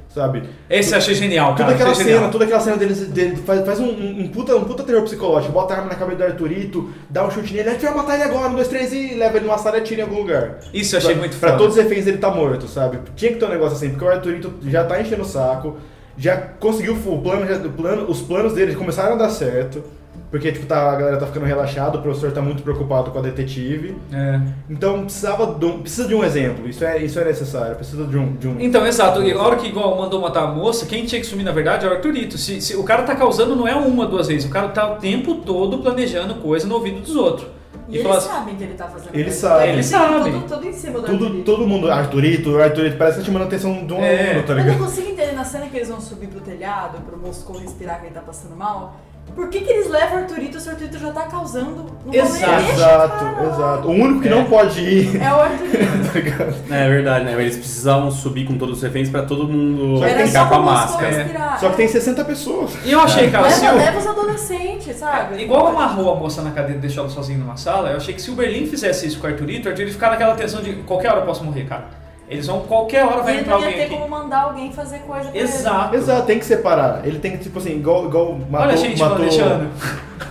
[SPEAKER 3] sabe?
[SPEAKER 2] Esse eu achei genial,
[SPEAKER 3] Toda
[SPEAKER 2] cara.
[SPEAKER 3] aquela
[SPEAKER 2] achei
[SPEAKER 3] cena,
[SPEAKER 2] genial.
[SPEAKER 3] toda aquela cena dele, dele faz, faz um, um- um puta, um puta terror psicológico, bota a arma na cabeça do Arthurito, dá um chute nele, a gente vai matar ele agora, um, dois, três, e leva ele numa sala e atira em algum lugar.
[SPEAKER 2] Isso eu achei
[SPEAKER 3] Pra-
[SPEAKER 2] muito
[SPEAKER 3] Pra
[SPEAKER 2] foda.
[SPEAKER 3] todos os reféns ele tá morto, sabe? Tinha que ter um negócio assim, porque o Arthurito já tá enchendo o saco, já conseguiu o plano, já- o plano- os planos dele começaram a dar certo, porque tipo, tá, a galera tá ficando relaxada, o professor tá muito preocupado com a detetive.
[SPEAKER 2] É.
[SPEAKER 3] Então precisava de um, precisa de um exemplo, isso é, isso é necessário, precisa de um. De um...
[SPEAKER 2] Então, exato. E a hora que igual mandou matar a moça, quem tinha que sumir, na verdade, é o Arthurito. Se, se- o cara tá causando não é uma, duas vezes. O cara tá o tempo todo planejando coisa no ouvido dos outros.
[SPEAKER 4] E eles
[SPEAKER 2] fala assim,
[SPEAKER 4] sabem que ele tá fazendo.
[SPEAKER 3] Eles
[SPEAKER 4] isso.
[SPEAKER 3] sabem.
[SPEAKER 2] Eles
[SPEAKER 4] Tem
[SPEAKER 2] sabem.
[SPEAKER 4] Tudo, tudo em cima do
[SPEAKER 3] Tudo,
[SPEAKER 4] Arthurito.
[SPEAKER 3] todo mundo, Arthurito, Arthurito, parece que tá chamando a atenção de um
[SPEAKER 2] É.
[SPEAKER 3] aluno, tá
[SPEAKER 4] Mas eu
[SPEAKER 3] ligado?
[SPEAKER 4] consigo entender na cena que eles vão subir pro telhado, pro moço respirar que ele tá passando mal. Por que, que eles levam o Arthurito se o Arthurito já tá causando no
[SPEAKER 2] Exato.
[SPEAKER 4] momento?
[SPEAKER 3] Exato, exato. O único que não pode ir,
[SPEAKER 4] É o Arthurito.
[SPEAKER 3] tá ligado?
[SPEAKER 5] É verdade, né? Eles precisavam subir com todos os reféns pra todo mundo
[SPEAKER 3] Só que tem
[SPEAKER 4] Era
[SPEAKER 3] que
[SPEAKER 5] ficar
[SPEAKER 4] só
[SPEAKER 5] com a
[SPEAKER 4] pro moço
[SPEAKER 5] máscara. né?
[SPEAKER 4] respirar.
[SPEAKER 3] né? Só que tem assim, 60 pessoas.
[SPEAKER 2] E eu achei, cara, se
[SPEAKER 4] Leva,
[SPEAKER 2] o-
[SPEAKER 4] leva os adolescentes, sabe?
[SPEAKER 2] É, Igual amarrou a moça na cadeira e deixou ela sozinha numa sala, eu achei que se o Berlim fizesse isso com o Arthurito, o Arthurito ficar naquela tensão de qualquer hora eu posso morrer, cara. Eles vão, qualquer hora
[SPEAKER 4] E
[SPEAKER 2] vai
[SPEAKER 4] ele
[SPEAKER 2] entrar
[SPEAKER 4] não ia
[SPEAKER 2] alguém
[SPEAKER 4] ter
[SPEAKER 2] aqui.
[SPEAKER 4] como mandar alguém fazer coisa pra ele.
[SPEAKER 2] Exato.
[SPEAKER 3] Exato, tem que separar. Ele tem que, tipo assim, igual, igual matou,
[SPEAKER 2] Olha a gente
[SPEAKER 3] matou,
[SPEAKER 2] planejando.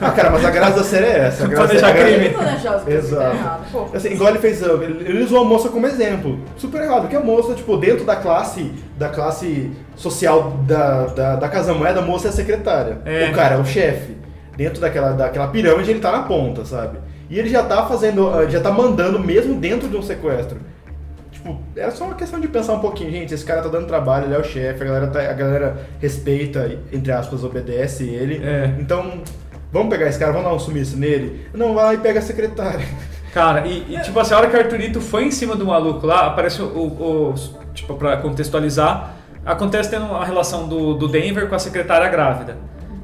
[SPEAKER 3] Ah, cara, mas a graça da série é essa. A graça
[SPEAKER 2] Planejar
[SPEAKER 3] da série é-
[SPEAKER 2] crime.
[SPEAKER 4] Ele planejar as coisas
[SPEAKER 3] Exato.
[SPEAKER 4] errado, pô.
[SPEAKER 3] Assim, igual ele fez, ele ele usou a moça como exemplo. Super errado, porque a moça, tipo, dentro da classe, da classe social da, da, da Casa Moeda, a moça é a secretária.
[SPEAKER 2] É.
[SPEAKER 3] O cara é o chefe. Dentro daquela, daquela pirâmide, ele tá na ponta, sabe? E ele já tá fazendo, ah, já tá mandando mesmo dentro de um sequestro. Tipo, é só uma questão de pensar um pouquinho, gente, esse cara tá dando trabalho, ele é o chefe, a galera, tá- a galera respeita, entre aspas, obedece ele.
[SPEAKER 2] É.
[SPEAKER 3] Então, vamos pegar esse cara, vamos dar um sumiço nele. Não, vai lá e pega a secretária.
[SPEAKER 2] Cara, e, e, tipo assim, a hora que o Arthurito foi em cima do maluco lá, aparece o. o- o- tipo, pra contextualizar, acontece tendo uma relação do, do Denver com a secretária grávida.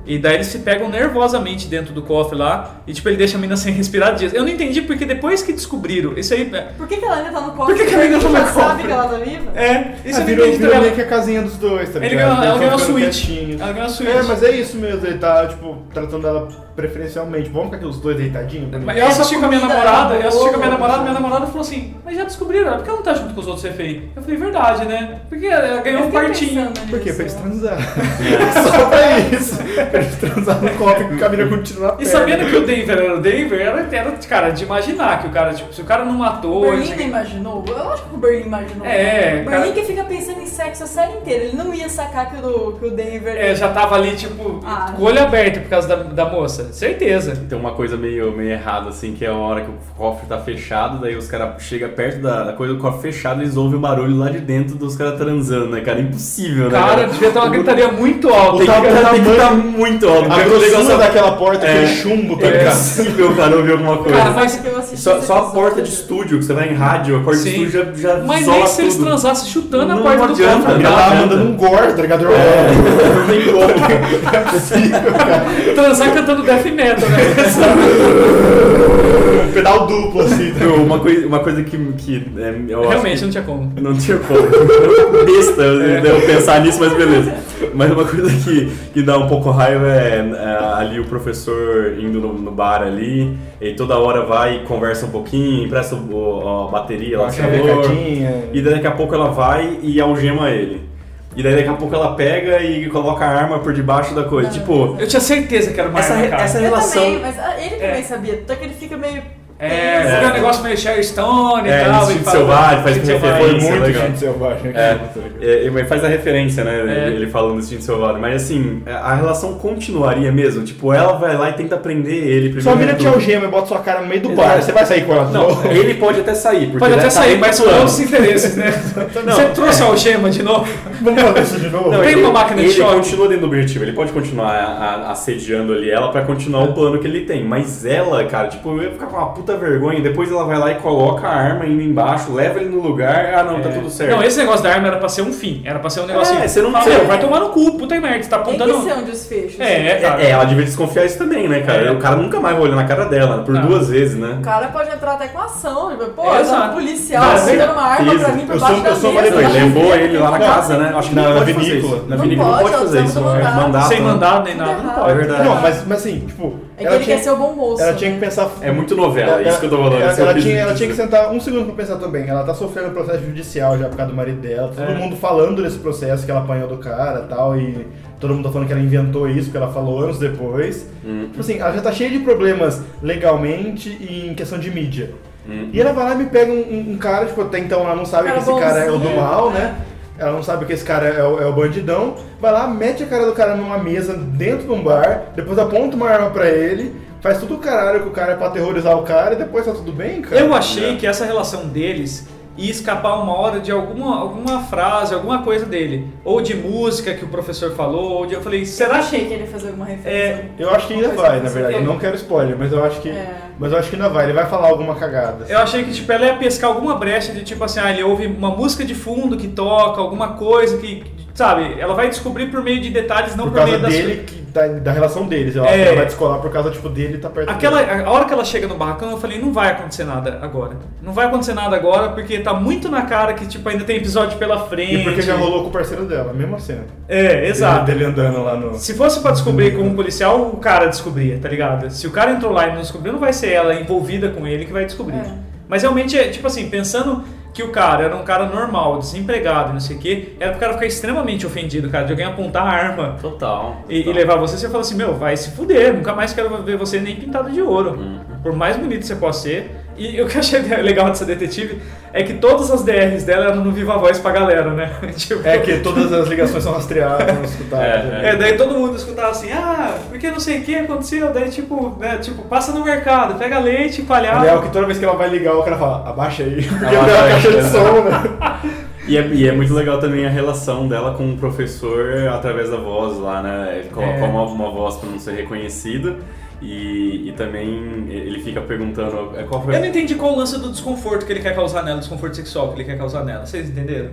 [SPEAKER 2] E daí eles se pegam nervosamente dentro do cofre lá, e tipo, ele deixa a mina sem respirar dias. Eu não entendi porque depois que descobriram, isso aí. é-
[SPEAKER 4] Por que, que ela ainda tá no cofre?
[SPEAKER 2] Por que que ela ainda tá no
[SPEAKER 4] Ela sabe
[SPEAKER 2] cofre?
[SPEAKER 4] que ela tá viva?
[SPEAKER 2] É, isso
[SPEAKER 3] ah,
[SPEAKER 2] eu não
[SPEAKER 3] virou,
[SPEAKER 2] entendi
[SPEAKER 3] virou meio
[SPEAKER 2] também.
[SPEAKER 3] que a casinha dos dois, tá
[SPEAKER 2] Ele
[SPEAKER 3] ligado?
[SPEAKER 2] ganhou- ela
[SPEAKER 3] Eles
[SPEAKER 2] ganhou a
[SPEAKER 3] ficam ficando
[SPEAKER 2] suíte.
[SPEAKER 3] quietinhos.
[SPEAKER 2] Ela ganhou a suíte.
[SPEAKER 3] É, mas é isso mesmo, ele tá, tipo, tratando ela preferencialmente. Vamos ficar aqui os dois deitadinhos? é
[SPEAKER 2] Mas Eu assisti com a minha
[SPEAKER 4] comida
[SPEAKER 2] namorada, eu assisti com a minha
[SPEAKER 4] boa.
[SPEAKER 2] namorada, minha namorada falou assim, mas já descobriram, por que ela não tá junto com os outros reféns? Eu falei, verdade, né? Porque ela ganhou um
[SPEAKER 4] fiquei
[SPEAKER 2] quartinho.
[SPEAKER 4] pensando
[SPEAKER 3] Por quê?
[SPEAKER 4] nisso.
[SPEAKER 3] Pra eles transar. Só pra isso. Pra eles transar no copo e a mina continua
[SPEAKER 2] E sabendo que o Denver era o Denver, era, era, cara, de imaginar que o cara, tipo, se o cara não
[SPEAKER 4] O
[SPEAKER 2] matou.
[SPEAKER 4] Berlim
[SPEAKER 2] assim-
[SPEAKER 4] não imaginou? Eu acho que o Berlim imaginou.
[SPEAKER 2] É,
[SPEAKER 4] O
[SPEAKER 2] cara.
[SPEAKER 4] Berlim que fica pensando em sexo a série inteira. Ele não ia sacar que o, que o Denver.
[SPEAKER 2] é, já tava ali, tipo,
[SPEAKER 4] Ah.
[SPEAKER 2] com o olho aberto por causa da, da moça. Certeza.
[SPEAKER 5] Tem uma coisa meio, meio errada, assim, que é uma hora que o cofre tá fechado, daí os caras chegam perto da, da coisa do cofre fechado, eles ouvem o barulho lá de dentro dos caras transando, né, cara? Impossível, né?
[SPEAKER 2] Cara, devia ter uma gritaria muito
[SPEAKER 5] Tem
[SPEAKER 2] alta.
[SPEAKER 5] que,
[SPEAKER 3] O tamanho-
[SPEAKER 5] cara, tem que tá muito alto.
[SPEAKER 3] A
[SPEAKER 5] porque o negócio
[SPEAKER 3] grossura
[SPEAKER 5] é-
[SPEAKER 3] daquela porta,
[SPEAKER 5] É.
[SPEAKER 3] aquele chumbo, tá
[SPEAKER 5] É
[SPEAKER 3] ligado?
[SPEAKER 5] impossível, cara, ouvir alguma coisa.
[SPEAKER 2] Cara, mas-
[SPEAKER 4] Porque eu assisti
[SPEAKER 5] só,
[SPEAKER 4] esse
[SPEAKER 5] só a
[SPEAKER 4] episódio.
[SPEAKER 5] porta de estúdio, que você vai em rádio, a porta de
[SPEAKER 2] Sim.
[SPEAKER 5] estúdio já, já
[SPEAKER 2] Mas
[SPEAKER 5] isola
[SPEAKER 2] nem se eles
[SPEAKER 5] tudo.
[SPEAKER 2] transassem chutando a
[SPEAKER 5] Não
[SPEAKER 2] porta do
[SPEAKER 5] adianta, né?
[SPEAKER 2] canto.
[SPEAKER 3] A mina
[SPEAKER 5] Não,
[SPEAKER 3] tava
[SPEAKER 5] nada.
[SPEAKER 3] mandando um gore, tá ligado?
[SPEAKER 5] É, não tem como.
[SPEAKER 3] Não é possível, cara.
[SPEAKER 2] Transar cantando death metal, né?
[SPEAKER 3] Um pedal duplo, assim. tá ligado?
[SPEAKER 5] Uma coisa, uma coisa que, que é, eu acho
[SPEAKER 2] Realmente,
[SPEAKER 5] que-
[SPEAKER 2] não tinha como.
[SPEAKER 5] Não tinha como. Besta eu devo pensar nisso, mas beleza. Mas uma coisa que, que dá um pouco raiva é, é, ali o professor indo no, no bar ali, e toda hora vai e conversa um pouquinho, empresta o- a bateria lá do
[SPEAKER 3] Aquela
[SPEAKER 5] celular,
[SPEAKER 3] becadinha.
[SPEAKER 5] E daí daqui a pouco ela vai e algema ele. E daí daqui a pouco ela pega e coloca a arma por debaixo da coisa. Tipo,
[SPEAKER 2] Eu tinha certeza que era uma
[SPEAKER 5] essa,
[SPEAKER 2] arma, cara.
[SPEAKER 5] essa
[SPEAKER 4] Eu
[SPEAKER 5] relação.
[SPEAKER 4] também, mas ah, ele também
[SPEAKER 2] É.
[SPEAKER 4] sabia. Só que ele fica meio. assim,
[SPEAKER 2] É,
[SPEAKER 4] tenso.
[SPEAKER 2] é. um negócio meio Sherry Stone e
[SPEAKER 5] É,
[SPEAKER 2] tal.
[SPEAKER 5] Instinto
[SPEAKER 2] e fala-
[SPEAKER 5] Selvagem, faz
[SPEAKER 2] Instinto
[SPEAKER 5] muita
[SPEAKER 2] Selvagem.
[SPEAKER 5] referência.
[SPEAKER 3] Foi
[SPEAKER 5] Isso é
[SPEAKER 3] muito
[SPEAKER 5] legal.
[SPEAKER 3] gente selvagem aqui.
[SPEAKER 5] É,
[SPEAKER 3] tá ligado?
[SPEAKER 5] É, ele faz a referência, né?
[SPEAKER 2] É.
[SPEAKER 5] Ele, ele falando do Instinto Selvagem. Mas assim, a a relação continuaria mesmo. Tipo, ela vai lá e tenta prender ele primeiro.
[SPEAKER 3] Sua mina
[SPEAKER 5] de
[SPEAKER 3] te
[SPEAKER 5] tudo.
[SPEAKER 3] algema e bota sua cara no meio do bar.
[SPEAKER 5] Exato.
[SPEAKER 3] Você vai sair com ela de novo?
[SPEAKER 5] Não, ele pode até sair. Porque
[SPEAKER 2] Pode
[SPEAKER 5] ele
[SPEAKER 2] até
[SPEAKER 5] tá
[SPEAKER 2] sair, mas são
[SPEAKER 5] manipulando.
[SPEAKER 2] outros interesses, né?
[SPEAKER 5] Não,
[SPEAKER 2] Você trouxe a algema de novo?
[SPEAKER 3] Vamos fazer isso de novo?
[SPEAKER 5] Não,
[SPEAKER 2] Tem
[SPEAKER 5] ele,
[SPEAKER 2] uma máquina de
[SPEAKER 5] ele
[SPEAKER 2] choque.
[SPEAKER 5] continua dentro do objetivo, ele pode continuar é, a- a- assediando ali ela pra continuar
[SPEAKER 2] É.
[SPEAKER 5] o plano que ele tem. Mas ela, cara, tipo, eu ia ficar com uma puta vergonha. Depois ela vai lá e coloca a arma ainda embaixo, leva ele no lugar. Ah, não,
[SPEAKER 3] É.
[SPEAKER 5] tá tudo certo.
[SPEAKER 2] É. Não, esse negócio da arma era pra ser um fim. Era pra ser um negócio
[SPEAKER 5] É,
[SPEAKER 2] assim,
[SPEAKER 5] você não-
[SPEAKER 2] fala,
[SPEAKER 5] você-
[SPEAKER 2] "Meu, vai tomar no cu, puta merda, você tá
[SPEAKER 4] Tem
[SPEAKER 2] apontando.
[SPEAKER 4] que ser um desfecho.
[SPEAKER 2] É, é, cara.
[SPEAKER 5] É, ela devia desconfiar isso também, né, cara?
[SPEAKER 2] É.
[SPEAKER 5] O cara nunca mais vai olhar na cara dela, por
[SPEAKER 2] Não.
[SPEAKER 5] duas vezes, né?
[SPEAKER 4] O cara pode entrar até com ação. Tipo, Pô,
[SPEAKER 2] Exato.
[SPEAKER 4] eu sou um policial,
[SPEAKER 5] Não,
[SPEAKER 4] você dando uma arma
[SPEAKER 5] certeza.
[SPEAKER 4] pra mim por
[SPEAKER 3] Eu
[SPEAKER 4] baixo
[SPEAKER 3] sou-
[SPEAKER 4] da
[SPEAKER 3] eu sou
[SPEAKER 4] mesa.
[SPEAKER 5] Ele
[SPEAKER 3] Não,
[SPEAKER 5] levou ele lá na
[SPEAKER 4] Não,
[SPEAKER 5] casa, né? Acho que
[SPEAKER 3] Na
[SPEAKER 5] não, pode fazer
[SPEAKER 3] vinícola.
[SPEAKER 5] isso. Na
[SPEAKER 4] Não
[SPEAKER 5] vinícola não
[SPEAKER 4] pode,
[SPEAKER 5] pode fazer
[SPEAKER 4] nós
[SPEAKER 5] isso.
[SPEAKER 4] temos
[SPEAKER 5] É
[SPEAKER 4] mandado.
[SPEAKER 5] mandato.
[SPEAKER 2] Sem
[SPEAKER 5] né?
[SPEAKER 2] mandado nem nada, não
[SPEAKER 4] Tudo
[SPEAKER 2] pode.
[SPEAKER 5] É verdade.
[SPEAKER 3] Não, mas, mas assim, tipo.
[SPEAKER 4] É que ele quer ser o bom moço.
[SPEAKER 3] ela tinha
[SPEAKER 4] né?
[SPEAKER 3] que pensar.
[SPEAKER 5] É muito novela, é isso que eu tô falando.
[SPEAKER 3] Ela,
[SPEAKER 5] isso é
[SPEAKER 3] ela
[SPEAKER 5] o que eu
[SPEAKER 3] tinha,
[SPEAKER 5] quis
[SPEAKER 3] ela tinha que
[SPEAKER 5] dizer.
[SPEAKER 3] sentar um segundo pra pensar também. Ela tá sofrendo processo judicial já por causa do marido dela. tá
[SPEAKER 5] É.
[SPEAKER 3] Todo mundo falando desse processo que ela apanhou do cara e tal. E todo mundo tá falando que ela inventou isso, que ela falou anos depois.
[SPEAKER 5] Hum.
[SPEAKER 3] Tipo assim, ela já tá cheia de problemas legalmente e em questão de mídia. E ela vai lá e me pega um, um- um cara, tipo, até então ela não sabe
[SPEAKER 4] Cara
[SPEAKER 3] que esse cara é o do
[SPEAKER 4] bonzinho,
[SPEAKER 3] mal,
[SPEAKER 4] né?
[SPEAKER 3] né? Ela não sabe que esse cara é o, é o bandidão. Vai lá, mete a cara do cara numa mesa dentro de um bar, depois aponta uma arma pra ele, faz tudo o caralho com o cara pra aterrorizar o cara e depois tá tudo bem,
[SPEAKER 5] Uhum.
[SPEAKER 3] cara.
[SPEAKER 2] Eu achei que essa relação deles ia escapar uma hora de alguma, alguma frase, alguma coisa dele. Ou de música que o professor falou, ou de. Eu falei,
[SPEAKER 4] Eu
[SPEAKER 2] será
[SPEAKER 4] achei que ele ia fazer alguma referência.
[SPEAKER 3] Eu acho que ainda vai, na verdade. Eu não quero spoiler, mas eu acho que.
[SPEAKER 4] É.
[SPEAKER 3] Mas eu acho que ainda vai, ele vai falar alguma cagada. assim.
[SPEAKER 2] Eu achei que tipo, ela ia pescar alguma brecha de tipo assim, ah, ele ouve uma música de fundo que toca, alguma coisa que. Sabe, ela vai descobrir por meio de detalhes, não
[SPEAKER 3] Por
[SPEAKER 2] por,
[SPEAKER 3] causa
[SPEAKER 2] meio é um das
[SPEAKER 3] dele, que- da, da relação deles. Eu acho
[SPEAKER 2] É.
[SPEAKER 3] que ela vai descolar por causa, tipo, dele tá perto
[SPEAKER 2] Aquela,
[SPEAKER 3] dele.
[SPEAKER 2] a hora que ela chega no barracão, eu falei, não vai acontecer nada agora. Não vai acontecer nada agora, porque tá muito na cara que, tipo, ainda tem episódio pela frente.
[SPEAKER 3] E porque já rolou com o parceiro dela, mesmo assim.
[SPEAKER 2] É, exato.
[SPEAKER 3] Dele andando lá no.
[SPEAKER 2] Se fosse pra descobrir com um policial, o cara descobria, tá ligado? Se o cara entrou lá e não descobriu, não vai ser ela envolvida com ele que vai descobrir.
[SPEAKER 4] É.
[SPEAKER 2] Mas realmente é, tipo assim, pensando que o cara era um cara normal, desempregado, não sei o quê, era pro cara ficar extremamente ofendido, cara, de alguém apontar a arma
[SPEAKER 5] Total.
[SPEAKER 2] e, e
[SPEAKER 3] Então.
[SPEAKER 5] total.
[SPEAKER 2] levar você, você fala assim, meu, vai se fuder, nunca mais quero ver você nem pintado de ouro.
[SPEAKER 3] Uhum.
[SPEAKER 2] Por mais bonito você possa ser. E o que eu achei legal dessa detetive é que todas as DRs dela eram no Viva Voz pra galera, né? tipo,
[SPEAKER 3] É que todas as ligações são rastreadas, não escutadas.
[SPEAKER 5] É,
[SPEAKER 3] né?
[SPEAKER 2] É, daí todo mundo escutava assim, ah, porque não sei o que aconteceu, daí tipo, né, tipo, passa no mercado, pega leite, palhaço.
[SPEAKER 3] Aliás, é que tá toda vez que ela vai ligar, o cara fala, abaixa aí, porque
[SPEAKER 5] Abaixa
[SPEAKER 3] deu a
[SPEAKER 5] aí,
[SPEAKER 3] caixa de
[SPEAKER 5] né?
[SPEAKER 3] som, né?
[SPEAKER 5] E é, e é muito legal também a relação dela com o professor através da voz lá, né? Ele coloca
[SPEAKER 2] É.
[SPEAKER 5] uma, uma voz pra não ser reconhecido e, e também ele fica perguntando é, qual foi.
[SPEAKER 2] Eu não entendi qual o lance do desconforto que ele quer causar nela, o desconforto sexual que ele quer causar nela. Vocês entenderam?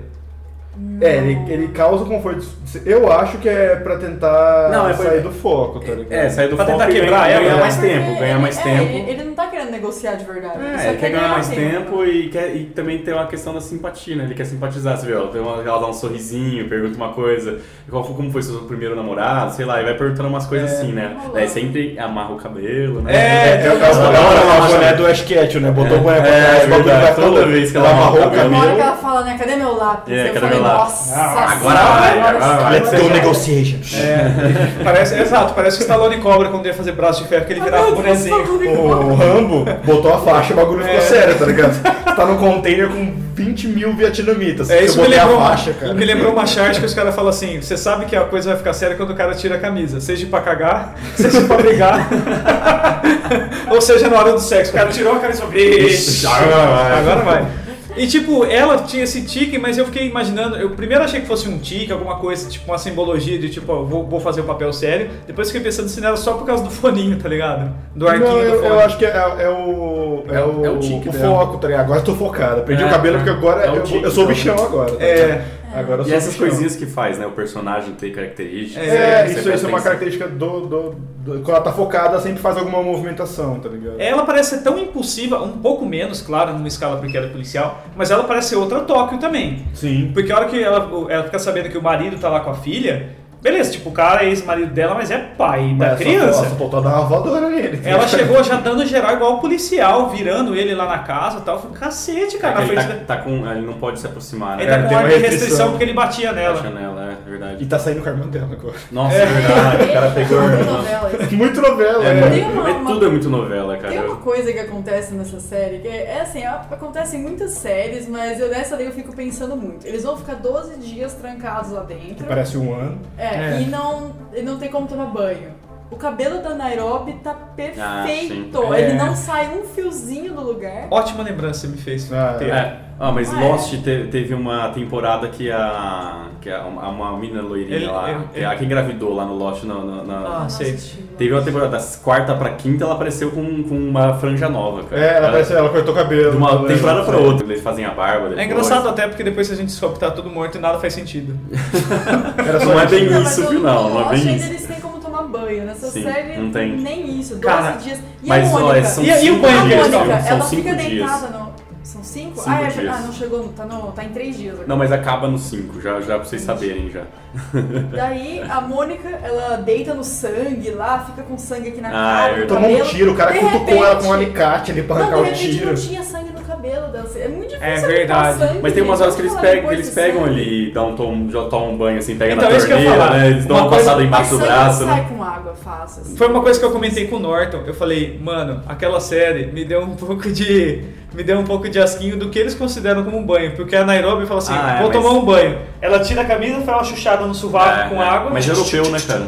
[SPEAKER 3] É, ele, ele causa conforto. Eu acho que é pra tentar
[SPEAKER 5] Não, é pra-
[SPEAKER 3] sair do foco, tá ligado?
[SPEAKER 5] É, sair do
[SPEAKER 2] Pra
[SPEAKER 5] foco
[SPEAKER 2] tentar
[SPEAKER 5] e
[SPEAKER 2] quebrar
[SPEAKER 5] ganhar,
[SPEAKER 2] ela,
[SPEAKER 5] ganhar
[SPEAKER 2] né?
[SPEAKER 5] mais
[SPEAKER 4] Porque
[SPEAKER 5] tempo, ganhar
[SPEAKER 4] ele-
[SPEAKER 5] mais
[SPEAKER 4] é, Ele,
[SPEAKER 5] tempo.
[SPEAKER 4] ele não tá querendo negociar de verdade. ele
[SPEAKER 5] É,
[SPEAKER 4] só
[SPEAKER 5] ele quer ganhar mais tempo e quer, e também tem uma questão da simpatia, né? Ele quer simpatizar, você vê, ó, tem uma- ela dá um sorrisinho, pergunta uma coisa, qual foi, como foi seu primeiro namorado, sei lá, e vai perguntando umas coisas assim, né?
[SPEAKER 4] Rolando.
[SPEAKER 5] Daí sempre amarra o cabelo, né?
[SPEAKER 2] É,
[SPEAKER 3] É o caso da
[SPEAKER 5] Ela dá uma
[SPEAKER 3] hora, a
[SPEAKER 5] amarrada.
[SPEAKER 3] mulher do Ash Ketchum, né? Botou o boneco
[SPEAKER 5] É,
[SPEAKER 3] atrás,
[SPEAKER 5] é
[SPEAKER 3] o bagulho
[SPEAKER 5] verdade.
[SPEAKER 3] vai
[SPEAKER 5] Toda
[SPEAKER 3] falando.
[SPEAKER 5] vez que ela
[SPEAKER 3] amarrou
[SPEAKER 5] amarra o
[SPEAKER 3] o
[SPEAKER 4] Na hora
[SPEAKER 3] cabelo.
[SPEAKER 4] que ela fala, né? Cadê meu lápis?
[SPEAKER 5] É,
[SPEAKER 4] eu
[SPEAKER 5] cadê
[SPEAKER 4] falei,
[SPEAKER 5] meu lápis?
[SPEAKER 4] nossa,
[SPEAKER 3] Ah,
[SPEAKER 5] agora
[SPEAKER 4] senhora,
[SPEAKER 5] vai, agora vai.
[SPEAKER 4] sim.
[SPEAKER 5] Let's go
[SPEAKER 3] negotiation. É.
[SPEAKER 2] Parece, exato, parece que o Stallone Cobra quando ia fazer braço de ferro,
[SPEAKER 3] Ah,
[SPEAKER 2] que ele virava
[SPEAKER 4] Meu
[SPEAKER 2] um
[SPEAKER 4] Deus,
[SPEAKER 2] bonezinho.
[SPEAKER 4] Stallone
[SPEAKER 3] O Rambo botou a faixa, o bagulho ficou
[SPEAKER 2] É.
[SPEAKER 3] sério, tá ligado? Você tá num container com 20 mil vietnamitas.
[SPEAKER 2] É isso
[SPEAKER 3] eu
[SPEAKER 2] me
[SPEAKER 3] botei
[SPEAKER 2] lembrou,
[SPEAKER 3] a faixa, cara.
[SPEAKER 2] me lembrou uma charge que os caras falam assim, você sabe que a coisa vai ficar séria quando o cara tira a camisa, seja pra cagar, seja pra brigar, ou seja na hora do sexo. O cara tirou a camisa e falou, "Ixi,
[SPEAKER 5] agora vai."
[SPEAKER 2] agora vai. E tipo, ela tinha esse tique, mas eu fiquei imaginando, eu primeiro achei que fosse um tique, alguma coisa, tipo uma simbologia de tipo, ó, vou, vou fazer o papel sério, depois fiquei pensando se não era só por causa do foninho, tá ligado? Do arquinho
[SPEAKER 3] Não,
[SPEAKER 2] do
[SPEAKER 3] eu,
[SPEAKER 2] fone.
[SPEAKER 3] eu acho que é, é o. É,
[SPEAKER 5] É o-
[SPEAKER 3] o,
[SPEAKER 5] é o tique dela.
[SPEAKER 3] foco, tá ligado? Agora eu tô focada. Perdi
[SPEAKER 5] É,
[SPEAKER 3] o cabelo
[SPEAKER 5] é.
[SPEAKER 3] porque agora
[SPEAKER 5] É o
[SPEAKER 3] eu,
[SPEAKER 5] tique,
[SPEAKER 3] eu sou o
[SPEAKER 5] então.
[SPEAKER 3] bichão agora. tá
[SPEAKER 2] É.
[SPEAKER 3] ligado? Agora eu
[SPEAKER 5] E
[SPEAKER 3] sou o
[SPEAKER 5] essas
[SPEAKER 3] bichão.
[SPEAKER 5] coisinhas que faz, né? O personagem tem características.
[SPEAKER 3] É,
[SPEAKER 5] você
[SPEAKER 3] isso, isso é uma
[SPEAKER 5] presta atenção.
[SPEAKER 3] característica do, do, do- Quando ela tá focada, ela sempre faz alguma movimentação, tá
[SPEAKER 5] É.
[SPEAKER 3] ligado?
[SPEAKER 2] Ela parece ser tão impulsiva, um pouco menos, claro, numa escala porque ela é policial, mas ela parece ser outra Tóquio também.
[SPEAKER 3] Sim.
[SPEAKER 2] Porque a hora que ela, ela fica sabendo que o marido tá lá com a filha, beleza, tipo, o cara é ex-marido dela, mas é pai da criança.
[SPEAKER 3] Nossa, voltou a dar uma voadora nele.
[SPEAKER 2] Ela chegou já dando geral igual o policial, virando ele lá na casa e tal. Eu falei, cacete, cara, na
[SPEAKER 5] Ele,
[SPEAKER 2] frente
[SPEAKER 5] tá,
[SPEAKER 2] da-
[SPEAKER 5] tá com, ele não pode se aproximar, né?
[SPEAKER 2] Ele tá
[SPEAKER 3] É,
[SPEAKER 2] com
[SPEAKER 3] tem
[SPEAKER 2] ordem
[SPEAKER 3] uma
[SPEAKER 2] de
[SPEAKER 3] restrição.
[SPEAKER 2] restrição porque ele batia
[SPEAKER 5] Na
[SPEAKER 2] nela.
[SPEAKER 5] janela, é verdade.
[SPEAKER 3] E tá saindo com a irmã dela agora.
[SPEAKER 5] Nossa, é verdade. O cara pegou.
[SPEAKER 4] Muito
[SPEAKER 5] Nossa.
[SPEAKER 4] novela isso.
[SPEAKER 3] Muito novela,
[SPEAKER 5] É,
[SPEAKER 3] né?
[SPEAKER 4] Tem uma-
[SPEAKER 5] muito- é
[SPEAKER 4] uma-
[SPEAKER 5] tudo é muito novela, cara.
[SPEAKER 4] Tem uma coisa que acontece nessa série, que é, é assim, a- acontece em muitas séries, mas eu nessa daí eu fico pensando muito. Eles vão ficar 12 dias trancados lá
[SPEAKER 3] Que
[SPEAKER 4] dentro.
[SPEAKER 5] Tipo,
[SPEAKER 3] parece um ano.
[SPEAKER 4] É, e não, e não tem como tomar banho. O cabelo da Nairobi tá perfeito.
[SPEAKER 2] sim.
[SPEAKER 4] Ele
[SPEAKER 2] É.
[SPEAKER 4] não sai um fiozinho do lugar.
[SPEAKER 2] Ótima lembrança você me fez.
[SPEAKER 3] Ah,
[SPEAKER 2] Felipe.
[SPEAKER 5] É. Ah, mas
[SPEAKER 4] Ah, é.
[SPEAKER 5] Lost te- teve, uma temporada que a. que a, uma, uma menina loirinha
[SPEAKER 2] Ele-
[SPEAKER 5] lá.
[SPEAKER 2] ele-
[SPEAKER 5] que, é a que engravidou lá no Lost. Na, na- na-
[SPEAKER 2] Ah, sei.
[SPEAKER 5] Teve uma temporada, das quarta pra quinta, ela apareceu com, com uma franja nova, cara.
[SPEAKER 3] É, ela, parece, ela cortou o cabelo.
[SPEAKER 5] De uma temporada pra outra. Eles fazem a barba. Depois.
[SPEAKER 2] É engraçado até porque depois a gente descobre que tá tudo morto e nada faz sentido.
[SPEAKER 3] Era só
[SPEAKER 5] Não é
[SPEAKER 3] isso. né?
[SPEAKER 5] bem
[SPEAKER 4] Não, mas
[SPEAKER 5] isso,
[SPEAKER 4] eu-
[SPEAKER 5] viu? Não, não é
[SPEAKER 4] Nossa,
[SPEAKER 5] bem
[SPEAKER 4] ainda
[SPEAKER 5] isso.
[SPEAKER 4] eles têm como tomar banho. Nessa
[SPEAKER 5] Sim,
[SPEAKER 4] série,
[SPEAKER 5] não tem.
[SPEAKER 4] nem isso. 12
[SPEAKER 2] Cara,
[SPEAKER 4] dias. E
[SPEAKER 5] Mas,
[SPEAKER 4] a Mônica?
[SPEAKER 5] olha, são
[SPEAKER 2] E- e o
[SPEAKER 5] cinco
[SPEAKER 4] a
[SPEAKER 2] banheiro?
[SPEAKER 5] dias,
[SPEAKER 4] Mônica,
[SPEAKER 5] viu?
[SPEAKER 4] ela
[SPEAKER 5] são
[SPEAKER 4] fica
[SPEAKER 5] cinco dias.
[SPEAKER 4] deitada no... São cinco?
[SPEAKER 5] Cinco
[SPEAKER 4] ah, é,
[SPEAKER 5] dias.
[SPEAKER 4] ah, não chegou, no, tá, no, tá em três dias agora.
[SPEAKER 5] Não, mas acaba no 5, já, já pra vocês saberem já.
[SPEAKER 4] Daí a Mônica, ela deita no sangue lá, fica com sangue aqui na
[SPEAKER 5] Ah, é
[SPEAKER 4] cara. no
[SPEAKER 5] verdade.
[SPEAKER 3] Tomou um
[SPEAKER 4] cabelo.
[SPEAKER 3] tiro, o cara
[SPEAKER 4] De
[SPEAKER 3] cutucou
[SPEAKER 4] repente-
[SPEAKER 3] ela com um alicate ali pra
[SPEAKER 4] Não,
[SPEAKER 3] arrancar
[SPEAKER 4] de
[SPEAKER 3] o
[SPEAKER 4] repente tipo,
[SPEAKER 3] tiro.
[SPEAKER 4] não tinha sangue no cabelo dela. É muito difícil.
[SPEAKER 2] É
[SPEAKER 4] arrancar
[SPEAKER 2] verdade.
[SPEAKER 4] sangue,
[SPEAKER 5] Mas tem umas
[SPEAKER 4] gente.
[SPEAKER 5] horas que eles
[SPEAKER 4] Vamos falar
[SPEAKER 5] pegam,
[SPEAKER 4] depois
[SPEAKER 5] eles
[SPEAKER 4] de
[SPEAKER 5] pegam
[SPEAKER 4] sangue.
[SPEAKER 5] ali, dão um tom, já tomam um banho assim, pega
[SPEAKER 2] Então,
[SPEAKER 5] na
[SPEAKER 2] isso que eu ia
[SPEAKER 5] torneira,
[SPEAKER 2] falar.
[SPEAKER 5] né? Eles dão
[SPEAKER 2] Uma
[SPEAKER 5] uma
[SPEAKER 2] coisa-
[SPEAKER 5] passada embaixo
[SPEAKER 4] Mas
[SPEAKER 5] do
[SPEAKER 4] sangue não
[SPEAKER 5] braço, né?
[SPEAKER 4] sai com água fácil. assim.
[SPEAKER 2] Foi uma coisa que eu comentei com o Norton. Eu falei, mano, aquela série me deu um pouco de. Me deu um pouco de asquinho do que eles consideram como um banho. Porque a Nairobi fala assim:
[SPEAKER 5] Ah, é,
[SPEAKER 2] vou
[SPEAKER 5] mas-
[SPEAKER 2] tomar um banho. Ela tira a camisa, faz uma chuchada no sovaco
[SPEAKER 5] É,
[SPEAKER 2] com
[SPEAKER 5] é.
[SPEAKER 2] água.
[SPEAKER 5] Mas europeu, né, cara?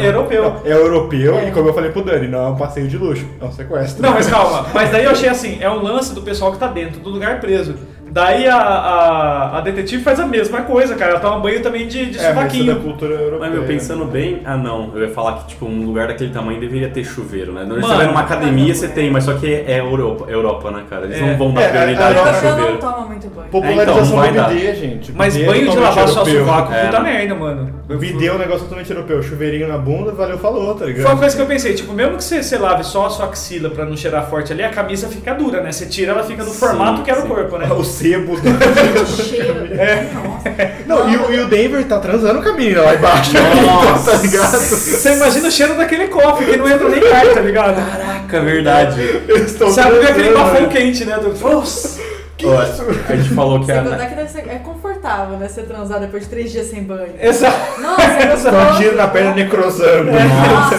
[SPEAKER 2] É europeu.
[SPEAKER 3] Não, é europeu
[SPEAKER 4] É.
[SPEAKER 3] e como eu falei pro Dani, não é um passeio de luxo, é um sequestro.
[SPEAKER 2] Não, mas tá calma. Mas daí eu achei assim: é um lance do pessoal que tá dentro do lugar preso. Daí a, a, a detetive faz a mesma coisa, cara. Ela toma banho também de, de
[SPEAKER 3] é, mas isso é da
[SPEAKER 2] sovaquinho.
[SPEAKER 3] cultura europeia.
[SPEAKER 5] Mas, meu, pensando bem, ah não, eu ia falar que, tipo, um lugar daquele tamanho deveria ter chuveiro, né? Você
[SPEAKER 2] Mano.
[SPEAKER 5] vai numa academia, você tem, mas só que é Europa, Europa né, cara? Eles
[SPEAKER 2] É. tá.
[SPEAKER 5] não vão
[SPEAKER 3] É,
[SPEAKER 5] dar
[SPEAKER 3] a-
[SPEAKER 5] prioridade
[SPEAKER 3] a
[SPEAKER 5] pro
[SPEAKER 4] Ela não
[SPEAKER 5] chuveiro.
[SPEAKER 4] toma muito banho.
[SPEAKER 5] É, então,
[SPEAKER 3] Popularização
[SPEAKER 5] não vai
[SPEAKER 3] do
[SPEAKER 5] dar.
[SPEAKER 3] bidê, gente.
[SPEAKER 2] Mas
[SPEAKER 3] Bidê é
[SPEAKER 2] banho de
[SPEAKER 3] totalmente
[SPEAKER 2] lavar só
[SPEAKER 3] europeu.
[SPEAKER 2] sovaco,
[SPEAKER 5] É,
[SPEAKER 2] puta
[SPEAKER 5] não.
[SPEAKER 2] merda, mano.
[SPEAKER 3] O Bidê é um negócio totalmente europeu. Chuveirinho na bunda, valeu, falou, tá
[SPEAKER 2] Foi uma
[SPEAKER 3] ligado?
[SPEAKER 2] coisa que eu pensei, tipo, mesmo que você, você lave só a sua axila pra não cheirar forte ali, a camisa fica dura, né? Você tira, ela fica no
[SPEAKER 5] Sim,
[SPEAKER 2] formato que era o
[SPEAKER 5] sim.
[SPEAKER 2] corpo, né?
[SPEAKER 3] O sebo.
[SPEAKER 4] Gente, o cheiro.
[SPEAKER 3] É.
[SPEAKER 4] Nossa.
[SPEAKER 3] Não, e, o- e o Denver tá transando com a menina lá embaixo.
[SPEAKER 5] Nossa.
[SPEAKER 3] tá ligado?
[SPEAKER 2] Você imagina o cheiro daquele cofre que não entra nem ar, tá ligado?
[SPEAKER 5] Caraca, É verdade.
[SPEAKER 3] Eles estão
[SPEAKER 2] Sabe
[SPEAKER 3] transando,
[SPEAKER 2] aquele
[SPEAKER 3] né?
[SPEAKER 2] bafão quente, né? Do... Nossa!
[SPEAKER 3] Que
[SPEAKER 5] Ó,
[SPEAKER 3] isso?
[SPEAKER 5] A gente falou que
[SPEAKER 4] Sem
[SPEAKER 5] a.
[SPEAKER 4] contar que deve ser, é confortável, né? Você transar depois de três dias sem banho.
[SPEAKER 2] Exato.
[SPEAKER 4] Nossa, é gostoso.
[SPEAKER 3] Dá um tá tiro na perna necrosando.
[SPEAKER 4] É. Nossa,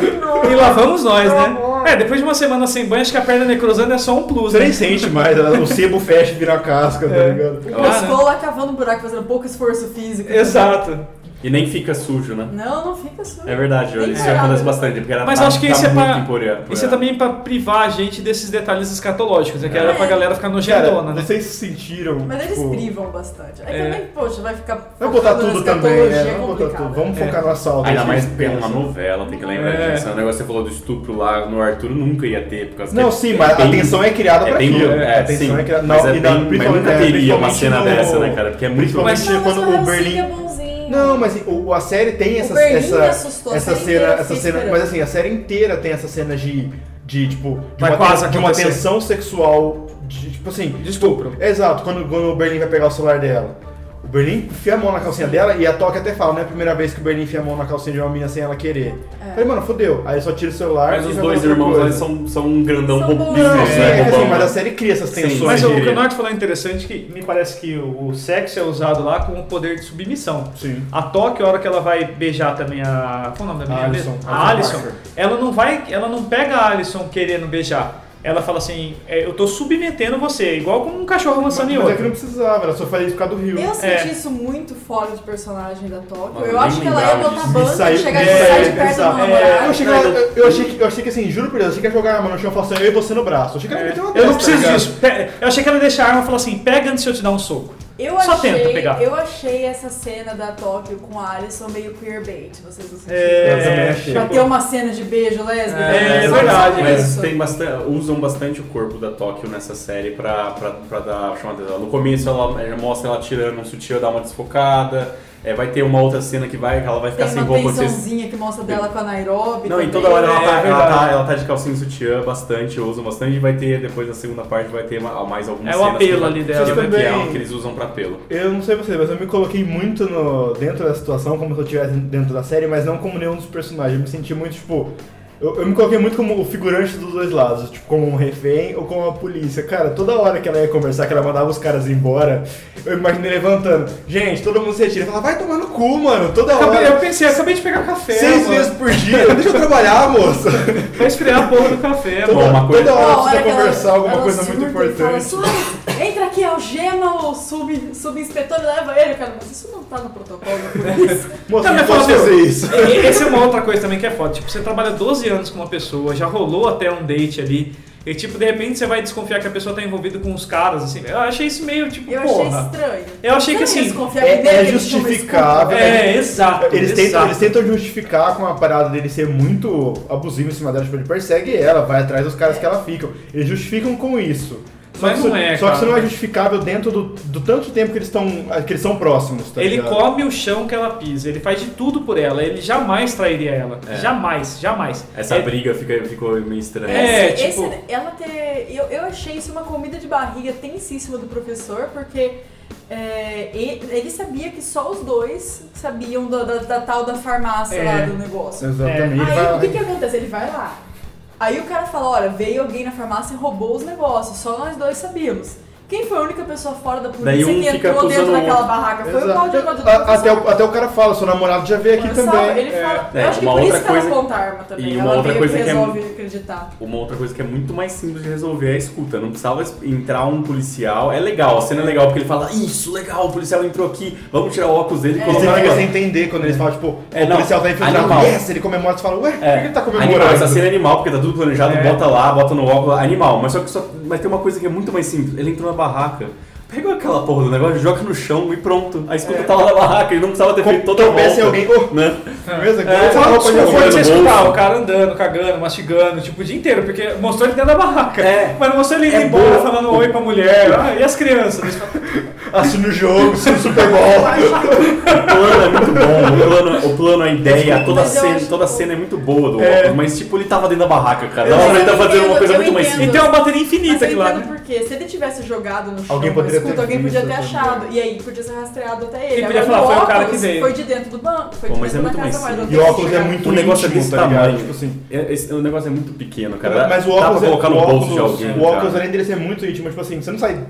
[SPEAKER 4] que nojo.
[SPEAKER 2] E lá vamos nós, né?
[SPEAKER 4] Amor.
[SPEAKER 2] É, depois de uma semana sem banho, acho que a perna necrosando é só um plus, né?
[SPEAKER 3] Você nem sente mais, o sebo fecha e vira casca, tá
[SPEAKER 2] É.
[SPEAKER 3] ligado?
[SPEAKER 4] O Moscou lá cavando um buraco, fazendo pouco esforço físico.
[SPEAKER 2] Exato.
[SPEAKER 5] E nem fica sujo, né?
[SPEAKER 4] Não, não fica sujo.
[SPEAKER 5] É verdade,
[SPEAKER 4] Nem
[SPEAKER 5] isso
[SPEAKER 4] parado.
[SPEAKER 5] acontece bastante. Porque ela
[SPEAKER 2] Mas
[SPEAKER 5] tá,
[SPEAKER 2] acho que
[SPEAKER 5] tá
[SPEAKER 2] isso é
[SPEAKER 5] muito
[SPEAKER 2] pra-
[SPEAKER 5] emporeada, por
[SPEAKER 2] Isso é
[SPEAKER 5] ela.
[SPEAKER 2] também pra privar a gente desses detalhes escatológicos, é que era pra galera ficar
[SPEAKER 3] Cara,
[SPEAKER 2] nojentona, né?
[SPEAKER 3] vocês se sentiram.
[SPEAKER 4] Mas eles
[SPEAKER 3] tipo,
[SPEAKER 4] privam bastante. Aí
[SPEAKER 2] É.
[SPEAKER 4] também, poxa, vai ficar.
[SPEAKER 3] Vamos botar
[SPEAKER 4] focando na
[SPEAKER 3] tudo também,
[SPEAKER 4] escatologia,
[SPEAKER 3] né? Vamos botar
[SPEAKER 4] complicado.
[SPEAKER 3] tudo. Vamos
[SPEAKER 2] É.
[SPEAKER 3] focar no assalto.
[SPEAKER 5] Ainda
[SPEAKER 3] acho
[SPEAKER 5] mais
[SPEAKER 3] que
[SPEAKER 5] que é uma
[SPEAKER 3] pensa.
[SPEAKER 5] novela, tem que lembrar
[SPEAKER 2] É.
[SPEAKER 5] disso. O negócio que você falou do estupro lá no Arthur nunca ia ter, por causa
[SPEAKER 3] Não,
[SPEAKER 5] que
[SPEAKER 3] sim,
[SPEAKER 5] é
[SPEAKER 3] mas a
[SPEAKER 5] bem-
[SPEAKER 3] atenção é criada
[SPEAKER 5] é
[SPEAKER 3] pra
[SPEAKER 5] bem-
[SPEAKER 3] aquilo.
[SPEAKER 5] é,
[SPEAKER 3] a atenção
[SPEAKER 5] sim.
[SPEAKER 3] é criada.
[SPEAKER 5] Mas é
[SPEAKER 3] e da-
[SPEAKER 5] bem- mas
[SPEAKER 3] principalmente-
[SPEAKER 5] nunca teria uma cena
[SPEAKER 3] principalmente
[SPEAKER 5] dessa, né, cara? Porque é muito-
[SPEAKER 3] Principalmente
[SPEAKER 4] Não, mas
[SPEAKER 3] quando
[SPEAKER 4] o
[SPEAKER 3] o
[SPEAKER 4] Berlim
[SPEAKER 3] Berlim...
[SPEAKER 4] é bonzinho.
[SPEAKER 3] Não, mas o, a série tem essa,
[SPEAKER 4] Berlim
[SPEAKER 3] essa,
[SPEAKER 4] me assustou,
[SPEAKER 3] essa
[SPEAKER 4] a série
[SPEAKER 3] cena,
[SPEAKER 4] inteira eu
[SPEAKER 3] essa
[SPEAKER 4] fiquei
[SPEAKER 3] cena,
[SPEAKER 4] esperando.
[SPEAKER 3] mas assim, a série inteira tem essa cena de, de tipo, de
[SPEAKER 2] Vai
[SPEAKER 3] uma,
[SPEAKER 2] quase
[SPEAKER 3] de uma
[SPEAKER 2] acontecer.
[SPEAKER 3] tensão sexual, de, tipo assim,
[SPEAKER 2] Estupro.
[SPEAKER 3] exato, quando, quando o Berlim vai pegar o celular dela. O Berlim enfia a mão na calcinha dela e a Toca até fala, não é a primeira vez que o Berlim enfia a mão na calcinha de uma mina sem ela querer.
[SPEAKER 4] É.
[SPEAKER 3] Falei, mano, fodeu. Aí só tira o celular
[SPEAKER 5] Mas
[SPEAKER 3] e
[SPEAKER 5] os
[SPEAKER 3] vai
[SPEAKER 5] dois
[SPEAKER 3] fazer outra
[SPEAKER 5] irmãos
[SPEAKER 3] coisa.
[SPEAKER 5] ali são, são um grandão
[SPEAKER 4] São
[SPEAKER 5] bobinho,
[SPEAKER 4] bobos.
[SPEAKER 3] Não,
[SPEAKER 5] né?
[SPEAKER 3] sim,
[SPEAKER 5] É,
[SPEAKER 3] é, que assim,
[SPEAKER 5] bobão.
[SPEAKER 3] mas a série cria essas
[SPEAKER 5] Sim.
[SPEAKER 3] tensões.
[SPEAKER 2] Mas o, o que
[SPEAKER 5] diria.
[SPEAKER 2] o Norte falou é interessante que me parece que o, o sexo é usado lá com o poder de submissão.
[SPEAKER 3] Sim.
[SPEAKER 2] A Tóquio, a hora que ela vai beijar também a. Qual é o nome da menina?
[SPEAKER 3] A Alison.
[SPEAKER 2] mesmo? A
[SPEAKER 3] Alison
[SPEAKER 2] Alison.
[SPEAKER 3] Parker.
[SPEAKER 2] Ela não vai. Ela não pega a Alison querendo beijar. Ela fala assim, é, eu tô submetendo você, igual como um cachorro lançando em
[SPEAKER 3] Mas é que não
[SPEAKER 2] outro.
[SPEAKER 3] precisava, ela só fazia isso por causa do Rio.
[SPEAKER 4] Eu senti
[SPEAKER 2] É.
[SPEAKER 4] isso muito fora de personagem da Tóquio.
[SPEAKER 5] Mano,
[SPEAKER 4] eu
[SPEAKER 5] nem
[SPEAKER 4] acho que ela ia
[SPEAKER 5] lembrava
[SPEAKER 4] botar
[SPEAKER 5] disso.
[SPEAKER 4] banda e
[SPEAKER 3] Saiu-
[SPEAKER 4] chegar
[SPEAKER 3] é,
[SPEAKER 4] de sair de perto do
[SPEAKER 3] exato.
[SPEAKER 4] namorado.
[SPEAKER 3] Eu achei, que ela- eu, eu achei que, eu achei que assim, juro por Deus, eu achei que ia jogar a mão no chão e falar assim, eu e você no braço. Eu achei que ela
[SPEAKER 2] É,
[SPEAKER 3] meteu uma tá
[SPEAKER 2] Eu não
[SPEAKER 3] dessa,
[SPEAKER 2] preciso
[SPEAKER 3] cara.
[SPEAKER 2] disso. Pe- Eu achei que ela ia deixar a arma e falar assim, pega antes de eu te dar um soco.
[SPEAKER 4] Eu
[SPEAKER 2] Só
[SPEAKER 4] achei,
[SPEAKER 2] tenta pegar.
[SPEAKER 4] Eu achei essa cena da Tóquio com a Alison meio queerbait, vocês não sentiram?
[SPEAKER 5] É.
[SPEAKER 3] Eu também achei.
[SPEAKER 4] Pra ter uma cena de beijo lésbica.
[SPEAKER 2] É,
[SPEAKER 4] né?
[SPEAKER 2] é
[SPEAKER 4] Só-
[SPEAKER 2] verdade,
[SPEAKER 4] só por
[SPEAKER 5] Mas
[SPEAKER 4] isso.
[SPEAKER 5] tem bastante, usam bastante o corpo da Tóquio nessa série pra, pra, pra dar chamada dela. No começo ela eh, mostra ela tirando um sutiã, dá uma desfocada. É, vai ter uma outra cena que vai, ela vai ficar
[SPEAKER 4] Tem
[SPEAKER 5] sem
[SPEAKER 4] uma
[SPEAKER 5] roupa. vocês-
[SPEAKER 4] tensãozinha que mostra dela com a Nairobi.
[SPEAKER 5] Não,
[SPEAKER 4] também. né?
[SPEAKER 5] e toda hora ela tá,
[SPEAKER 2] É,
[SPEAKER 5] ela, tá,
[SPEAKER 2] verdade.
[SPEAKER 5] ela tá de calcinha e sutiã bastante, usam bastante. E vai ter, depois na segunda parte, vai ter ma- mais algumas
[SPEAKER 2] É o
[SPEAKER 5] cenas que
[SPEAKER 2] apelo
[SPEAKER 5] vai-
[SPEAKER 2] ali dela. né?
[SPEAKER 5] que é-
[SPEAKER 3] Vocês
[SPEAKER 5] que é
[SPEAKER 3] também-
[SPEAKER 5] o que eles usam pra apelo.
[SPEAKER 3] Eu não sei vocês, mas eu me coloquei muito no, dentro da situação, como se eu estivesse dentro da série, mas não como nenhum dos personagens. Eu me senti muito, tipo. Eu, eu me coloquei muito como o figurante dos dois lados, tipo, como um refém ou como a polícia. Cara, toda hora que ela ia conversar, que ela mandava os caras embora, eu imaginei levantando. Gente, todo mundo se retira. Fala, vai tomar no cu, mano, toda
[SPEAKER 2] Acabei- eu
[SPEAKER 3] hora.
[SPEAKER 2] pensei, acabei de pegar café.
[SPEAKER 3] Seis
[SPEAKER 2] mano.
[SPEAKER 3] vezes por dia, deixa eu trabalhar, moça.
[SPEAKER 2] Vai esfriar a porra do café,
[SPEAKER 5] Tô-
[SPEAKER 2] mano.
[SPEAKER 5] Bom, uma coisa-
[SPEAKER 3] toda hora
[SPEAKER 4] Uma
[SPEAKER 3] Então, precisa
[SPEAKER 4] que ela-
[SPEAKER 3] conversar alguma
[SPEAKER 4] ela
[SPEAKER 3] coisa muito
[SPEAKER 4] surta e fala,
[SPEAKER 3] importante.
[SPEAKER 4] "Suave, Entra aqui, algema ou sub, subinspetor e leva ele. Cara, mas isso não tá no protocolo da polícia.
[SPEAKER 3] Moça,
[SPEAKER 2] Não,
[SPEAKER 3] não
[SPEAKER 2] mas
[SPEAKER 3] posso
[SPEAKER 2] fala,
[SPEAKER 3] fazer
[SPEAKER 2] meu,
[SPEAKER 3] isso.
[SPEAKER 2] E- Essa é uma outra coisa também que é foda. Tipo, você trabalha 12 anos com uma pessoa, já rolou até um date ali. E, tipo, de repente você vai desconfiar que a pessoa tá envolvida com uns caras, assim. Eu achei isso meio, tipo,
[SPEAKER 4] Eu achei
[SPEAKER 2] porra.
[SPEAKER 4] estranho.
[SPEAKER 2] Eu achei que,
[SPEAKER 4] Será
[SPEAKER 2] assim,
[SPEAKER 4] eles confiam
[SPEAKER 3] é-
[SPEAKER 4] que dele
[SPEAKER 3] é
[SPEAKER 4] que eles tomam esse
[SPEAKER 3] justificável.
[SPEAKER 4] controle?
[SPEAKER 2] É, exato.
[SPEAKER 3] Eles tentam,
[SPEAKER 2] exato.
[SPEAKER 3] eles tentam justificar com a parada dele ser muito abusivo em cima dela, tipo, ele persegue ela, vai atrás dos
[SPEAKER 4] É.
[SPEAKER 3] caras que ela fica. Eles justificam com isso. Só
[SPEAKER 2] Mas
[SPEAKER 3] que
[SPEAKER 2] não
[SPEAKER 3] isso,
[SPEAKER 2] é,
[SPEAKER 3] Só que isso
[SPEAKER 2] cara.
[SPEAKER 3] não é justificável dentro do, do tanto tempo que eles estão que eles são próximos, tá
[SPEAKER 2] Ele
[SPEAKER 3] ligado?
[SPEAKER 2] come o chão que ela pisa, ele faz de tudo por ela, ele jamais trairia ela.
[SPEAKER 5] É.
[SPEAKER 2] Jamais, jamais.
[SPEAKER 5] Essa
[SPEAKER 2] É-
[SPEAKER 5] briga fica, ficou meio estranha.
[SPEAKER 2] É,
[SPEAKER 4] Esse-
[SPEAKER 2] tipo-
[SPEAKER 4] esse- ela ter. Eu, eu achei isso uma comida de barriga tensíssima do professor, porque é, e- ele sabia que só os dois sabiam da, da- da tal da farmácia
[SPEAKER 2] É.
[SPEAKER 4] lá do negócio.
[SPEAKER 3] Exatamente. Ele
[SPEAKER 4] Aí
[SPEAKER 3] vai-
[SPEAKER 4] o que, que acontece? Ele vai lá. Aí o cara fala: olha, veio alguém na farmácia e roubou os negócios, só nós dois sabíamos. Quem foi a única pessoa fora da polícia
[SPEAKER 5] Daí um
[SPEAKER 4] que
[SPEAKER 5] fica
[SPEAKER 4] entrou dentro
[SPEAKER 5] acusando o
[SPEAKER 4] daquela
[SPEAKER 5] outro.
[SPEAKER 4] barraca? é? Foi o
[SPEAKER 3] Exato.
[SPEAKER 4] Claudio Claudio
[SPEAKER 3] A- até, o, até o cara fala, seu namorado já veio aqui também.
[SPEAKER 4] Ele fala,
[SPEAKER 5] É,
[SPEAKER 4] eu acho que
[SPEAKER 5] uma
[SPEAKER 4] por
[SPEAKER 5] outra
[SPEAKER 4] isso que ela
[SPEAKER 5] coisa-
[SPEAKER 4] conta a arma também.
[SPEAKER 5] e uma
[SPEAKER 4] ela
[SPEAKER 5] outra
[SPEAKER 4] meio
[SPEAKER 5] coisa
[SPEAKER 4] que
[SPEAKER 5] que é-
[SPEAKER 4] resolve acreditar.
[SPEAKER 5] Uma outra coisa que é muito mais simples de resolver é a escuta. Não precisava es- entrar um policial. É legal, a cena é legal, porque ele fala, isso, legal, o policial entrou aqui, vamos tirar o óculos dele e
[SPEAKER 4] É.
[SPEAKER 3] E
[SPEAKER 5] colocar
[SPEAKER 3] Você
[SPEAKER 5] na
[SPEAKER 3] fica
[SPEAKER 5] mão."
[SPEAKER 3] sem entender quando eles falam, tipo,
[SPEAKER 5] É,
[SPEAKER 3] o
[SPEAKER 5] não,
[SPEAKER 3] policial tá infiltrado,
[SPEAKER 5] animal.
[SPEAKER 3] yes, ele comemora, você fala, ué, por que ele tá comemorando?
[SPEAKER 5] É. Animal, essa cena é animal, porque tá tudo planejado,
[SPEAKER 2] É.
[SPEAKER 5] bota lá, bota no óculos, animal. Mas só que só. Mas tem uma coisa que é muito mais simples. Ele entrou na barraca, pegou aquela porra do negócio, joga no chão e pronto. A escuta tava na barraca, ele não precisava ter
[SPEAKER 3] É. Com-
[SPEAKER 5] feito toda a
[SPEAKER 3] tropeça
[SPEAKER 5] volta.
[SPEAKER 3] em alguém, oh,
[SPEAKER 5] né?
[SPEAKER 3] Beleza?
[SPEAKER 2] É,
[SPEAKER 3] Vamos falar
[SPEAKER 2] fala
[SPEAKER 3] roupa de
[SPEAKER 2] desconforto
[SPEAKER 3] alguém.
[SPEAKER 2] de você
[SPEAKER 5] no
[SPEAKER 2] escutar
[SPEAKER 5] bolso.
[SPEAKER 2] o cara andando, cagando, mastigando, tipo, o dia inteiro, porque mostrou ele dentro da barraca.
[SPEAKER 5] É.
[SPEAKER 2] Mas não mostrou ele indo
[SPEAKER 5] É
[SPEAKER 2] embora,
[SPEAKER 5] boa.
[SPEAKER 2] falando oi pra mulher. Ah, e as crianças? Eles falam,
[SPEAKER 3] Assina o jogo, assina o Super Bowl.
[SPEAKER 5] O plano é muito bom, o plano, o plano, a ideia, toda a
[SPEAKER 4] Mas eu
[SPEAKER 5] cena,
[SPEAKER 4] acho
[SPEAKER 5] toda a
[SPEAKER 4] que-
[SPEAKER 5] cena é muito boa do
[SPEAKER 2] É.
[SPEAKER 5] óculos, mas tipo, ele tava dentro da barraca, cara.
[SPEAKER 2] Eu
[SPEAKER 5] Dava pra ele
[SPEAKER 4] entendo,
[SPEAKER 5] tá fazendo uma coisa
[SPEAKER 4] eu
[SPEAKER 5] muito mais
[SPEAKER 4] entendo.
[SPEAKER 2] E
[SPEAKER 5] simples.
[SPEAKER 2] tem uma bateria
[SPEAKER 4] Mas
[SPEAKER 2] infinita
[SPEAKER 4] eu
[SPEAKER 2] aqui lá.
[SPEAKER 4] entendo
[SPEAKER 2] né?
[SPEAKER 4] por Porque se ele tivesse jogado no chão
[SPEAKER 3] Alguém
[SPEAKER 4] no
[SPEAKER 3] poderia ter
[SPEAKER 4] escudo, alguém podia
[SPEAKER 3] visto,
[SPEAKER 4] ter
[SPEAKER 3] poderia.
[SPEAKER 4] achado. E aí podia ser rastreado até ele.
[SPEAKER 2] Ele podia
[SPEAKER 4] Agora,
[SPEAKER 2] falar, foi o cara
[SPEAKER 4] óculos
[SPEAKER 2] que veio.
[SPEAKER 4] Foi de dentro do banco, foi
[SPEAKER 5] Pô,
[SPEAKER 4] de
[SPEAKER 5] mas
[SPEAKER 4] dentro
[SPEAKER 5] é
[SPEAKER 4] da
[SPEAKER 5] muito
[SPEAKER 4] casa,
[SPEAKER 5] mais
[SPEAKER 4] mas
[SPEAKER 3] E o óculos é muito
[SPEAKER 5] O negócio é
[SPEAKER 3] íntimo,
[SPEAKER 5] desse
[SPEAKER 3] tá ligado?
[SPEAKER 5] tamanho.
[SPEAKER 3] Tipo assim.
[SPEAKER 5] É, esse- o negócio é muito pequeno, cara.
[SPEAKER 3] Mas o
[SPEAKER 5] Dá
[SPEAKER 3] óculos
[SPEAKER 5] pra colocar
[SPEAKER 3] é,
[SPEAKER 5] no
[SPEAKER 3] o
[SPEAKER 5] bolso
[SPEAKER 3] óculos,
[SPEAKER 5] de alguém.
[SPEAKER 3] O óculos, é-
[SPEAKER 5] cara.
[SPEAKER 3] além dele ser muito íntimo, tipo assim, você não sai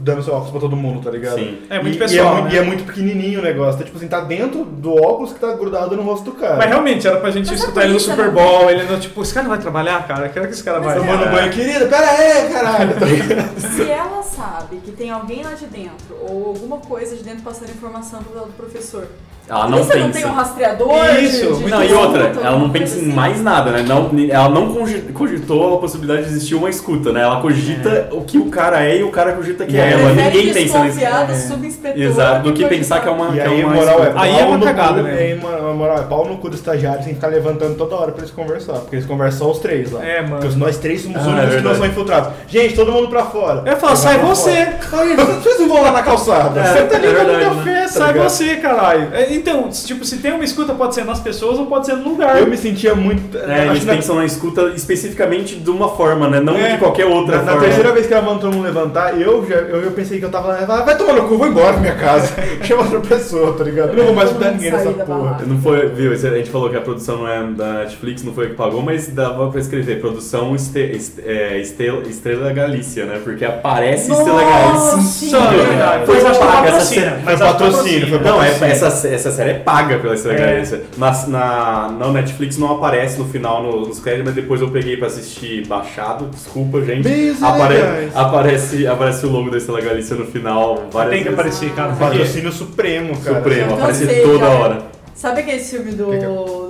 [SPEAKER 3] dando seu óculos pra todo mundo, tá ligado?
[SPEAKER 5] Sim.
[SPEAKER 2] É muito
[SPEAKER 3] E-
[SPEAKER 2] pessoal,
[SPEAKER 3] E é, muito-
[SPEAKER 2] né?
[SPEAKER 3] e é muito pequenininho o negócio. Tá, tipo assim, tá dentro do óculos que tá grudado no rosto do cara.
[SPEAKER 2] Mas é realmente, era pra gente
[SPEAKER 4] Mas
[SPEAKER 2] escutar ele no
[SPEAKER 4] sabe
[SPEAKER 2] Super
[SPEAKER 4] isso,
[SPEAKER 2] Bowl, ele não, tipo, esse cara não vai trabalhar, cara, quero que esse cara vai.
[SPEAKER 4] Mas
[SPEAKER 3] Tomando banho, querida, pera aí, caralho. Tá ligado?
[SPEAKER 4] Se ela sabe que tem alguém lá de dentro, ou alguma coisa de dentro passando informação pro lado do professor,
[SPEAKER 5] Ela
[SPEAKER 4] Por
[SPEAKER 5] Ah, não
[SPEAKER 4] isso não
[SPEAKER 5] pensa.
[SPEAKER 4] tem um rastreador? de-
[SPEAKER 2] Isso,
[SPEAKER 4] de, de
[SPEAKER 5] Não, e outra,
[SPEAKER 4] escuta,
[SPEAKER 5] ela não
[SPEAKER 4] alguma
[SPEAKER 5] pensa
[SPEAKER 4] coisa
[SPEAKER 5] em
[SPEAKER 4] assim?
[SPEAKER 5] mais nada, né? Não, ela não congi- cogitou a possibilidade de existir uma escuta, né? Ela cogita o que o cara é e o cara cogita que é ela.
[SPEAKER 4] Prefere
[SPEAKER 5] Ninguém pensa nisso.
[SPEAKER 4] desconfiada, subinspetora,
[SPEAKER 5] Exato, do que
[SPEAKER 4] coisa
[SPEAKER 5] pensar que é uma.
[SPEAKER 3] E
[SPEAKER 5] que
[SPEAKER 3] aí a
[SPEAKER 5] uma
[SPEAKER 3] moral é
[SPEAKER 5] escuta.
[SPEAKER 3] pau
[SPEAKER 2] Aí é uma
[SPEAKER 3] no
[SPEAKER 2] cagada,
[SPEAKER 3] cu,
[SPEAKER 2] né?
[SPEAKER 3] aí, mano, a moral é pau no cu do estagiário sem ficar levantando toda hora pra eles conversar. Porque eles conversam os três lá.
[SPEAKER 2] É, mano.
[SPEAKER 3] Porque nós três somos
[SPEAKER 5] Ah,
[SPEAKER 3] os
[SPEAKER 5] é
[SPEAKER 3] únicos que não
[SPEAKER 5] verdade.
[SPEAKER 3] são infiltrados. Gente, todo mundo pra fora.
[SPEAKER 2] Eu falo,
[SPEAKER 3] Todo
[SPEAKER 2] sai
[SPEAKER 3] mundo pra
[SPEAKER 2] você.
[SPEAKER 3] fora. Aí, Vocês não vão um lá na calçada.
[SPEAKER 5] É,
[SPEAKER 3] Você tá
[SPEAKER 5] é
[SPEAKER 3] ligado no meu
[SPEAKER 5] verdade, né?
[SPEAKER 3] fé, tá
[SPEAKER 2] Sai
[SPEAKER 3] ligado?
[SPEAKER 2] você, caralho. É, Então, tipo, se tem uma escuta, pode ser nas pessoas ou pode ser no lugar.
[SPEAKER 3] Eu me sentia muito.
[SPEAKER 5] É,
[SPEAKER 3] acho
[SPEAKER 5] eles
[SPEAKER 3] que na-
[SPEAKER 5] pensam na escuta especificamente de uma forma, né? Não
[SPEAKER 3] É.
[SPEAKER 5] de qualquer outra
[SPEAKER 3] na, na
[SPEAKER 5] forma.
[SPEAKER 3] terceira vez que ela mandou todo mundo levantar, eu já eu, eu pensei que eu tava lá, ela falava, vai tomar no cu, vou embora pra minha casa. Chama outra pessoa, tá ligado? Eu não vou mais
[SPEAKER 4] Todo
[SPEAKER 3] mudar
[SPEAKER 4] mundo
[SPEAKER 3] ninguém nessa
[SPEAKER 4] sair da
[SPEAKER 3] porra.
[SPEAKER 4] balada.
[SPEAKER 5] Não foi, viu? A gente falou que a produção não é da Netflix, não foi a que pagou, mas dava pra escrever produção este, este- é, Estel- Estrela Galícia, né? Porque aparece Estrela Galícia. em
[SPEAKER 2] Nossa,
[SPEAKER 5] tudo.
[SPEAKER 2] é verdade.
[SPEAKER 5] Foi
[SPEAKER 2] Mas acho que
[SPEAKER 5] paga essa
[SPEAKER 2] patrocínio,
[SPEAKER 5] cena.
[SPEAKER 2] mas
[SPEAKER 3] Foi
[SPEAKER 2] acho que
[SPEAKER 3] patrocínio, foi
[SPEAKER 5] tá Não, é,
[SPEAKER 3] patrocínio.
[SPEAKER 5] essa, essa série é paga pela Estrela
[SPEAKER 2] É.
[SPEAKER 5] Galícia. Na, na, na Netflix não aparece no final no- nos créditos, mas depois eu peguei pra assistir baixado, desculpa, gente.
[SPEAKER 3] Bem
[SPEAKER 5] Apare-
[SPEAKER 3] legais.
[SPEAKER 5] aparece, aparece o logo da Estrela Galícia no final várias
[SPEAKER 2] Tem que
[SPEAKER 5] vezes.
[SPEAKER 2] aparecer, cara. porque-
[SPEAKER 3] Um Patrocínio Supremo, cara.
[SPEAKER 5] Supremo,
[SPEAKER 4] Eu
[SPEAKER 5] aparece
[SPEAKER 4] cansei,
[SPEAKER 5] toda
[SPEAKER 4] cara.
[SPEAKER 5] hora.
[SPEAKER 4] Sabe aquele filme
[SPEAKER 3] é?
[SPEAKER 4] do,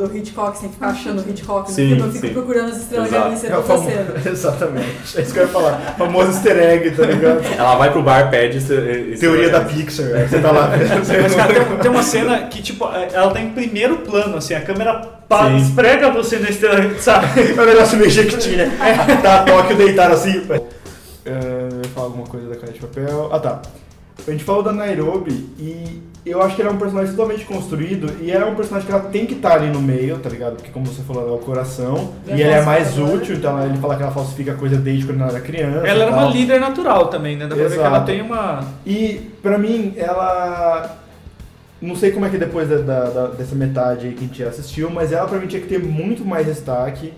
[SPEAKER 4] do Hitchcock, que você tem que ficar achando o Hitchcock no
[SPEAKER 5] Sim,
[SPEAKER 4] filme? Eu fico
[SPEAKER 5] sim.
[SPEAKER 4] procurando as estrelas
[SPEAKER 5] Exato.
[SPEAKER 4] galícia
[SPEAKER 3] É o
[SPEAKER 4] toda
[SPEAKER 3] famoso,
[SPEAKER 4] cena.
[SPEAKER 3] exatamente. É isso que eu ia falar. Famoso easter egg, tá ligado?
[SPEAKER 5] Ela vai pro bar, pede. esse- esse-
[SPEAKER 3] Teoria da Pixar, né? você tá lá vendo. você-
[SPEAKER 2] Mas, cara, tem, tem uma cena que, tipo, ela tá em primeiro plano, assim, a câmera pá,
[SPEAKER 5] Sim.
[SPEAKER 2] esprega você na estrela, sabe?
[SPEAKER 3] É um negócio meio Jequiti, né? Tá, Tóquio deitado assim. Eh, eu ia falar alguma coisa da Casa de Papel. Ah, tá. A gente falou da Nairobi e eu acho que ela é um personagem totalmente construído e ela é um personagem que ela tem que estar ali no meio, tá ligado? Porque como você falou, ela é o coração
[SPEAKER 4] E
[SPEAKER 3] e,
[SPEAKER 4] a
[SPEAKER 3] ela é mais
[SPEAKER 4] falsificadora.
[SPEAKER 3] útil, então ela- ele fala que ela falsifica a coisa desde quando ela era criança.
[SPEAKER 2] Ela
[SPEAKER 3] e
[SPEAKER 2] era uma
[SPEAKER 3] tal.
[SPEAKER 2] líder natural também, né? Dá pra ver que
[SPEAKER 3] Exato.
[SPEAKER 2] ela tem uma.
[SPEAKER 3] E pra mim, ela. Não sei como é que é depois da- da- da- dessa metade aí que a gente assistiu, mas ela pra mim tinha que ter muito mais destaque.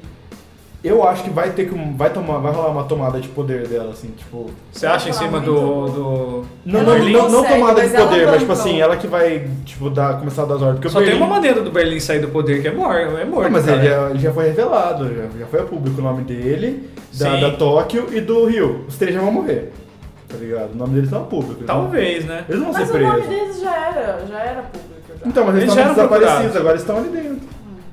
[SPEAKER 3] Eu acho que vai ter que. Vai, tomar, vai rolar uma tomada de poder dela, assim, tipo.
[SPEAKER 2] Você acha em cima do. do...
[SPEAKER 3] Não, não,
[SPEAKER 4] Ela não
[SPEAKER 3] não, não
[SPEAKER 4] consegue,
[SPEAKER 3] tomada de
[SPEAKER 4] mas ela
[SPEAKER 3] poder, mas tipo
[SPEAKER 4] banca.
[SPEAKER 3] assim, ela que vai, tipo, dar, começar a dar as ordens. Porque o
[SPEAKER 2] Só tem
[SPEAKER 3] Berlim-
[SPEAKER 2] uma maneira do Berlim sair do poder, que é morto. É morto
[SPEAKER 3] Não, mas
[SPEAKER 2] cara.
[SPEAKER 3] ele já, ele já foi revelado, já, já foi a público o nome dele, da,
[SPEAKER 2] Sim.
[SPEAKER 3] da Tóquio e do Rio. Os três já vão morrer. Tá ligado? O nome deles tá a público. eles não-
[SPEAKER 2] Talvez, né?
[SPEAKER 3] Eles não vão
[SPEAKER 4] Mas
[SPEAKER 3] ser
[SPEAKER 4] o nome
[SPEAKER 3] presos.
[SPEAKER 4] deles já era, já era público. Já.
[SPEAKER 3] Então, mas eles,
[SPEAKER 2] Tá. Eles já
[SPEAKER 3] estavam
[SPEAKER 2] eram
[SPEAKER 3] desaparecidos,
[SPEAKER 2] procurados.
[SPEAKER 3] agora eles estão ali dentro.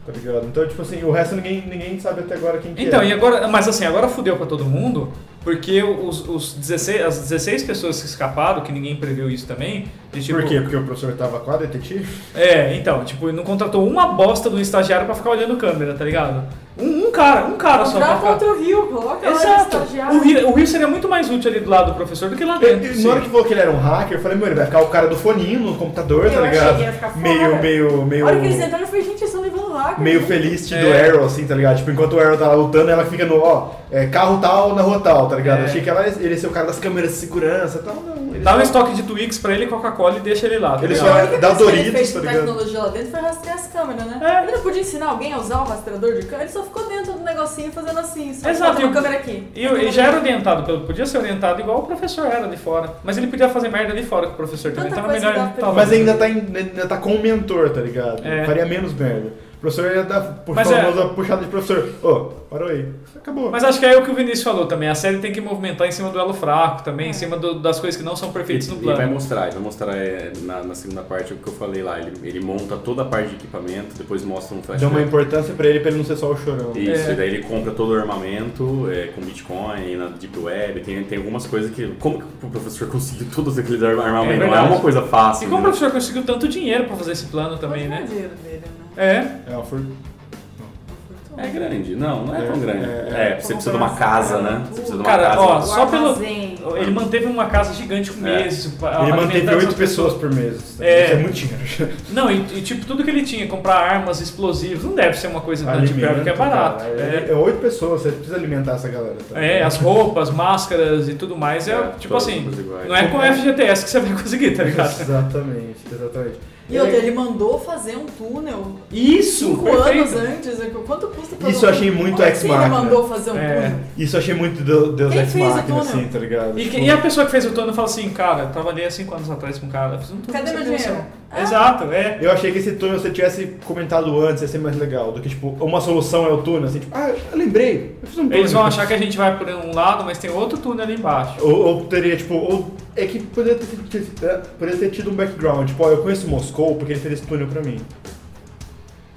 [SPEAKER 3] Tá ligado? Então, tipo assim, o resto ninguém, ninguém sabe até agora quem que
[SPEAKER 2] Então,
[SPEAKER 3] é.
[SPEAKER 2] e agora. Mas assim, agora fudeu pra todo mundo, porque os, os 16, as 16 pessoas que escaparam, que ninguém previu isso também. E, tipo,
[SPEAKER 3] Por quê? Porque o professor tava com a detetive?
[SPEAKER 2] É, então, tipo, não contratou uma bosta de um estagiário pra ficar olhando câmera, tá ligado? Um, um cara, um cara um só pra
[SPEAKER 4] Contrata
[SPEAKER 2] ficar.
[SPEAKER 4] outro Rio, coloca lá
[SPEAKER 2] Exato.
[SPEAKER 4] estagiário.
[SPEAKER 2] O Rio, o Rio seria muito mais útil ali do lado do professor do que lá
[SPEAKER 3] Eu-
[SPEAKER 2] Tá dentro.
[SPEAKER 3] eu-
[SPEAKER 2] sim.
[SPEAKER 3] Na hora que falou que ele era um hacker, eu falei, meu, ele vai ficar o cara do foninho no computador,
[SPEAKER 4] Eu
[SPEAKER 3] tá
[SPEAKER 4] achei
[SPEAKER 3] ligado?
[SPEAKER 4] que ia ficar fora.
[SPEAKER 3] Meio, meio,
[SPEAKER 4] A
[SPEAKER 3] meio.
[SPEAKER 4] hora que eles entraram, eu falei, gente, eles estão levando lá.
[SPEAKER 3] Meio feliz do
[SPEAKER 2] É.
[SPEAKER 3] Arrow, assim, tá ligado? Tipo, enquanto o Arrow tá lá lutando, ela fica no, ó, é, carro tal na rua tal, tá ligado?
[SPEAKER 2] É.
[SPEAKER 3] Achei que ela, ele ia ser o cara das câmeras de segurança e tal, não. Ele
[SPEAKER 2] Dá um estoque de Twix pra ele, Coca-Cola e deixa ele lá. Tá
[SPEAKER 3] Ele
[SPEAKER 2] ligado?
[SPEAKER 3] só-
[SPEAKER 4] A única
[SPEAKER 3] Então, dá
[SPEAKER 4] coisa que ele
[SPEAKER 3] Doritos,
[SPEAKER 4] fez com
[SPEAKER 3] tá ligado?
[SPEAKER 4] tecnologia lá dentro foi rastrear as câmeras, né?
[SPEAKER 2] É.
[SPEAKER 4] Ele não podia ensinar alguém a usar o rastreador de câmera, ele só ficou dentro do negocinho fazendo assim, só
[SPEAKER 2] Exato,
[SPEAKER 4] bota
[SPEAKER 2] e
[SPEAKER 4] uma
[SPEAKER 2] o-
[SPEAKER 4] câmera aqui.
[SPEAKER 2] E eu- ele já era um orientado, pelo, podia ser orientado igual o professor era de fora. Mas ele podia fazer merda de fora com o professor também.
[SPEAKER 4] Tanta
[SPEAKER 2] Tava
[SPEAKER 4] coisa
[SPEAKER 2] melhor.
[SPEAKER 4] dá pra-
[SPEAKER 2] tava-
[SPEAKER 3] Mas ainda tá, em- ainda tá com o mentor, tá ligado?
[SPEAKER 2] É.
[SPEAKER 3] Faria menos merda. O professor ia dar pu-
[SPEAKER 2] Mas é.
[SPEAKER 3] famosa puxada de professor. Ô, parou aí. Acabou.
[SPEAKER 2] Mas acho que é o que o Vinícius falou também. A série tem que movimentar em cima do elo fraco também,
[SPEAKER 4] É.
[SPEAKER 2] em cima do- das coisas que não são perfeitas no
[SPEAKER 5] E vai
[SPEAKER 2] plano.
[SPEAKER 5] mostrar, ele vai mostrar é, na, na segunda parte o que eu falei lá. Ele, ele monta toda a parte de equipamento, depois mostra um
[SPEAKER 3] Deu uma
[SPEAKER 5] flashback.
[SPEAKER 3] importância pra ele, pra ele não ser só o chorão.
[SPEAKER 5] Isso,
[SPEAKER 2] É.
[SPEAKER 5] e daí ele compra todo o armamento é, com Bitcoin, na Deep Web, tem, tem algumas coisas que. Como que o professor conseguiu todos aqueles ar- armamentos? não é
[SPEAKER 2] verdade.
[SPEAKER 5] uma coisa fácil.
[SPEAKER 2] E Assim como o
[SPEAKER 5] né?
[SPEAKER 2] professor conseguiu tanto dinheiro pra fazer esse plano também,
[SPEAKER 4] Foi o
[SPEAKER 2] né?
[SPEAKER 4] dinheiro dele, né?
[SPEAKER 2] É.
[SPEAKER 3] É uma fur...
[SPEAKER 4] Foi tudo.
[SPEAKER 5] É grande. Não, não é,
[SPEAKER 3] É,
[SPEAKER 5] tão grande.
[SPEAKER 3] é,
[SPEAKER 5] É, você precisa de uma casa, né? Você precisa de uma
[SPEAKER 2] assim? Cara,
[SPEAKER 5] casa.
[SPEAKER 2] ó,
[SPEAKER 4] O
[SPEAKER 2] só pelo-
[SPEAKER 4] armazém.
[SPEAKER 2] Ele manteve uma casa gigante com
[SPEAKER 5] É.
[SPEAKER 2] meses.
[SPEAKER 3] Ele
[SPEAKER 2] alimentando
[SPEAKER 3] manteve
[SPEAKER 2] as
[SPEAKER 3] oito
[SPEAKER 2] pessoas.
[SPEAKER 3] pessoas por mês.
[SPEAKER 2] É.
[SPEAKER 3] Isso é muito dinheiro.
[SPEAKER 2] Não, e, e, tipo, tudo que ele tinha, comprar armas, explosivos, não deve ser uma coisa tanto de
[SPEAKER 3] Alimento,
[SPEAKER 2] que é barato.
[SPEAKER 3] cara,
[SPEAKER 2] É,
[SPEAKER 3] Tá né? É oito pessoas, você precisa alimentar essa galera. tá?
[SPEAKER 2] É, as roupas, máscaras e tudo mais, é,
[SPEAKER 5] É,
[SPEAKER 2] tipo
[SPEAKER 5] todas
[SPEAKER 2] assim,
[SPEAKER 5] as iguais.
[SPEAKER 2] não é com FGTS que você vai conseguir, tá ligado?
[SPEAKER 3] Exatamente, exatamente.
[SPEAKER 4] E outra, ele mandou fazer um túnel
[SPEAKER 2] Isso!
[SPEAKER 4] cinco anos
[SPEAKER 2] perfeito.
[SPEAKER 4] antes. né? Quanto custa fazer
[SPEAKER 3] Isso
[SPEAKER 4] um
[SPEAKER 3] eu achei
[SPEAKER 4] túnel?
[SPEAKER 3] muito
[SPEAKER 4] Como assim
[SPEAKER 3] ex-máquina.
[SPEAKER 4] Ele mandou fazer um
[SPEAKER 2] É.
[SPEAKER 4] túnel.
[SPEAKER 3] Isso eu achei muito Deus, Deus
[SPEAKER 4] Quem
[SPEAKER 3] Ex
[SPEAKER 4] fez o
[SPEAKER 3] Machina,
[SPEAKER 4] túnel?
[SPEAKER 3] assim, tá ligado?
[SPEAKER 2] E, é que-
[SPEAKER 3] Tipo,
[SPEAKER 2] e a pessoa que fez o turno fala assim, cara, eu trabalhei há 5 anos atrás com um cara, fiz um turno
[SPEAKER 4] Cadê
[SPEAKER 2] sem
[SPEAKER 4] meu
[SPEAKER 2] comissão."
[SPEAKER 4] dinheiro? Ah.
[SPEAKER 2] Exato, é.
[SPEAKER 3] Eu achei que esse túnel, se você tivesse comentado antes, ia ser mais legal. Do que, tipo, uma solução é o túnel, assim, tipo, ah, eu lembrei, eu fiz um túnel.
[SPEAKER 2] Eles vão achar que a gente vai por um lado, mas tem outro túnel ali embaixo.
[SPEAKER 3] Ou, ou teria, tipo, ou é que poderia ter, ter- ter- poderia ter tido um background, tipo, ó, eu conheço Moscou porque ele fez esse túnel pra mim.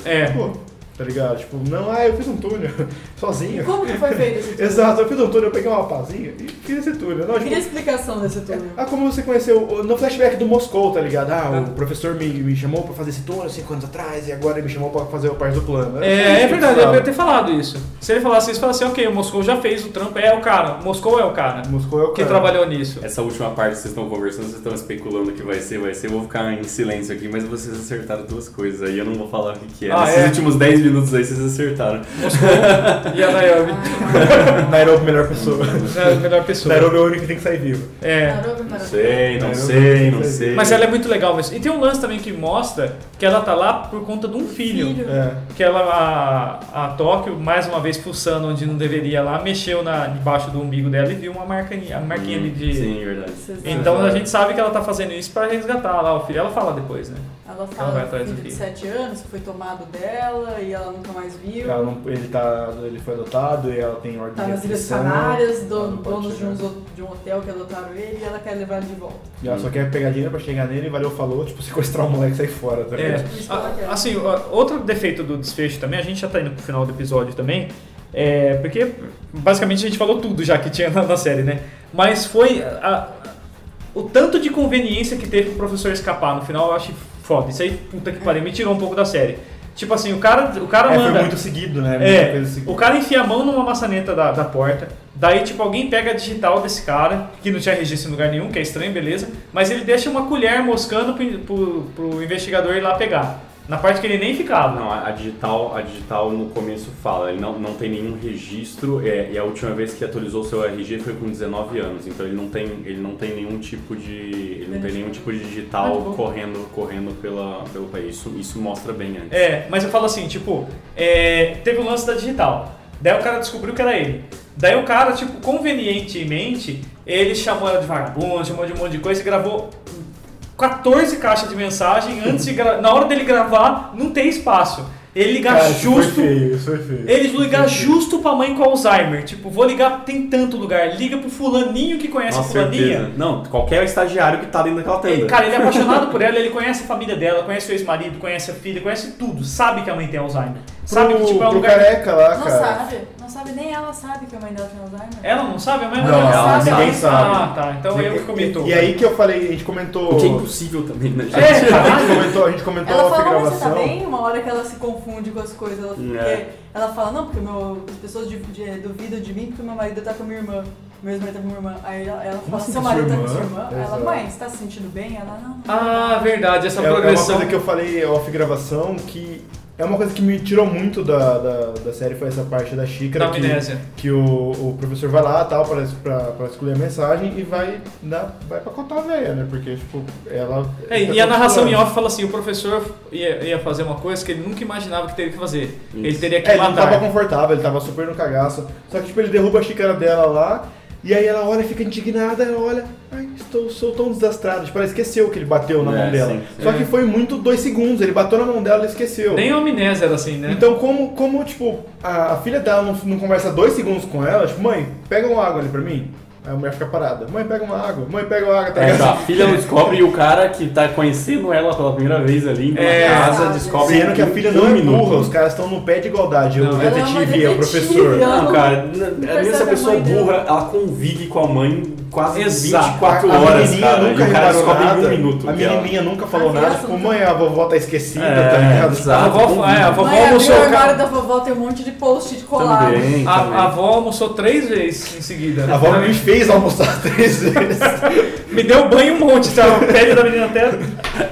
[SPEAKER 2] É.
[SPEAKER 3] Pô, tá ligado? Tipo, não, ah, eu fiz um túnel, sozinho.
[SPEAKER 4] Como que foi feito esse túnel?
[SPEAKER 3] Exato, eu fiz um túnel, eu peguei uma rapazinha e fiz esse túnel. Não,
[SPEAKER 4] Eu queria
[SPEAKER 3] tipo,
[SPEAKER 4] explicação desse túnel.
[SPEAKER 3] ah, como você conheceu o- no flashback do Moscou, tá ligado? Ah, o professor me, me chamou pra fazer esse túnel cinco anos atrás e agora ele me chamou pra fazer o parte do plano.
[SPEAKER 2] É, é verdade, eu
[SPEAKER 3] Sabe?
[SPEAKER 2] devia ter falado isso. Se ele falasse isso, falasse assim, ok, o Moscou já fez o trampo, é o cara, Moscou é o cara
[SPEAKER 3] Moscou é o
[SPEAKER 2] que
[SPEAKER 3] cara.
[SPEAKER 2] trabalhou nisso.
[SPEAKER 5] Essa última parte que vocês estão conversando, vocês estão especulando o que vai ser, vai ser. Eu vou ficar em silêncio aqui, mas vocês acertaram duas coisas aí. Eu não vou falar o que, que é.
[SPEAKER 2] Ah,
[SPEAKER 5] Nesses
[SPEAKER 2] é?
[SPEAKER 5] últimos 10 minutos aí vocês acertaram.
[SPEAKER 2] E a Naomi
[SPEAKER 3] Nairobi, melhor pessoa.
[SPEAKER 2] é a melhor pessoa.
[SPEAKER 3] Nairobi é o único que tem que sair vivo.
[SPEAKER 2] É.
[SPEAKER 4] Tarô, tarô.
[SPEAKER 5] Não sei, não
[SPEAKER 3] É, Eu
[SPEAKER 5] sei,
[SPEAKER 3] não
[SPEAKER 5] não
[SPEAKER 3] sei.
[SPEAKER 5] sei.
[SPEAKER 2] Mas ela é muito legal mesmo. E tem um lance também que mostra que ela tá lá por conta de um filho.
[SPEAKER 3] É.
[SPEAKER 2] Que ela, a, a Tóquio, mais uma vez pulsando onde não deveria lá, mexeu na, debaixo do umbigo dela e viu uma marquinha, a marquinha ali de.
[SPEAKER 5] Hum, Sim, é verdade.
[SPEAKER 4] Vocês-
[SPEAKER 2] Então a gente sabe que ela tá fazendo isso pra resgatar lá o filho. Ela fala depois, né?
[SPEAKER 4] Ela
[SPEAKER 2] Ela vai
[SPEAKER 4] fala do
[SPEAKER 2] atrás do
[SPEAKER 4] filho de
[SPEAKER 2] filho.
[SPEAKER 4] 7 anos que foi tomado dela e ela nunca mais viu.
[SPEAKER 3] Ela não- ele, tá, ele foi adotado e ela tem ordem
[SPEAKER 4] Tá
[SPEAKER 3] de
[SPEAKER 4] nas Ilhas
[SPEAKER 3] restrição.
[SPEAKER 4] Canárias,
[SPEAKER 3] Ela
[SPEAKER 4] dono,
[SPEAKER 3] não pode
[SPEAKER 4] donos de,
[SPEAKER 3] chegar.
[SPEAKER 4] uns hot- de um hotel que adotaram ele e ela quer levar ele de volta.
[SPEAKER 3] E ela só quer pegar dinheiro pra chegar nele e valeu, falou, tipo, sequestrar o moleque e sair fora, tá
[SPEAKER 2] É,
[SPEAKER 3] ligado?
[SPEAKER 2] a- assim, o- outro defeito do desfecho também, a gente já tá indo pro final do episódio também, é, porque basicamente a gente falou tudo já que tinha na, na série, né? Mas foi a- a- o tanto de conveniência que teve o professor escapar no final, eu acho foda. Isso aí, puta que pariu, me tirou um pouco da série. Tipo assim, o cara, o cara
[SPEAKER 3] É,
[SPEAKER 2] manda.
[SPEAKER 3] foi muito seguido, né? Muita
[SPEAKER 2] É,
[SPEAKER 3] coisa seguida.
[SPEAKER 2] o cara enfia a mão numa maçaneta da, da porta, daí tipo alguém pega a digital desse cara, que não tinha registro em lugar nenhum, que é estranho, beleza, mas ele deixa uma colher moscando pro, pro, pro investigador ir lá pegar, na parte que ele nem
[SPEAKER 5] Ah,
[SPEAKER 2] ficava.
[SPEAKER 5] Não, a a digital, a digital no começo fala, ele não, não tem nenhum registro, é, e a última vez que atualizou seu RG foi com 19 anos, então ele não tem, ele não tem nenhum tipo de. Ele não tem nenhum tipo de
[SPEAKER 2] Ah,
[SPEAKER 5] digital
[SPEAKER 2] de boa.
[SPEAKER 5] correndo, correndo pela, pelo país. Isso, isso mostra bem antes.
[SPEAKER 2] É, mas eu falo assim, tipo, é, teve o lance da digital, daí o cara descobriu que era ele. Daí o cara, tipo, convenientemente, ele chamou ela de vagabundo, chamou de um monte de coisa e gravou 14 caixas de mensagem antes de gra- Na hora dele gravar, não tem espaço. Ele liga
[SPEAKER 3] Cara, isso foi
[SPEAKER 2] justo
[SPEAKER 3] feio, isso foi feio.
[SPEAKER 2] Eles vão ligar justo pra mãe com Alzheimer. Tipo, vou ligar, tem tanto lugar. Liga pro fulaninho que conhece
[SPEAKER 5] Nossa,
[SPEAKER 2] a fulaninha.
[SPEAKER 5] certeza. Não, qualquer estagiário que tá dentro daquela tenda.
[SPEAKER 2] Ele- cara, ele é apaixonado por ela, ele conhece a família dela, conhece o ex-marido, conhece a filha, conhece tudo. Sabe que a mãe tem Alzheimer. Sabe que tipo, é um
[SPEAKER 3] pro
[SPEAKER 2] lugar.
[SPEAKER 3] careca lá,
[SPEAKER 4] Não
[SPEAKER 3] Ah, cara. É
[SPEAKER 4] sabe, não sabe, nem ela sabe que a mãe dela tem Alzheimer.
[SPEAKER 2] Ela não sabe? A mãe
[SPEAKER 3] Não,
[SPEAKER 2] ela
[SPEAKER 5] ela-
[SPEAKER 3] ninguém sabe.
[SPEAKER 2] Ah, tá. Então eu que comentou.
[SPEAKER 3] E, e aí que eu falei, a gente comentou.
[SPEAKER 5] O que é impossível também, né, gente?
[SPEAKER 2] É,
[SPEAKER 3] A gente
[SPEAKER 2] caralho.
[SPEAKER 3] comentou, a gente comentou
[SPEAKER 4] Ela
[SPEAKER 3] off
[SPEAKER 4] fala, mas você tá
[SPEAKER 3] gravação.
[SPEAKER 4] bem? Uma hora que ela se confunde com as coisas. Ela, porque
[SPEAKER 5] É.
[SPEAKER 4] ela fala, não, porque meu, as pessoas de- de- duvidam de mim porque meu marido tá com minha irmã. Meu ex-marido tá com minha irmã. Aí ela, ela fala,
[SPEAKER 3] assim
[SPEAKER 4] seu
[SPEAKER 3] com
[SPEAKER 4] marido
[SPEAKER 3] sua
[SPEAKER 4] tá com
[SPEAKER 3] irmã?
[SPEAKER 4] sua irmã? Aí Ela,
[SPEAKER 3] Exato.
[SPEAKER 4] mãe, você tá se sentindo bem? Ela, não. não.
[SPEAKER 2] Ah, verdade, essa
[SPEAKER 3] É, é uma
[SPEAKER 2] progressão.
[SPEAKER 3] coisa que eu falei off gravação que. É uma coisa que me tirou muito da, da, da série foi essa parte da xícara.
[SPEAKER 2] Da
[SPEAKER 3] que-
[SPEAKER 2] amnésia.
[SPEAKER 3] Que, o, o professor vai lá tal, pra, pra, pra escolher a mensagem e vai, na, vai pra contar a velha, né? Porque, tipo, ela. tá
[SPEAKER 2] É, e a narração em off fala assim: o professor ia, ia fazer uma coisa que ele nunca imaginava que teria que fazer. Ele
[SPEAKER 5] Isso.
[SPEAKER 2] teria que
[SPEAKER 3] É, ele não
[SPEAKER 2] matar.
[SPEAKER 3] tava confortável, ele tava super no cagaço. Só que, tipo, ele derruba a xícara dela lá, e aí ela olha, fica indignada, ela olha, ai, estou, sou tão desastrada. Tipo, ela esqueceu que ele bateu na
[SPEAKER 5] É,
[SPEAKER 3] mão dela.
[SPEAKER 5] sim, sim.
[SPEAKER 3] Só que foi muito dois segundos, ele bateu na mão dela e esqueceu.
[SPEAKER 2] Uhum. Nem a amnésia era assim,
[SPEAKER 5] É.
[SPEAKER 2] né?
[SPEAKER 3] Então, como, como tipo, a, a filha dela não, não conversa dois segundos com ela, tipo, mãe, pega uma água ali pra mim. Aí a mulher fica parada. Mãe, pega uma água. Mãe, pega uma água. Tá
[SPEAKER 5] É, então, a
[SPEAKER 3] ligado?
[SPEAKER 5] filha não descobre e o cara que tá conhecendo ela pela primeira vez ali na
[SPEAKER 2] É.
[SPEAKER 5] casa
[SPEAKER 4] Sabe.
[SPEAKER 5] descobre
[SPEAKER 3] Sendo que a
[SPEAKER 5] em
[SPEAKER 3] filha
[SPEAKER 5] um
[SPEAKER 3] não é
[SPEAKER 5] minuto.
[SPEAKER 3] burra, os caras estão no pé de igualdade.
[SPEAKER 2] Não,
[SPEAKER 3] o
[SPEAKER 2] ela é
[SPEAKER 3] detetive
[SPEAKER 4] uma
[SPEAKER 3] e o
[SPEAKER 4] detetive,
[SPEAKER 3] professor.
[SPEAKER 4] ela
[SPEAKER 5] Não, cara, n-
[SPEAKER 4] Não
[SPEAKER 5] mesmo se a
[SPEAKER 4] percebe a
[SPEAKER 5] pessoa
[SPEAKER 4] mãe dela.
[SPEAKER 5] burra, ela convive com a mãe quase
[SPEAKER 2] Exato.
[SPEAKER 5] 24
[SPEAKER 3] A- a
[SPEAKER 5] horas,
[SPEAKER 3] menininha
[SPEAKER 5] cara. E o cara
[SPEAKER 3] reparou
[SPEAKER 5] descobre em
[SPEAKER 3] nada.
[SPEAKER 5] um minuto.
[SPEAKER 3] A
[SPEAKER 5] que ela-
[SPEAKER 3] menininha nunca falou
[SPEAKER 4] A
[SPEAKER 3] nada.
[SPEAKER 4] criança
[SPEAKER 3] Tipo,
[SPEAKER 4] não-
[SPEAKER 3] mãe, a vovó tá esquecida,
[SPEAKER 5] É,
[SPEAKER 3] tá ligado?
[SPEAKER 5] exato.
[SPEAKER 2] A avó, é, a vovó
[SPEAKER 4] Mãe, abriu
[SPEAKER 2] almoçou.
[SPEAKER 4] o armário da vovó, tem um monte de post colado.
[SPEAKER 5] Também,
[SPEAKER 2] A,
[SPEAKER 5] também.
[SPEAKER 2] a avó almoçou três vezes em seguida.
[SPEAKER 3] A avó me fez almoçar três vezes.
[SPEAKER 2] Me deu banho um monte, tá? O pele da menina até.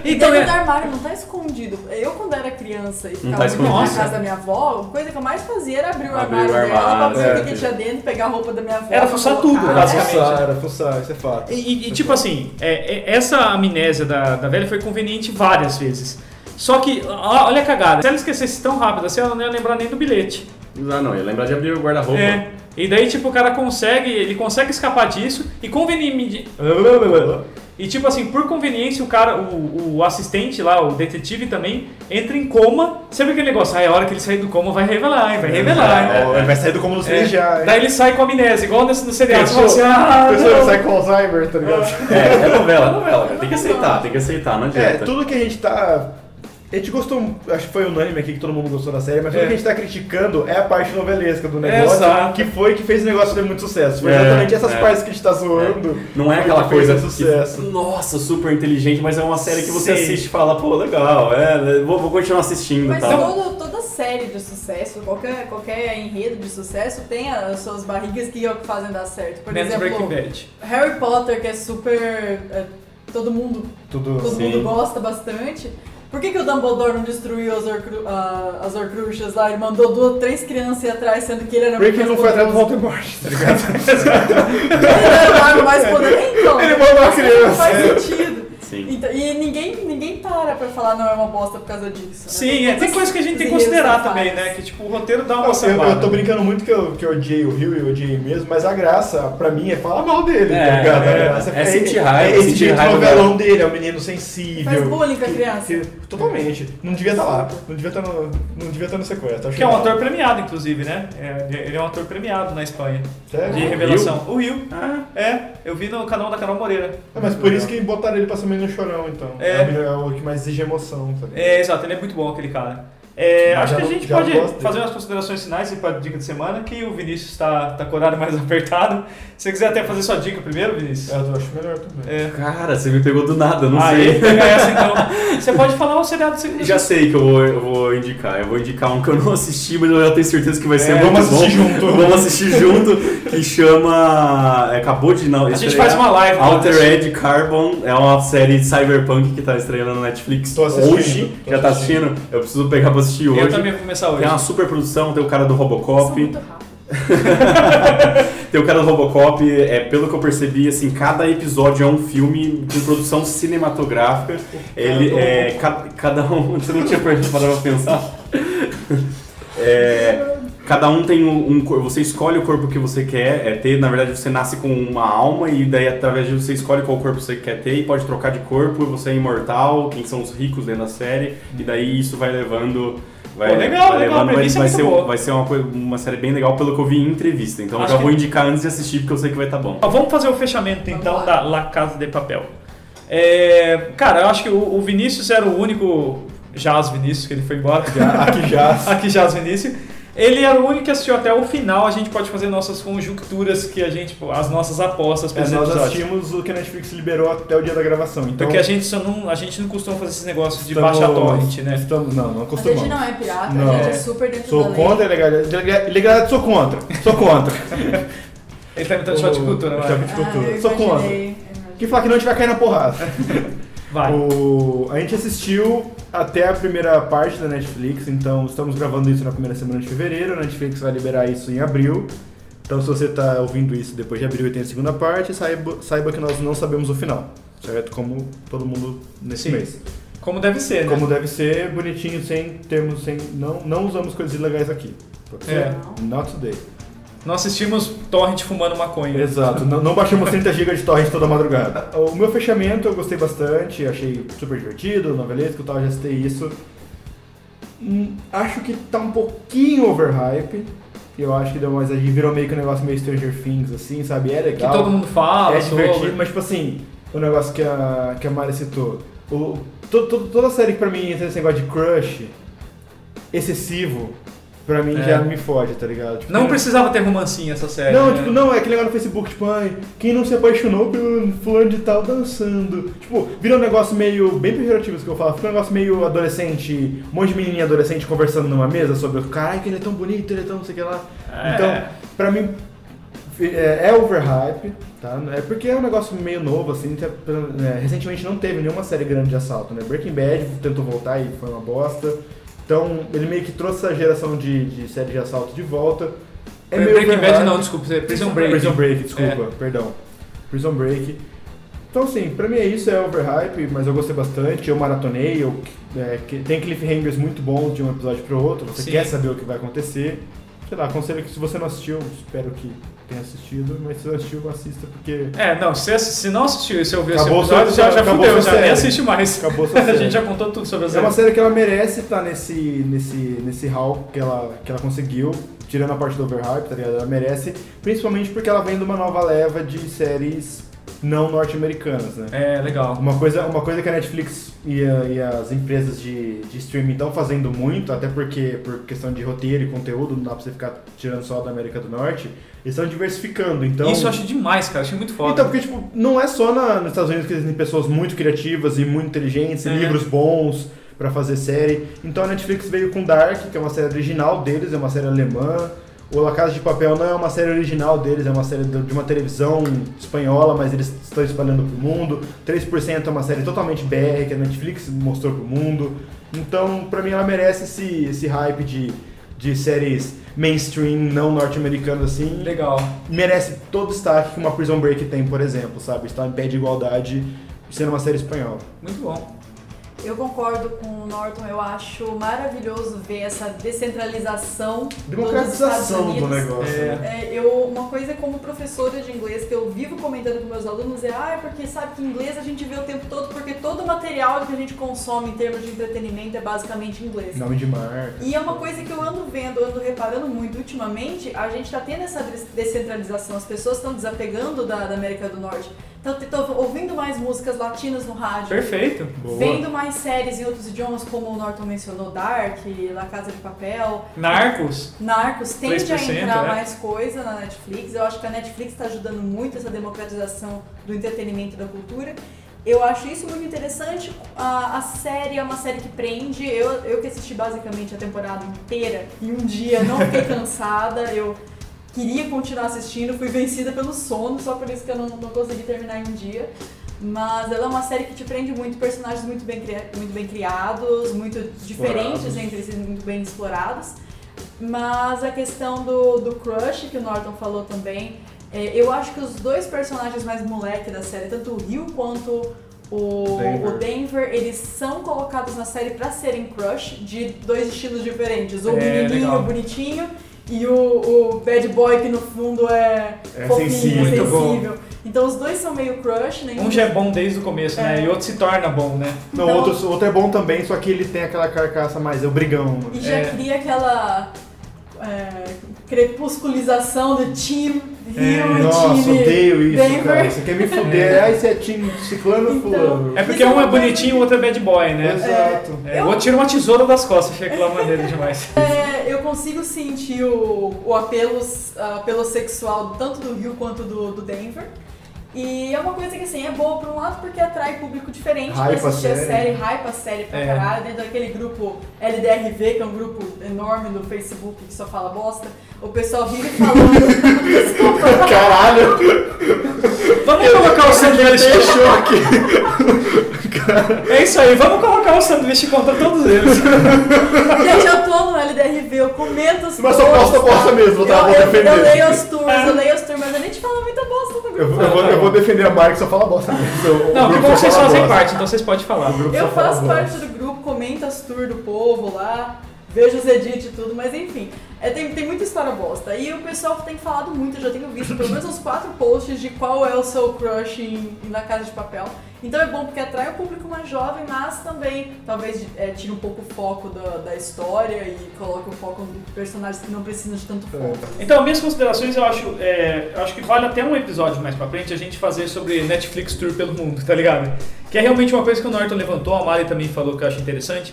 [SPEAKER 2] Então,
[SPEAKER 4] dentro do
[SPEAKER 2] é,
[SPEAKER 4] armário, não tá escondido. Eu, quando era criança e
[SPEAKER 5] tá
[SPEAKER 4] ficava muito
[SPEAKER 5] escondido.
[SPEAKER 4] na casa da minha avó, a coisa que eu mais fazia era abrir o
[SPEAKER 5] Abrir
[SPEAKER 4] armário
[SPEAKER 5] o
[SPEAKER 4] dela pra
[SPEAKER 5] armário,
[SPEAKER 4] ver
[SPEAKER 3] é.
[SPEAKER 4] o que que tinha dentro, pegar a roupa da minha avó.
[SPEAKER 2] Era
[SPEAKER 4] pra
[SPEAKER 2] fuçar
[SPEAKER 4] colocar.
[SPEAKER 2] tudo, né?
[SPEAKER 4] É.
[SPEAKER 3] Era
[SPEAKER 2] basicamente.
[SPEAKER 3] fuçar, era fuçar, Tá, isso é fato.
[SPEAKER 2] e, e, tipo assim, é, é, essa amnésia da, da velha foi conveniente várias vezes. Só que, ó, olha a cagada. Se ela esquecesse tão rápido assim, ela não ia lembrar nem do bilhete.
[SPEAKER 5] Ah, não, ia lembrar de abrir o guarda-roupa.
[SPEAKER 2] É. E daí, tipo, o cara consegue, ele consegue escapar disso e conveniente. E tipo assim, por conveniência, o cara, o, o assistente lá, o detetive também, entra em coma. Sempre aquele negócio, aí a hora que ele sair do coma vai revelar, hein? Vai revelar, hein?
[SPEAKER 3] É,
[SPEAKER 5] né?
[SPEAKER 3] Ó, Ele vai sair do cômodo
[SPEAKER 5] É.
[SPEAKER 3] dos três já. é. hein?
[SPEAKER 2] Daí ele sai com amnésia, igual nesse no seriado. Você fala assim,
[SPEAKER 3] Pessoa-
[SPEAKER 5] Tá,
[SPEAKER 2] ah,
[SPEAKER 3] pessoa que
[SPEAKER 2] não.
[SPEAKER 3] sai com Alzheimer, tá ligado?
[SPEAKER 5] É, é novela, é novela, cara. Tem que aceitar, tem que aceitar, não
[SPEAKER 3] É,
[SPEAKER 5] adianta.
[SPEAKER 3] tudo que a gente tá. A gente gostou, acho que foi unânime aqui que todo mundo gostou da série, mas tudo
[SPEAKER 2] É.
[SPEAKER 3] que a gente tá criticando é a parte novelesca do negócio,
[SPEAKER 2] Exato.
[SPEAKER 3] que foi que fez o negócio ter muito sucesso. Foi
[SPEAKER 5] É,
[SPEAKER 3] exatamente essas
[SPEAKER 5] é.
[SPEAKER 3] partes que a gente tá zoando.
[SPEAKER 5] Não é
[SPEAKER 3] que
[SPEAKER 5] aquela
[SPEAKER 3] fez
[SPEAKER 5] coisa
[SPEAKER 3] esse sucesso.
[SPEAKER 5] que, nossa, super inteligente, mas é uma série que você
[SPEAKER 2] Sim.
[SPEAKER 5] assiste e fala, pô, legal, é, vou, vou continuar assistindo e
[SPEAKER 4] Mas
[SPEAKER 5] tal.
[SPEAKER 4] todo- toda série de sucesso, qualquer, qualquer enredo de sucesso tem as suas barrigas que fazem dar certo. Por
[SPEAKER 3] é
[SPEAKER 2] Menos Breaking
[SPEAKER 4] exemplo,
[SPEAKER 2] Bad.
[SPEAKER 4] Harry Potter, que é super. é, todo mundo,
[SPEAKER 3] Tudo. assim.
[SPEAKER 4] todo
[SPEAKER 5] Sim.
[SPEAKER 4] mundo gosta bastante. Por que, que o Dumbledore não destruiu as, Horcru- a- as Horcruxas lá? Ele mandou duas, três crianças ir atrás, sendo que ele era
[SPEAKER 3] Breaking não foi atrás do
[SPEAKER 4] poderoso.
[SPEAKER 3] Voldemort, tá ligado?
[SPEAKER 4] Ele era o mago mais poderoso. Então,
[SPEAKER 3] Ele mandou a
[SPEAKER 4] isso
[SPEAKER 3] criança.
[SPEAKER 4] Não faz sentido.
[SPEAKER 5] Sim.
[SPEAKER 4] Então, e ninguém, ninguém para pra falar não é uma bosta por causa disso. né?
[SPEAKER 2] Sim, é, tem
[SPEAKER 4] Todos
[SPEAKER 2] coisa que a gente tem que
[SPEAKER 4] os erros
[SPEAKER 2] considerar
[SPEAKER 4] que
[SPEAKER 2] também,
[SPEAKER 4] faz.
[SPEAKER 2] né? Que tipo, o roteiro
[SPEAKER 5] Tá
[SPEAKER 2] dá uma né?
[SPEAKER 3] Nossa, eu, eu tô
[SPEAKER 2] sambada.
[SPEAKER 3] brincando muito que eu, que eu odiei o Rio e eu odiei mesmo, mas a graça pra mim é falar mal dele,
[SPEAKER 5] É,
[SPEAKER 3] tá ligado? A
[SPEAKER 5] é,
[SPEAKER 3] graça
[SPEAKER 5] é sentir raiva,
[SPEAKER 3] É esse
[SPEAKER 5] sentir
[SPEAKER 3] jeito
[SPEAKER 5] raiva
[SPEAKER 3] novelão dele, é um menino sensível.
[SPEAKER 4] Faz bullying com a
[SPEAKER 3] que-
[SPEAKER 4] criança.
[SPEAKER 3] que- totalmente. Não devia estar lá. Não devia estar no, não devia estar no sequestro. acho
[SPEAKER 2] Que é um
[SPEAKER 3] que-
[SPEAKER 2] ator premiado, inclusive, né? É, ele é um ator premiado na Espanha.
[SPEAKER 3] Sério?
[SPEAKER 2] De
[SPEAKER 5] Rio?
[SPEAKER 2] revelação. O Rio.
[SPEAKER 5] Ah,
[SPEAKER 2] É, eu vi no canal da Carol Moreira.
[SPEAKER 3] É, mas por isso que botaram ele pra ser menino chorão, então.
[SPEAKER 2] É.
[SPEAKER 3] o- É o que mais exige emoção, tá ligado?
[SPEAKER 2] É, exato, ele é muito bom aquele cara. É,
[SPEAKER 3] Mas
[SPEAKER 2] acho que a
[SPEAKER 3] já-
[SPEAKER 2] gente
[SPEAKER 3] já
[SPEAKER 2] pode
[SPEAKER 3] gosto dele.
[SPEAKER 2] fazer umas considerações finais e para a dica de semana, que o Vinícius está tá com o horário mais apertado. Se você quiser até fazer sua dica primeiro, Vinícius.
[SPEAKER 3] Eu acho melhor também.
[SPEAKER 2] É.
[SPEAKER 5] cara, você me pegou do nada, eu não
[SPEAKER 2] Aí,
[SPEAKER 5] sei.
[SPEAKER 2] pega essa então. Você pode falar o seriado que você quiser.
[SPEAKER 5] Já sei que eu vou, eu vou indicar. Eu vou indicar um que eu não assisti, mas eu tenho certeza que vai ser
[SPEAKER 2] É,
[SPEAKER 5] muito
[SPEAKER 3] vamos
[SPEAKER 5] bom.
[SPEAKER 3] assistir junto.
[SPEAKER 5] Vamos assistir junto, que chama... é, Acabou de... Não,
[SPEAKER 2] A gente faz uma live. né?
[SPEAKER 5] Altered Carbon é uma série de cyberpunk que tá estreando na Netflix
[SPEAKER 3] Tô assistindo,
[SPEAKER 5] hoje.
[SPEAKER 3] tô
[SPEAKER 5] Já tá
[SPEAKER 3] assistindo.
[SPEAKER 5] assistindo? Eu preciso pegar pra assistir hoje.
[SPEAKER 2] Eu também vou começar hoje.
[SPEAKER 5] Tem uma super produção, tem o cara do
[SPEAKER 4] São
[SPEAKER 5] Robocop.
[SPEAKER 4] muito rápido.
[SPEAKER 5] Tem o cara do Robocop, é, pelo que eu percebi, assim, cada episódio é um filme com produção cinematográfica. Ele é. ca- Cada um. Você não tinha parado pra pensar? É, cada um tem um, um cor- Você escolhe o corpo que você quer é, ter. Na verdade, você nasce com uma alma e daí através disso você escolhe qual corpo você quer ter e pode trocar de corpo. e Você é imortal, quem são os ricos dentro da série. E daí isso vai levando. Vai,
[SPEAKER 2] Pô, legal,
[SPEAKER 5] vai
[SPEAKER 2] legal, a
[SPEAKER 5] levando, vai,
[SPEAKER 2] premissa é
[SPEAKER 5] vai
[SPEAKER 2] muito
[SPEAKER 5] ser,
[SPEAKER 2] boa.
[SPEAKER 5] vai ser uma, coisa- uma série bem legal pelo que eu vi em entrevista. Então eu
[SPEAKER 2] Acho
[SPEAKER 5] já
[SPEAKER 2] que-
[SPEAKER 5] vou indicar antes de assistir porque eu sei que vai estar bom.
[SPEAKER 2] Ó, vamos fazer o fechamento
[SPEAKER 4] Vamos
[SPEAKER 2] então
[SPEAKER 4] lá.
[SPEAKER 2] da La Casa de Papel. É, cara, eu acho que o, o Vinícius era o único. Já os Vinícius, que ele foi embora.
[SPEAKER 3] Já, aqui já.
[SPEAKER 2] Aqui já os Vinícius. Ele era o único que assistiu até o final. A gente pode fazer nossas conjunturas que a gente. As nossas apostas
[SPEAKER 3] É,
[SPEAKER 2] pelos
[SPEAKER 3] nós
[SPEAKER 2] episódios.
[SPEAKER 3] assistimos o que a Netflix liberou até o dia da gravação. Então,
[SPEAKER 2] Porque a gente só não. A gente não costuma fazer esses negócios de
[SPEAKER 3] estamos-
[SPEAKER 2] baixa torrent, né?
[SPEAKER 3] Estamos, não, não
[SPEAKER 4] A gente
[SPEAKER 3] costumamos.
[SPEAKER 4] não é pirata,
[SPEAKER 3] Não.
[SPEAKER 4] a gente é super dentro da
[SPEAKER 3] Sou
[SPEAKER 4] lei.
[SPEAKER 3] contra a ilegalidade. Ilegalidade, sou contra. Sou contra.
[SPEAKER 2] Ele tá imitando shot de cultura,
[SPEAKER 3] Choque
[SPEAKER 2] vai.
[SPEAKER 3] de
[SPEAKER 4] Ah,
[SPEAKER 3] cultura.
[SPEAKER 4] eu
[SPEAKER 3] sou contra.
[SPEAKER 4] imaginei.
[SPEAKER 3] Quem falar que não, a gente vai cair na
[SPEAKER 2] É.
[SPEAKER 3] porrada.
[SPEAKER 2] Vai.
[SPEAKER 3] O- A gente assistiu até a primeira parte da Netflix, então estamos gravando isso na primeira semana de fevereiro. A Netflix vai liberar isso em abril. Então, se você está ouvindo isso depois de abril e tem a segunda parte, saiba, saiba que nós não sabemos o final, certo? Como todo mundo nesse
[SPEAKER 2] Sim.
[SPEAKER 3] mês.
[SPEAKER 2] Como deve ser, né?
[SPEAKER 3] Como deve ser, bonitinho, sem termos, sem. Não, não usamos coisas ilegais aqui. Pode ser?
[SPEAKER 2] É.
[SPEAKER 3] Not today.
[SPEAKER 2] Nós assistimos Torrent fumando maconha.
[SPEAKER 3] Exato, não, não baixamos 30 GB de torrent toda madrugada. O meu fechamento eu gostei bastante, achei super divertido, novelesco e tal, já citei isso. Hum, Acho que tá um pouquinho overhype. Eu acho que deu mais aí, virou meio que um negócio meio Stranger Things, assim, sabe? É
[SPEAKER 2] Que
[SPEAKER 3] legal.
[SPEAKER 2] todo mundo fala,
[SPEAKER 3] É divertido,
[SPEAKER 2] sobre.
[SPEAKER 3] mas tipo assim, o negócio que a, que a Mari citou. O, to, to- toda série que pra mim entra nesse negócio de crush excessivo pra mim
[SPEAKER 2] É.
[SPEAKER 3] já me foge, tá ligado? Tipo,
[SPEAKER 2] Não precisava ter romancinho essa série.
[SPEAKER 3] Não,
[SPEAKER 2] né?
[SPEAKER 3] tipo, não, é aquele negócio no Facebook, tipo, ai, quem não se apaixonou pelo fulano de tal dançando. Tipo, vira um negócio meio, bem pejorativo isso que eu falo, fica um negócio meio adolescente, um monte de menininha adolescente conversando numa mesa sobre, carai, que ele é tão bonito, ele é tão não sei o que lá.
[SPEAKER 2] É.
[SPEAKER 3] Então, pra mim, é, é overhype, tá? É porque é um negócio meio novo, assim, tá? É, recentemente não teve nenhuma série grande de assalto, né? Breaking Bad tentou voltar e foi uma bosta. Então, ele meio que trouxe essa geração de, de série de assalto de volta. É meio
[SPEAKER 2] Breaking Bad
[SPEAKER 3] overhype.
[SPEAKER 2] não, desculpa, é Prison Break. É.
[SPEAKER 3] Prison Break, desculpa, perdão. Prison Break. Então, assim, pra mim é isso, é overhype, mas eu gostei bastante, eu maratonei, eu, é, que- tem cliffhangers muito bons de um episódio pro outro, você
[SPEAKER 2] Sim.
[SPEAKER 3] quer saber o que vai acontecer. Sei lá, aconselho que se você não assistiu, espero que tenha assistido, mas se não assistiu, assista, porque
[SPEAKER 2] É, não, se, se não assistiu e se ouviu esse
[SPEAKER 3] Acabou
[SPEAKER 2] episódio,
[SPEAKER 3] sua-
[SPEAKER 2] já, já
[SPEAKER 3] acabou
[SPEAKER 2] fudeu,
[SPEAKER 3] sua
[SPEAKER 2] já nem
[SPEAKER 3] série.
[SPEAKER 2] assiste mais.
[SPEAKER 3] acabou sua
[SPEAKER 2] A
[SPEAKER 3] série.
[SPEAKER 2] gente já contou tudo sobre a
[SPEAKER 3] É
[SPEAKER 2] série.
[SPEAKER 3] uma série que ela merece estar nesse, nesse, nesse hall que ela, que ela conseguiu, tirando a parte do overhype, tá ligado? Ela merece, principalmente porque ela vem de uma nova leva de séries não norte-americanas, né?
[SPEAKER 2] É, legal.
[SPEAKER 3] Uma coisa, uma coisa que a Netflix e, a- e as empresas de, de streaming estão fazendo muito, até porque por questão de roteiro e conteúdo, não dá pra você ficar tirando só da América do Norte, eles estão diversificando. Então,
[SPEAKER 2] Isso eu acho demais, cara. Achei muito foda.
[SPEAKER 3] então, porque, tipo, não é só na- nos Estados Unidos que existem pessoas muito criativas e muito inteligentes, e
[SPEAKER 2] É.
[SPEAKER 3] livros bons pra fazer série. Então a Netflix veio com Dark, que é uma série original deles, é uma série alemã. O La Casa de Papel não é uma série original deles, é uma série do- de uma televisão espanhola, mas eles estão espalhando pro mundo. 3% é uma série totalmente BR que a Netflix mostrou pro mundo. Então, pra mim, ela merece esse, esse hype de, de séries mainstream, não norte-americanas assim
[SPEAKER 2] legal.
[SPEAKER 3] merece todo o destaque que uma Prison Break tem, por exemplo, sabe? Está em pé de igualdade sendo uma série espanhola.
[SPEAKER 2] Muito bom.
[SPEAKER 4] Eu concordo com o Norton, eu acho maravilhoso ver essa descentralização
[SPEAKER 3] Democratização
[SPEAKER 4] dos Estados
[SPEAKER 3] do
[SPEAKER 4] Unidos.
[SPEAKER 3] negócio.
[SPEAKER 2] É.
[SPEAKER 3] né?
[SPEAKER 4] É, eu, uma coisa como professora de inglês que eu vivo comentando com meus alunos é ah, é porque sabe que inglês a gente vê o tempo todo, porque todo o material que a gente consome em termos de entretenimento é basicamente inglês.
[SPEAKER 3] Nome de marca.
[SPEAKER 4] E é uma coisa que eu ando vendo, ando reparando muito ultimamente, a gente tá tendo essa des- descentralização, as pessoas estão desapegando da, da América do Norte, estão ouvindo mais músicas latinas no rádio.
[SPEAKER 2] Perfeito.
[SPEAKER 3] Boa.
[SPEAKER 4] Vendo mais séries em outros idiomas, como o Norton mencionou, Dark, La Casa de Papel,
[SPEAKER 2] Narcos.
[SPEAKER 4] Narcos, tende a
[SPEAKER 2] 3%,
[SPEAKER 4] entrar
[SPEAKER 2] né?
[SPEAKER 4] mais coisa na Netflix. Eu acho que a Netflix está ajudando muito essa democratização do entretenimento e da cultura. Eu acho isso muito interessante. A, a série é uma série que prende. Eu, eu que assisti basicamente a temporada inteira em um dia, não fiquei cansada. Eu queria continuar assistindo, fui vencida pelo sono, só por isso que eu não, não consegui terminar em um dia. Mas ela é uma série que te prende muito, personagens muito bem, cria- muito bem criados, muito diferentes entre si, muito bem explorados. Mas a questão do, do crush, que o Norton falou também, é, eu acho que os dois personagens mais moleque da série, tanto o Rio quanto o
[SPEAKER 3] Denver.
[SPEAKER 4] o Denver, eles são colocados na série pra serem crush de dois estilos diferentes. O
[SPEAKER 2] É,
[SPEAKER 4] menininho
[SPEAKER 2] legal.
[SPEAKER 4] bonitinho e o, o bad boy que no fundo é,
[SPEAKER 3] É
[SPEAKER 4] fofinho,
[SPEAKER 3] sensível.
[SPEAKER 2] Muito bom.
[SPEAKER 4] sensível. Então os dois são meio crush, né?
[SPEAKER 2] Um já é bom desde o começo, né?
[SPEAKER 4] É.
[SPEAKER 2] E outro se torna bom, né?
[SPEAKER 3] Não,
[SPEAKER 4] Então-
[SPEAKER 3] outro, outro é bom também, só que ele tem aquela carcaça mais, é o brigão. né?
[SPEAKER 4] E já
[SPEAKER 2] É.
[SPEAKER 4] cria aquela é, crepusculização do time Rio e
[SPEAKER 3] É, Nossa,
[SPEAKER 4] time
[SPEAKER 3] odeio isso,
[SPEAKER 4] Denver.
[SPEAKER 3] cara. Você quer me fuder? Ai, você é time ciclano
[SPEAKER 4] Então.
[SPEAKER 3] fulano.
[SPEAKER 2] É porque
[SPEAKER 4] Isso é
[SPEAKER 2] um é
[SPEAKER 4] uma coisa
[SPEAKER 2] bonitinho e o
[SPEAKER 4] que-
[SPEAKER 2] outro é bad boy, né?
[SPEAKER 3] Exato.
[SPEAKER 2] É, o outro tira uma tesoura das costas, reclama dele demais.
[SPEAKER 4] É, eu consigo sentir o, o apelo, ah, apelo sexual tanto do Rio quanto do, do Denver. E é uma coisa que assim, é boa por um lado porque atrai público diferente pra
[SPEAKER 3] Hype a
[SPEAKER 4] assistir a
[SPEAKER 3] série.
[SPEAKER 4] série, hype a série pra
[SPEAKER 2] É.
[SPEAKER 4] caralho, dentro daquele grupo LDRV, que é um grupo enorme no Facebook que só fala bosta, o pessoal vive falando. Desculpa,
[SPEAKER 3] Caralho,
[SPEAKER 2] Vamos colocar o sanduíche.
[SPEAKER 3] fechou aqui.
[SPEAKER 2] É isso aí, vamos colocar o sanduíche contra todos eles.
[SPEAKER 4] gente, eu tô no LDRV, eu comento os
[SPEAKER 3] Mas só posta bosta mesmo, tá? Vou
[SPEAKER 4] Eu, eu, eu
[SPEAKER 3] defender.
[SPEAKER 4] leio as turmas, eu leio as turmas, a gente fala muita bosta no grupo.
[SPEAKER 3] Eu vou, eu vou- eu vou defender a marca que só fala bosta mesmo. O
[SPEAKER 2] Não, que bom
[SPEAKER 3] grupo só
[SPEAKER 2] que vocês
[SPEAKER 3] fala
[SPEAKER 2] fazem
[SPEAKER 3] bosta.
[SPEAKER 2] parte, então vocês podem falar.
[SPEAKER 3] O grupo
[SPEAKER 4] Eu
[SPEAKER 3] só fala
[SPEAKER 4] faço
[SPEAKER 3] bosta.
[SPEAKER 4] parte do grupo, comento as tours do povo lá, vejo os edits e tudo, mas enfim, é, tem, tem muita história bosta. E o pessoal tem falado muito, eu já tenho visto pelo menos uns quatro posts de qual é o seu crush em, em na Casa de Papel. Então é bom porque atrai o público mais jovem, mas também talvez é, tire um pouco o foco da, da história e coloque o foco em personagens que não precisam de tanto foco.
[SPEAKER 2] Então, minhas considerações, eu acho, é, eu acho que vale até um episódio mais pra frente a gente fazer sobre Netflix Tour pelo mundo, tá ligado? Que é realmente uma coisa que o Norton levantou, a Mari também falou que eu acho interessante.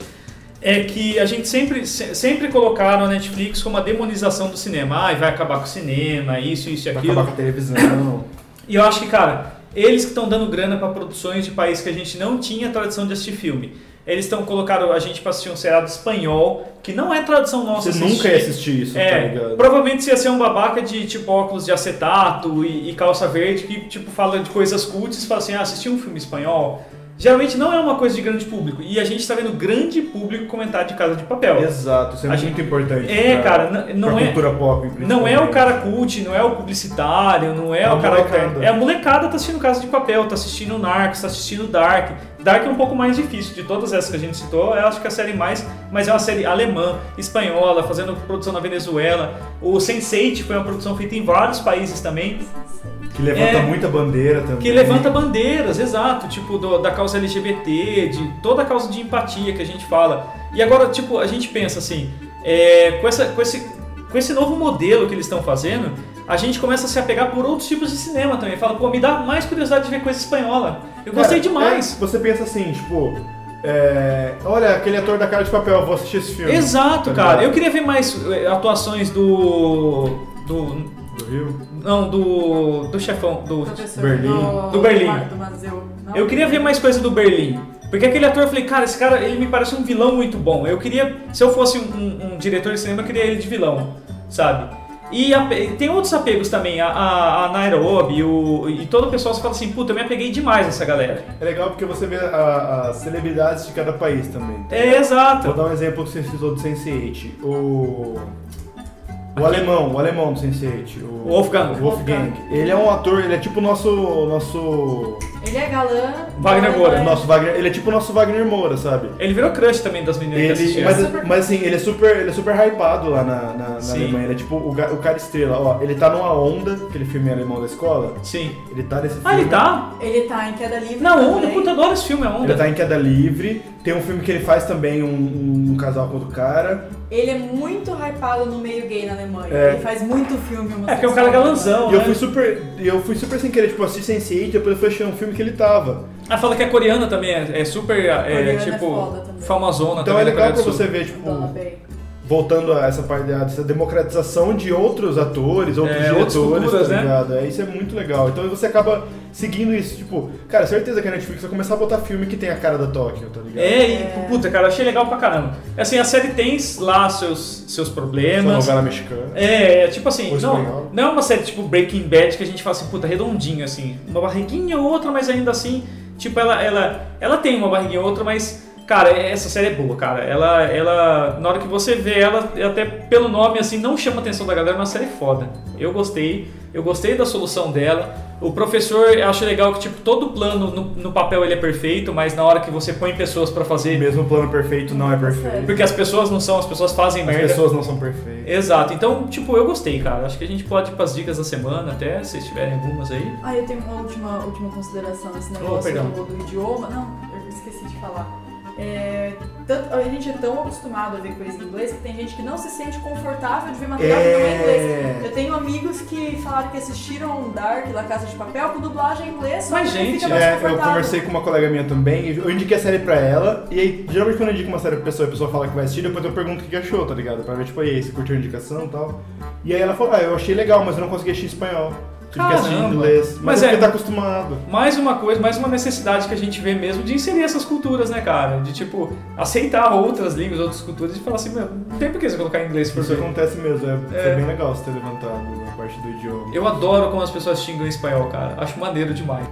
[SPEAKER 2] é que a gente sempre, se- sempre colocaram a Netflix como a demonização do cinema. Ai, vai acabar com o cinema, isso, isso e
[SPEAKER 3] Vai
[SPEAKER 2] aquilo.
[SPEAKER 3] acabar com a televisão.
[SPEAKER 2] E eu acho que, cara, eles que estão dando grana para produções de países que a gente não tinha tradição de assistir filme. Eles estão colocando a gente para assistir um seriado espanhol, que não é tradição nossa
[SPEAKER 3] Você
[SPEAKER 2] assistir.
[SPEAKER 3] nunca ia assistir isso, tá
[SPEAKER 2] É,
[SPEAKER 3] ligado?
[SPEAKER 2] provavelmente você ia ser um babaca de tipo óculos de acetato e, e calça verde que tipo fala de coisas cultas e fala assim, ah, assisti um filme espanhol. Geralmente não é uma coisa de grande público. E a gente tá vendo grande público comentar de Casa de Papel.
[SPEAKER 3] Exato, isso é
[SPEAKER 2] A
[SPEAKER 3] muito
[SPEAKER 2] gente-
[SPEAKER 3] importante.
[SPEAKER 2] É,
[SPEAKER 3] pra-
[SPEAKER 2] cara, n- não
[SPEAKER 3] pra
[SPEAKER 2] é...
[SPEAKER 3] cultura pop,
[SPEAKER 2] Não é o
[SPEAKER 3] principalmente.
[SPEAKER 2] cara cult, não é o publicitário, não é,
[SPEAKER 3] É a
[SPEAKER 2] o cara.
[SPEAKER 3] molecada.
[SPEAKER 2] É a molecada tá assistindo Casa de Papel, tá assistindo Narcos, tá assistindo Dark. Dark é um pouco mais difícil de todas essas que a gente citou. Eu acho que é a série mais, mas é uma série alemã, espanhola, fazendo produção na Venezuela. O Sense8 foi uma produção feita em vários países também,
[SPEAKER 3] Que levanta
[SPEAKER 2] É.
[SPEAKER 3] muita bandeira também.
[SPEAKER 2] que levanta bandeiras, exato, tipo do- da causa LGBT, de toda a causa de empatia que a gente fala. E agora, tipo, a gente pensa assim, é, com, essa, com, esse, com esse novo modelo que eles estão fazendo, a gente começa a se apegar por outros tipos de cinema também. Fala, pô, me dá mais curiosidade de ver coisa espanhola. Eu gostei
[SPEAKER 3] Cara,
[SPEAKER 2] demais.
[SPEAKER 3] é, você pensa assim, tipo, é, olha, aquele ator da cara de papel, vou assistir esse filme.
[SPEAKER 2] Exato,
[SPEAKER 3] Tá
[SPEAKER 2] cara.
[SPEAKER 3] ligado?
[SPEAKER 2] Eu queria ver mais é, atuações do. do.
[SPEAKER 3] Do Rio?
[SPEAKER 2] não, do. do chefão, do.
[SPEAKER 4] Professor
[SPEAKER 3] Berlim.
[SPEAKER 4] Do,
[SPEAKER 2] Do Berlim.
[SPEAKER 4] Ma- do Mazeu. Não?
[SPEAKER 2] Eu queria ver mais coisa do Berlim. Porque aquele ator, eu falei, cara, esse cara, ele me parece um vilão muito bom. Eu queria, se eu fosse um, um- um diretor de cinema, eu queria ele de vilão, sabe? E a- e tem outros apegos também, a, a, a Nairobi o, e todo o pessoal fala assim, puta, eu me apeguei demais nessa galera.
[SPEAKER 3] É legal porque você vê a- as celebridades de cada país também. tá
[SPEAKER 2] É,
[SPEAKER 3] Vou
[SPEAKER 2] exato.
[SPEAKER 3] dar um exemplo que você citou do Sense8. O. O alemão, o alemão do Sense8. O
[SPEAKER 2] Wolfgang.
[SPEAKER 3] o Wolfgang. Ele é um ator, ele é tipo o nosso. nosso.
[SPEAKER 4] Ele é galã.
[SPEAKER 2] Wagner
[SPEAKER 4] galã,
[SPEAKER 2] Moura,
[SPEAKER 4] mas-
[SPEAKER 3] nosso Wagner. Ele é tipo o nosso Wagner Moura, sabe?
[SPEAKER 2] Ele virou crush também das meninas que
[SPEAKER 3] Ele,
[SPEAKER 2] assistiam.
[SPEAKER 3] mas,
[SPEAKER 4] Super-
[SPEAKER 3] mas assim, ele é super, ele é super hypado lá na, na, na
[SPEAKER 2] Sim.
[SPEAKER 3] Alemanha. Ele é tipo o, ga- o cara estrela. Ó, ele tá numa onda, aquele filme alemão da escola.
[SPEAKER 2] Sim.
[SPEAKER 3] Ele tá nesse filme.
[SPEAKER 2] Ah, ele tá?
[SPEAKER 4] Ele tá em queda livre.
[SPEAKER 2] Na onda,
[SPEAKER 4] também.
[SPEAKER 2] puta, eu adoro esse filme, é
[SPEAKER 3] Ele
[SPEAKER 2] onda.
[SPEAKER 3] tá em queda livre. Tem um filme que ele faz também, um, um- um casal com outro cara.
[SPEAKER 4] Ele é muito hypado no meio gay na Alemanha.
[SPEAKER 3] É.
[SPEAKER 4] Ele faz muito filme.
[SPEAKER 2] É porque o cara é galanzão,
[SPEAKER 3] E eu
[SPEAKER 2] né?
[SPEAKER 3] fui super. e Eu fui super sem querer, tipo, assisti Sense8, depois eu fui achando um filme que ele tava.
[SPEAKER 2] Ah, fala que é coreana também, é, é super, é,
[SPEAKER 4] Coreana é
[SPEAKER 2] tipo,
[SPEAKER 4] foda também.
[SPEAKER 2] famosona
[SPEAKER 3] Então
[SPEAKER 2] também.
[SPEAKER 3] é
[SPEAKER 2] da
[SPEAKER 3] legal
[SPEAKER 2] Coreia do
[SPEAKER 3] pra
[SPEAKER 2] Sul.
[SPEAKER 3] você ver, tipo,
[SPEAKER 4] Dona Bey.
[SPEAKER 3] voltando a essa parte da essa democratização de outros atores, outros
[SPEAKER 2] É, outras
[SPEAKER 3] diretores,
[SPEAKER 2] culturas,
[SPEAKER 3] tá
[SPEAKER 2] né?
[SPEAKER 3] ligado? É, isso é muito legal. Então você acaba seguindo isso, tipo, cara, certeza que a Netflix vai começar a botar filme que tem a cara da Tóquio, tá ligado?
[SPEAKER 2] É, e, puta, cara, eu achei legal pra caramba. Assim, a série tem lá seus, seus
[SPEAKER 3] Essa
[SPEAKER 2] problemas.
[SPEAKER 3] novela mexicana.
[SPEAKER 2] É, é, tipo assim,
[SPEAKER 3] Ou
[SPEAKER 2] não,
[SPEAKER 3] espanhol.
[SPEAKER 2] não é uma série tipo Breaking Bad que a gente fala assim, puta, redondinho, assim. Uma barriguinha ou outra, mas ainda assim, tipo, ela, ela, ela tem uma barriguinha ou outra, mas, cara, essa série é boa, cara. Ela, ela, na hora que você vê ela, é até pelo nome, assim, não chama a atenção da galera, mas a série é foda. Eu gostei, eu gostei da solução dela. O professor, eu acho legal que, tipo, todo plano no, no papel ele é perfeito, mas na hora que você põe pessoas pra fazer,
[SPEAKER 3] Mesmo o plano perfeito não é perfeito.
[SPEAKER 2] porque as pessoas não são, as pessoas fazem
[SPEAKER 3] As
[SPEAKER 2] merda.
[SPEAKER 3] pessoas não são perfeitas.
[SPEAKER 2] Exato, então, tipo, eu gostei, cara. Acho que a gente pode ir pras dicas da semana até, se vocês tiverem algumas aí.
[SPEAKER 4] Ah, eu tenho uma última, última consideração nesse negócio
[SPEAKER 2] perdão.
[SPEAKER 4] do, do idioma. Não, eu esqueci de falar. É, tanto- a gente é tão acostumado a ver coisa em inglês que tem gente que não se sente confortável de ver material que não é inglês.
[SPEAKER 3] É.
[SPEAKER 4] Eu tenho amigos que falaram que assistiram um Dark La Casa de Papel com dublagem em inglês, só
[SPEAKER 2] Mas,
[SPEAKER 4] que não
[SPEAKER 2] gente,
[SPEAKER 4] fica mais
[SPEAKER 3] É, eu
[SPEAKER 4] confortável.
[SPEAKER 3] conversei com uma colega minha também, eu indiquei a série pra ela, e aí, geralmente quando eu indico uma série pra pessoa, a pessoa fala que vai assistir, depois eu pergunto o que que achou, tá ligado? Pra ver, tipo, aí, você curtiu a indicação e tal. E aí ela falou, ah, eu achei legal, mas eu não consegui assistir em espanhol. Tive que assistir em
[SPEAKER 2] Caramba.
[SPEAKER 3] inglês. Mas,
[SPEAKER 2] Mas
[SPEAKER 3] é
[SPEAKER 2] é-
[SPEAKER 3] porque tá acostumado.
[SPEAKER 2] Mais uma coisa, mais uma necessidade que a gente vê mesmo de inserir essas culturas, né, cara? De, tipo, aceitar outras línguas, outras culturas e falar assim, meu, não tem por que você colocar em inglês por
[SPEAKER 3] Isso
[SPEAKER 2] favor.
[SPEAKER 3] acontece mesmo, é,
[SPEAKER 2] É.
[SPEAKER 3] foi bem legal você ter levantado a parte do idioma.
[SPEAKER 2] Eu adoro como as pessoas xingam em espanhol, cara. Acho maneiro demais.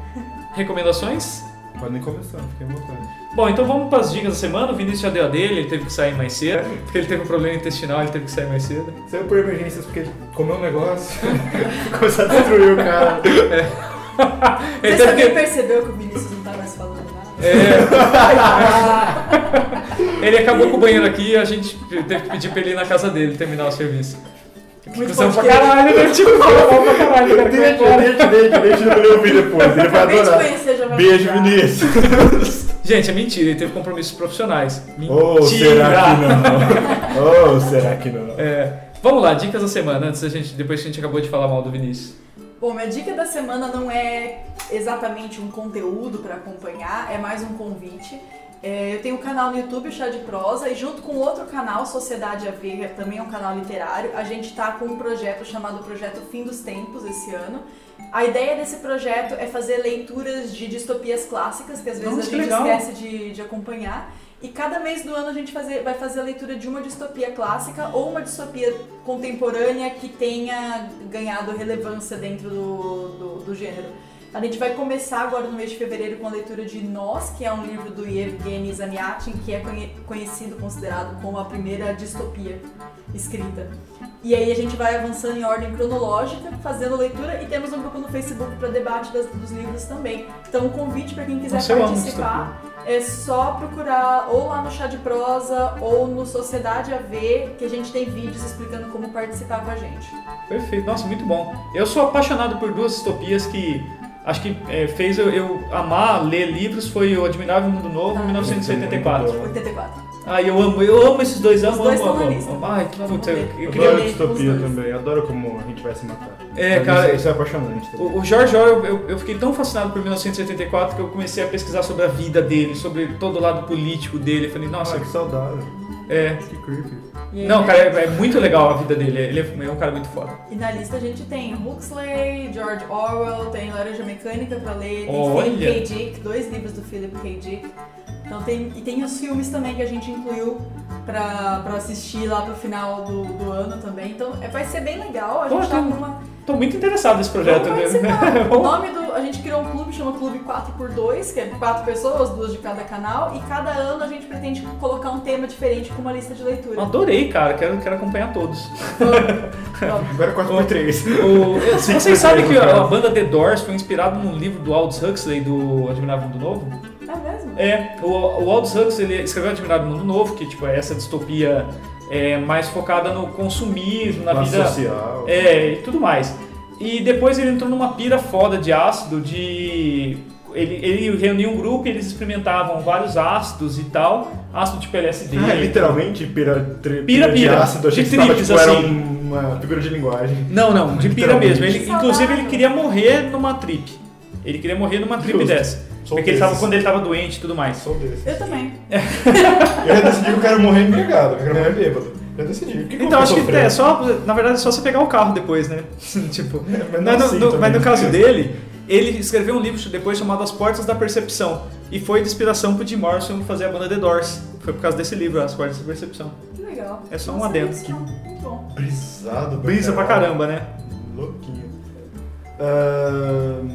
[SPEAKER 2] Recomendações?
[SPEAKER 3] Pode nem começar, fiquei à vontade.
[SPEAKER 2] Bom, então vamos pras dicas da semana. O Vinícius já deu a dele, ele teve que sair mais cedo. Porque ele teve um problema intestinal, ele teve que sair mais cedo.
[SPEAKER 3] Saiu é por emergências porque ele comeu um negócio, começou a destruir o cara.
[SPEAKER 2] Ele
[SPEAKER 4] Você
[SPEAKER 2] teve
[SPEAKER 4] também
[SPEAKER 2] que-
[SPEAKER 4] percebeu que o Vinícius não tá mais falando nada?
[SPEAKER 2] É. Ele acabou com o banheiro aqui e a gente teve que pedir pra ele ir na casa dele terminar o serviço.
[SPEAKER 4] Muito
[SPEAKER 2] Cusão pra
[SPEAKER 4] podcast.
[SPEAKER 2] caralho, né? Tipo, cusão pra caralho, cara. é
[SPEAKER 3] Deixa,
[SPEAKER 2] Vambora.
[SPEAKER 3] deixa, deixa, deixa ele ouvir depois, ele vai
[SPEAKER 4] Acabei de
[SPEAKER 3] adorar.
[SPEAKER 4] conhecer, já vai
[SPEAKER 3] Beijo,
[SPEAKER 4] mudar.
[SPEAKER 3] Vinícius.
[SPEAKER 2] Gente, é mentira, ele teve compromissos profissionais. Mentira!
[SPEAKER 3] Ou será que não? Ou será que não?
[SPEAKER 2] É, vamos lá, dicas da semana, antes da gente, depois que a gente acabou de falar mal do Vinícius.
[SPEAKER 4] Bom, minha dica da semana não é exatamente um conteúdo para acompanhar, é mais um convite. É, eu tenho um canal no YouTube, Chá de Prosa, e junto com outro canal, Sociedade a Ver, que também é um canal literário, a gente tá com um projeto chamado Projeto Fim dos Tempos esse ano. A ideia desse projeto é fazer leituras de distopias clássicas, que às vezes
[SPEAKER 2] Nossa,
[SPEAKER 4] a
[SPEAKER 2] que
[SPEAKER 4] gente
[SPEAKER 2] legal.
[SPEAKER 4] esquece de, de acompanhar. E cada mês do ano a gente fazer- vai fazer a leitura de uma distopia clássica ou uma distopia contemporânea que tenha ganhado relevância dentro do, do, do gênero. A gente vai começar agora no mês de fevereiro com a leitura de Nós, que é um livro do Yevgeny Zamyatin, que é conhe- conhecido, considerado como a primeira distopia escrita. E aí a gente vai avançando em ordem cronológica, fazendo leitura e temos um grupo no Facebook para debate das- dos livros também. Então, um convite para quem quiser
[SPEAKER 2] Nossa, eu amo
[SPEAKER 4] participar é só procurar ou lá no Chá de Prosa ou no Sociedade AV, que a gente tem vídeos explicando como participar com a gente.
[SPEAKER 2] Perfeito, nossa, muito bom. Eu sou apaixonado por duas distopias que acho que é, fez eu, eu amar ler livros foi o Admirável Mundo Novo
[SPEAKER 4] Ah,
[SPEAKER 2] e 1984.
[SPEAKER 3] muito
[SPEAKER 4] 84.
[SPEAKER 2] Ai, eu amo, eu amo esses dois, amo,
[SPEAKER 4] Os dois
[SPEAKER 2] amo,
[SPEAKER 4] estão na
[SPEAKER 2] amo,
[SPEAKER 4] lista.
[SPEAKER 2] amo. Ai, que
[SPEAKER 4] Vamos
[SPEAKER 2] puta, eu,
[SPEAKER 4] ver.
[SPEAKER 2] eu
[SPEAKER 4] Eu
[SPEAKER 2] queria.
[SPEAKER 3] Adoro
[SPEAKER 4] amei
[SPEAKER 3] distopia
[SPEAKER 4] os dois.
[SPEAKER 3] também, adoro como a gente vai se matar.
[SPEAKER 2] É,
[SPEAKER 3] Pra mim,
[SPEAKER 2] cara,
[SPEAKER 3] Isso é apaixonante. também.
[SPEAKER 2] O, o George Orwell, eu, eu fiquei tão fascinado por 1984 que eu comecei a pesquisar sobre a vida dele, sobre todo o lado político dele. Eu falei, nossa,
[SPEAKER 3] Nossa, que saudável.
[SPEAKER 2] é.
[SPEAKER 3] Que creepy.
[SPEAKER 4] E aí,
[SPEAKER 2] Não, cara, é, é muito legal a vida dele, ele é, é um cara muito foda.
[SPEAKER 4] E na lista a gente tem Huxley, George Orwell, tem Laranja Mecânica pra ler, tem
[SPEAKER 2] Olha!
[SPEAKER 4] Philip K. Dick, dois livros do Philip K. Dick. Então tem, e tem os filmes também que a gente incluiu pra, pra assistir lá pro final do, do ano também. Então é- vai ser bem legal, a gente
[SPEAKER 2] Pô,
[SPEAKER 4] tá
[SPEAKER 2] tem-
[SPEAKER 4] com uma...
[SPEAKER 2] Tô muito interessado nesse projeto.
[SPEAKER 4] Vamos
[SPEAKER 2] né?
[SPEAKER 4] participar. O
[SPEAKER 2] Vamos-
[SPEAKER 4] nome do. A gente criou um clube, chama Clube 4x2, que é quatro pessoas, duas de cada canal, e cada ano a gente pretende colocar um tema diferente com uma lista de leitura.
[SPEAKER 2] Adorei, cara, quero, quero acompanhar todos.
[SPEAKER 4] Vamos.
[SPEAKER 3] Agora é 4x3.
[SPEAKER 2] O- eu-
[SPEAKER 3] Sim,
[SPEAKER 2] vocês
[SPEAKER 3] foi
[SPEAKER 2] sabem que a,
[SPEAKER 3] legal.
[SPEAKER 2] a banda The Doors foi inspirada num livro do Aldous Huxley, do Admirável Mundo Novo?
[SPEAKER 4] Tá mesmo?
[SPEAKER 2] É, o, o Aldous Huxley ele escreveu Admirável Mundo Novo, que tipo, é essa distopia é, mais focada no consumismo, na
[SPEAKER 3] Classe
[SPEAKER 2] vida...
[SPEAKER 3] social. Ah,
[SPEAKER 2] É, e tudo mais. E depois ele entrou numa pira foda de ácido, de. Ele, ele reunia um grupo e eles experimentavam vários ácidos e tal. Ácido tipo LSD.
[SPEAKER 3] Ah, é literalmente pira, tri,
[SPEAKER 2] Pira,
[SPEAKER 3] de
[SPEAKER 2] pira.
[SPEAKER 3] ácido. Achei
[SPEAKER 2] De
[SPEAKER 3] que tava,
[SPEAKER 2] trips,
[SPEAKER 3] tipo, era
[SPEAKER 2] assim.
[SPEAKER 3] uma figura de linguagem.
[SPEAKER 2] Não, não, de pira
[SPEAKER 3] Literalmente.
[SPEAKER 2] mesmo. Ele, inclusive ele
[SPEAKER 4] Saudável.
[SPEAKER 2] queria morrer numa trip. Ele queria morrer numa trip
[SPEAKER 3] Justo.
[SPEAKER 2] dessa.
[SPEAKER 3] Sou
[SPEAKER 2] Porque ele
[SPEAKER 3] desses.
[SPEAKER 2] tava, quando ele tava doente e tudo mais.
[SPEAKER 3] Sou desse.
[SPEAKER 4] Eu também.
[SPEAKER 3] Eu já decidi que eu quero morrer embriagado, que eu quero morrer bêbado. Eu decidi. Por que que eu
[SPEAKER 2] É. Então
[SPEAKER 3] vou
[SPEAKER 2] acho que
[SPEAKER 3] sofrer?
[SPEAKER 2] é só. Na verdade é só você pegar o carro depois, né? tipo.
[SPEAKER 3] mas
[SPEAKER 2] Mas,
[SPEAKER 3] não
[SPEAKER 2] no-
[SPEAKER 3] assim
[SPEAKER 2] no,
[SPEAKER 3] também.
[SPEAKER 2] mas no caso dele, ele escreveu um livro depois chamado As Portas da Percepção. E foi de inspiração pro Jim Morrison fazer a banda The Doors. Foi por causa desse livro, As Portas da Percepção.
[SPEAKER 4] Que legal.
[SPEAKER 2] É só um
[SPEAKER 4] Nossa,
[SPEAKER 2] adendo.
[SPEAKER 4] isso é Muito bom.
[SPEAKER 3] Brisado pra
[SPEAKER 2] Brisa pra caramba, né?
[SPEAKER 3] Louquinho. Ahn,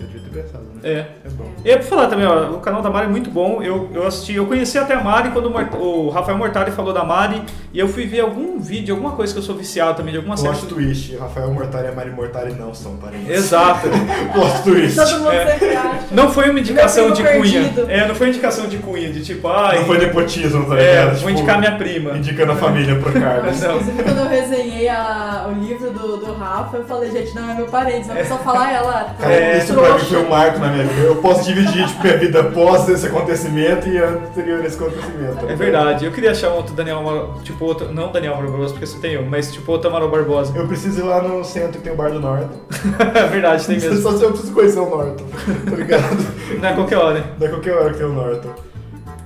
[SPEAKER 3] eu devia ter pensado, né?
[SPEAKER 2] É.
[SPEAKER 3] É bom.
[SPEAKER 2] E pra falar também, ó, o canal da Mari é muito bom. Eu, eu assisti, eu conheci até a Mari quando o, Mort- o Rafael Mortari falou da Mari. E eu fui ver algum vídeo, alguma coisa que eu sou viciado também, de alguma série.
[SPEAKER 3] Plot twist. Rafael Mortari e a Mari Mortari não são parentes.
[SPEAKER 2] Exato.
[SPEAKER 3] Plot twist.
[SPEAKER 4] Todo mundo
[SPEAKER 2] É.
[SPEAKER 4] sempre acha.
[SPEAKER 2] Não foi uma indicação
[SPEAKER 4] Meu
[SPEAKER 2] de
[SPEAKER 4] primo perdido.
[SPEAKER 2] cunha. É, não foi indicação de cunha, de tipo, ah,
[SPEAKER 3] Não foi nepotismo, tá
[SPEAKER 2] é,
[SPEAKER 3] ligado?
[SPEAKER 2] vou
[SPEAKER 3] Tipo,
[SPEAKER 2] indicar minha É. prima.
[SPEAKER 3] Indicando a família pro Carlos.
[SPEAKER 2] Não.
[SPEAKER 4] Inclusive, quando eu resenhei a- o livro do, do Rafa, eu falei, gente, não é meu parente, senão a pessoa fala ela.
[SPEAKER 3] Cara,
[SPEAKER 2] É,
[SPEAKER 3] isso pra mim foi um marco na minha vida. Eu posso dividir tipo, minha vida após esse acontecimento e anterior a esse acontecimento.
[SPEAKER 2] É verdade, eu queria achar um outro Daniel Amaro, tipo outro, não Daniel Amaro Barbosa, porque só tem um, mas tipo outro Amaro Barbosa.
[SPEAKER 3] Eu preciso ir lá no centro que tem o Bar do Norte.
[SPEAKER 2] É verdade, tem mesmo.
[SPEAKER 3] Só se eu preciso conhecer o Norton, tá ligado?
[SPEAKER 2] Não é qualquer hora.
[SPEAKER 3] Não é qualquer hora que tem o Norton.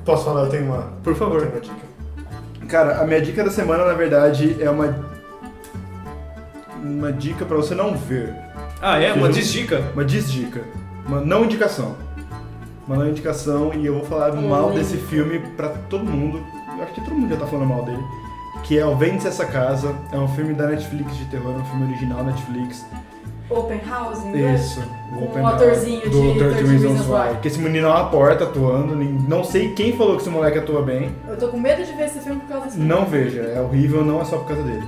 [SPEAKER 3] Posso falar? Eu tenho uma.
[SPEAKER 2] Por favor.
[SPEAKER 3] Eu tenho uma dica. Cara, a minha dica da semana, na verdade, é uma. Uma dica pra você não ver.
[SPEAKER 2] Ah, é? Uma
[SPEAKER 3] Eu-
[SPEAKER 2] desdica.
[SPEAKER 3] Uma desdica. Uma não indicação. Uma não indicação e eu vou falar
[SPEAKER 4] Hum.
[SPEAKER 3] mal desse filme pra todo mundo. Eu acho que todo mundo já tá falando mal dele. Que é O Vende-se Essa Casa. É um filme da Netflix de terror, é um filme original Netflix.
[SPEAKER 4] Open House, né?
[SPEAKER 3] um Isso.
[SPEAKER 4] Um
[SPEAKER 3] Open House,
[SPEAKER 4] atorzinho
[SPEAKER 3] do
[SPEAKER 4] de
[SPEAKER 3] 30 Reasons
[SPEAKER 4] Reasons
[SPEAKER 3] Why.
[SPEAKER 4] Why.
[SPEAKER 3] Que esse menino é uma porta atuando. nem- Não sei quem falou que esse moleque atua bem.
[SPEAKER 4] Eu tô com medo de ver esse filme por causa desse
[SPEAKER 3] Não veja, é horrível, não é só por causa dele.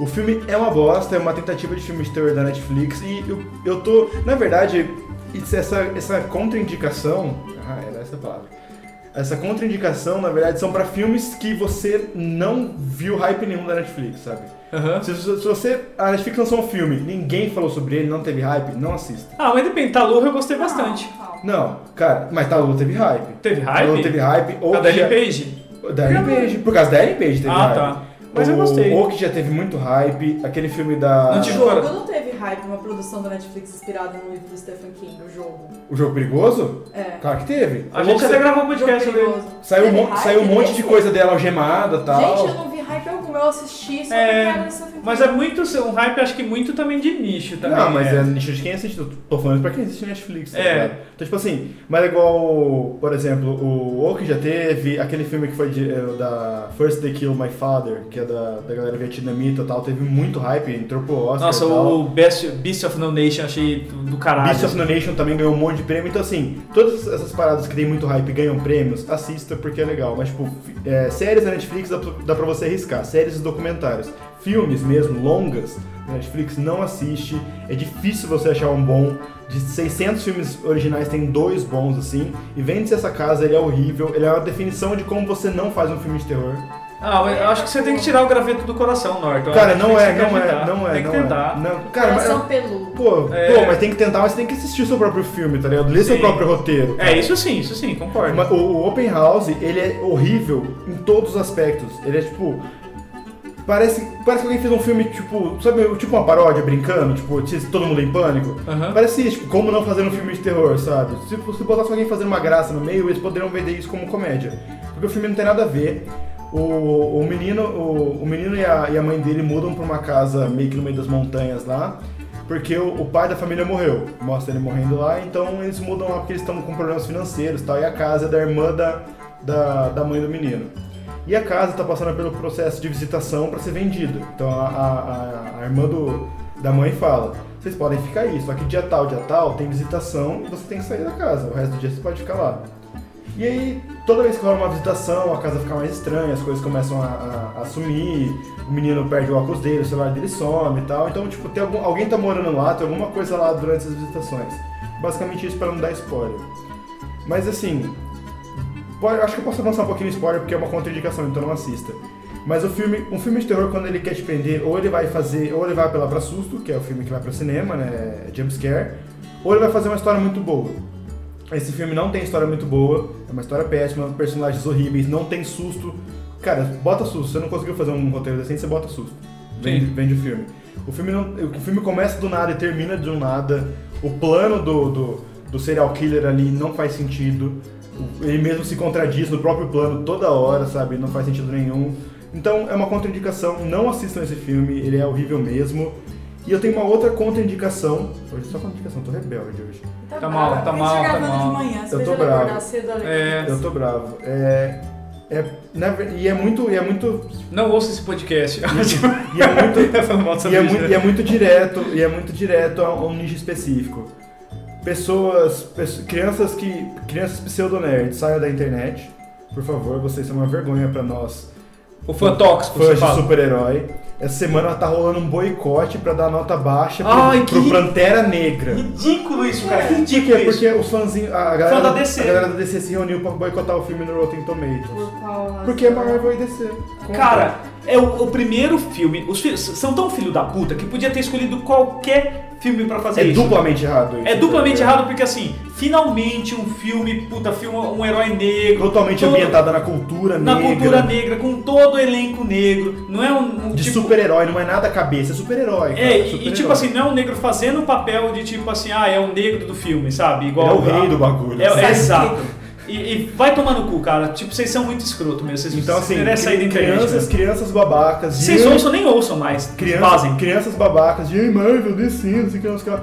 [SPEAKER 3] O filme é uma bosta, é uma tentativa de filme de terror da Netflix e eu, eu tô, na verdade, isso- essa, essa contraindicação, ah, era essa a palavra. Essa contraindicação, na verdade, são pra filmes que você não viu hype nenhum da Netflix, sabe?
[SPEAKER 2] Aham.
[SPEAKER 3] Se, se você a Netflix lançou um filme, ninguém falou sobre ele, não teve hype, não assista.
[SPEAKER 2] Ah, mas depende, Talur eu gostei bastante.
[SPEAKER 4] Não.
[SPEAKER 3] Não, cara, mas Talu teve hype.
[SPEAKER 2] Teve
[SPEAKER 3] Talu
[SPEAKER 2] hype?
[SPEAKER 3] teve hype ou
[SPEAKER 2] A da
[SPEAKER 3] que-
[SPEAKER 2] Page?
[SPEAKER 3] da Ellen Page, por causa da Ellen Page teve
[SPEAKER 2] Ah,
[SPEAKER 3] hype.
[SPEAKER 2] tá. Mas eu
[SPEAKER 3] O-
[SPEAKER 2] gostei.
[SPEAKER 3] O que já teve muito hype, aquele filme da.
[SPEAKER 2] Não
[SPEAKER 4] O
[SPEAKER 2] tive-
[SPEAKER 4] jogo não teve hype. hype, uma produção da Netflix inspirada no livro do Stephen King, o
[SPEAKER 2] Um
[SPEAKER 4] jogo.
[SPEAKER 3] O jogo perigoso?
[SPEAKER 4] É.
[SPEAKER 3] Claro que teve.
[SPEAKER 2] A gente até gravou um podcast
[SPEAKER 4] Jogo
[SPEAKER 2] sobre ele.
[SPEAKER 4] perigoso.
[SPEAKER 3] Saiu, um
[SPEAKER 4] Teve
[SPEAKER 3] mon-
[SPEAKER 4] hype
[SPEAKER 3] saiu um monte de
[SPEAKER 4] desse?
[SPEAKER 3] coisa dela algemada e tal.
[SPEAKER 4] Gente, eu não vi hype algum, eu assisti só
[SPEAKER 2] É,
[SPEAKER 4] pra cara do Stephen King.
[SPEAKER 2] Mas é muito, um hype acho que muito também de nicho também.
[SPEAKER 3] não, mas
[SPEAKER 2] né?
[SPEAKER 3] é nicho de quem assiste. Eu Tô falando pra quem assiste Netflix, tá
[SPEAKER 2] É.
[SPEAKER 3] ligado? Então, tipo assim, mas é igual, por exemplo, o O que já teve, aquele filme que foi de- é, da First They Kill My Father, que é da, da galera vietnamita e tal, teve muito hype, entrou pro Oscar.
[SPEAKER 2] Nossa,
[SPEAKER 3] e tal.
[SPEAKER 2] o Best, Beast of No Nation achei do do caralho.
[SPEAKER 3] Beast of No Nation também ganhou um monte de prêmio, então assim, todas essas paradas que tem muito hype e ganham prêmios, assista porque é legal. Mas tipo, fi- é, séries da Netflix dá pra, dá pra você arriscar, séries e documentários. Filmes mesmo, longas, da Netflix não assiste, é difícil você achar um bom. De 600 filmes originais tem dois bons assim, e vende-se essa casa, ele é horrível, ele é uma definição de como você não faz um filme de terror.
[SPEAKER 2] Ah, mas eu acho que você tem que tirar o graveto do coração, Norton.
[SPEAKER 3] Cara,
[SPEAKER 2] Acho que
[SPEAKER 3] não
[SPEAKER 2] tem
[SPEAKER 3] é,
[SPEAKER 2] que
[SPEAKER 3] não é,
[SPEAKER 2] acreditar.
[SPEAKER 3] não é,
[SPEAKER 2] Tem que
[SPEAKER 3] não
[SPEAKER 2] tentar.
[SPEAKER 3] é. Não, cara, mas-
[SPEAKER 4] Coração peludo.
[SPEAKER 3] Pô,
[SPEAKER 2] É.
[SPEAKER 3] pô, mas tem que tentar, mas tem que assistir o seu próprio filme, tá ligado? Ler seu
[SPEAKER 2] Sim.
[SPEAKER 3] próprio roteiro. cara.
[SPEAKER 2] É, isso sim, isso sim, concordo.
[SPEAKER 3] Mas O, o Open House, ele é horrível em todos os aspectos. Ele é tipo. Parece, parece que alguém fez um filme, tipo, sabe, tipo uma paródia brincando, tipo, t- todo mundo em pânico.
[SPEAKER 2] Aham.
[SPEAKER 3] Parece isso, tipo, como não fazer um filme de terror, sabe? Se, se botasse alguém fazendo uma graça no meio, eles poderiam vender isso como comédia. Porque o filme não tem nada a ver. O, o menino, o, o menino e, a, e a mãe dele mudam pra uma casa meio que no meio das montanhas lá, porque o, o pai da família morreu. Mostra ele morrendo lá, então eles mudam lá porque eles estão com problemas financeiros e tal. E a casa é da irmã da, da, da mãe do menino. E a casa está passando pelo processo de visitação para ser vendida. Então a, a- a- a irmã do- da mãe fala: vocês podem ficar aí, só que dia tal, dia tal, tem visitação e você tem que sair da casa. O resto do dia você pode ficar lá. E aí, toda vez que rola uma visitação, a casa fica mais estranha, as coisas começam a, a, a sumir, o menino perde o óculos dele, o celular dele some e tal. Então, tipo, tem algum- alguém tá morando lá, tem alguma coisa lá durante essas visitações. Basicamente isso para não dar spoiler. Mas assim, Pô, eu acho que eu posso avançar um pouquinho no spoiler porque é uma contraindicação, então não assista. Mas o filme, um filme de terror, quando ele quer te prender, ou ele vai fazer, ou ele vai apelar pra susto, que é o filme que vai pro cinema, né? Jumpscare, ou ele vai fazer uma história muito boa. Esse filme não tem história muito boa, é uma história péssima, personagens horríveis, não tem susto. Cara, bota susto. Se você não conseguiu fazer um roteiro decente, você bota susto. Vende,
[SPEAKER 2] Sim.
[SPEAKER 3] vende o filme. O filme, não- o filme começa do nada e termina do nada. O plano do, do, do serial killer ali não faz sentido. O- Ele mesmo se contradiz no próprio plano toda hora, sabe? Não faz sentido nenhum. Então é uma contraindicação. Não assistam esse filme, ele é horrível mesmo. E eu tenho uma outra contraindicação. Hoje é só contraindicação, tô rebelde hoje.
[SPEAKER 2] Tá mal,
[SPEAKER 4] brava.
[SPEAKER 2] tá
[SPEAKER 4] Eles
[SPEAKER 2] mal, tá
[SPEAKER 4] chegavam
[SPEAKER 2] mal.
[SPEAKER 4] de manhã, se
[SPEAKER 3] Eu tô
[SPEAKER 4] veja ela acordar
[SPEAKER 3] bravo.
[SPEAKER 4] cedo, olha
[SPEAKER 2] É.
[SPEAKER 4] que
[SPEAKER 3] Eu tô bravo. É. é na ver- e é muito. E é muito.
[SPEAKER 2] Não ouça esse podcast.
[SPEAKER 3] E é muito.
[SPEAKER 2] Falando mal
[SPEAKER 3] e,
[SPEAKER 2] sobre
[SPEAKER 3] é
[SPEAKER 2] isso,
[SPEAKER 3] muito
[SPEAKER 2] né?
[SPEAKER 3] e é muito direto. E é muito direto a um nicho específico. Pessoas. pesso- crianças que. Crianças pseudonerds saiam da internet. Por favor, vocês são uma vergonha pra nós.
[SPEAKER 2] O fantóxico, você
[SPEAKER 3] Fãs de
[SPEAKER 2] fala.
[SPEAKER 3] super-herói. Essa semana tá rolando um boicote pra dar nota baixa pro,
[SPEAKER 2] Ai, que
[SPEAKER 3] pro
[SPEAKER 2] ri-
[SPEAKER 3] Pantera Negra.
[SPEAKER 2] Ridículo isso, cara.
[SPEAKER 3] Porque,
[SPEAKER 2] Ridículo
[SPEAKER 3] porque os fãzinhos. A galera,
[SPEAKER 2] Fã da DC.
[SPEAKER 3] a galera da DC se reuniu pra boicotar o filme no Rotten Tomatoes.
[SPEAKER 4] Por qual
[SPEAKER 3] Porque é Marvel e DC.
[SPEAKER 2] Cara, é o, o primeiro filme. Os filhos são tão filho da puta que podia ter escolhido qualquer filme pra fazer
[SPEAKER 3] é
[SPEAKER 2] isso.
[SPEAKER 3] duplamente errado. isso,
[SPEAKER 2] É duplamente
[SPEAKER 3] tá ligado?
[SPEAKER 2] errado porque assim, finalmente um filme, puta, filme, um herói negro.
[SPEAKER 3] É Totalmente
[SPEAKER 2] todo-
[SPEAKER 3] ambientada na cultura
[SPEAKER 2] Na
[SPEAKER 3] negra.
[SPEAKER 2] cultura negra, com todo o elenco negro. Não é um, um
[SPEAKER 3] De
[SPEAKER 2] tipo.
[SPEAKER 3] super-herói, não é nada cabeça, é super-herói. cara,
[SPEAKER 2] É, e- e
[SPEAKER 3] super-herói.
[SPEAKER 2] tipo assim, não é um negro fazendo o papel de tipo assim, ah, é o negro do filme, sabe?
[SPEAKER 3] Ele é
[SPEAKER 2] Igual
[SPEAKER 3] o rei do bagulho. assim.
[SPEAKER 2] É, é
[SPEAKER 3] sabe?
[SPEAKER 2] exato. E, e vai tomar no cu, cara. Tipo, vocês são muito escroto mesmo. Vocês
[SPEAKER 3] Então assim,
[SPEAKER 2] merecem sair da internet.
[SPEAKER 3] crianças,
[SPEAKER 2] mesmo.
[SPEAKER 3] crianças babacas.
[SPEAKER 2] Vocês
[SPEAKER 3] viram-
[SPEAKER 2] ouçam, nem ouçam mais.
[SPEAKER 3] Crianças,
[SPEAKER 2] Fazem.
[SPEAKER 3] crianças babacas de "Ei, Marvel, DC, não sei o que, não sei o que lá."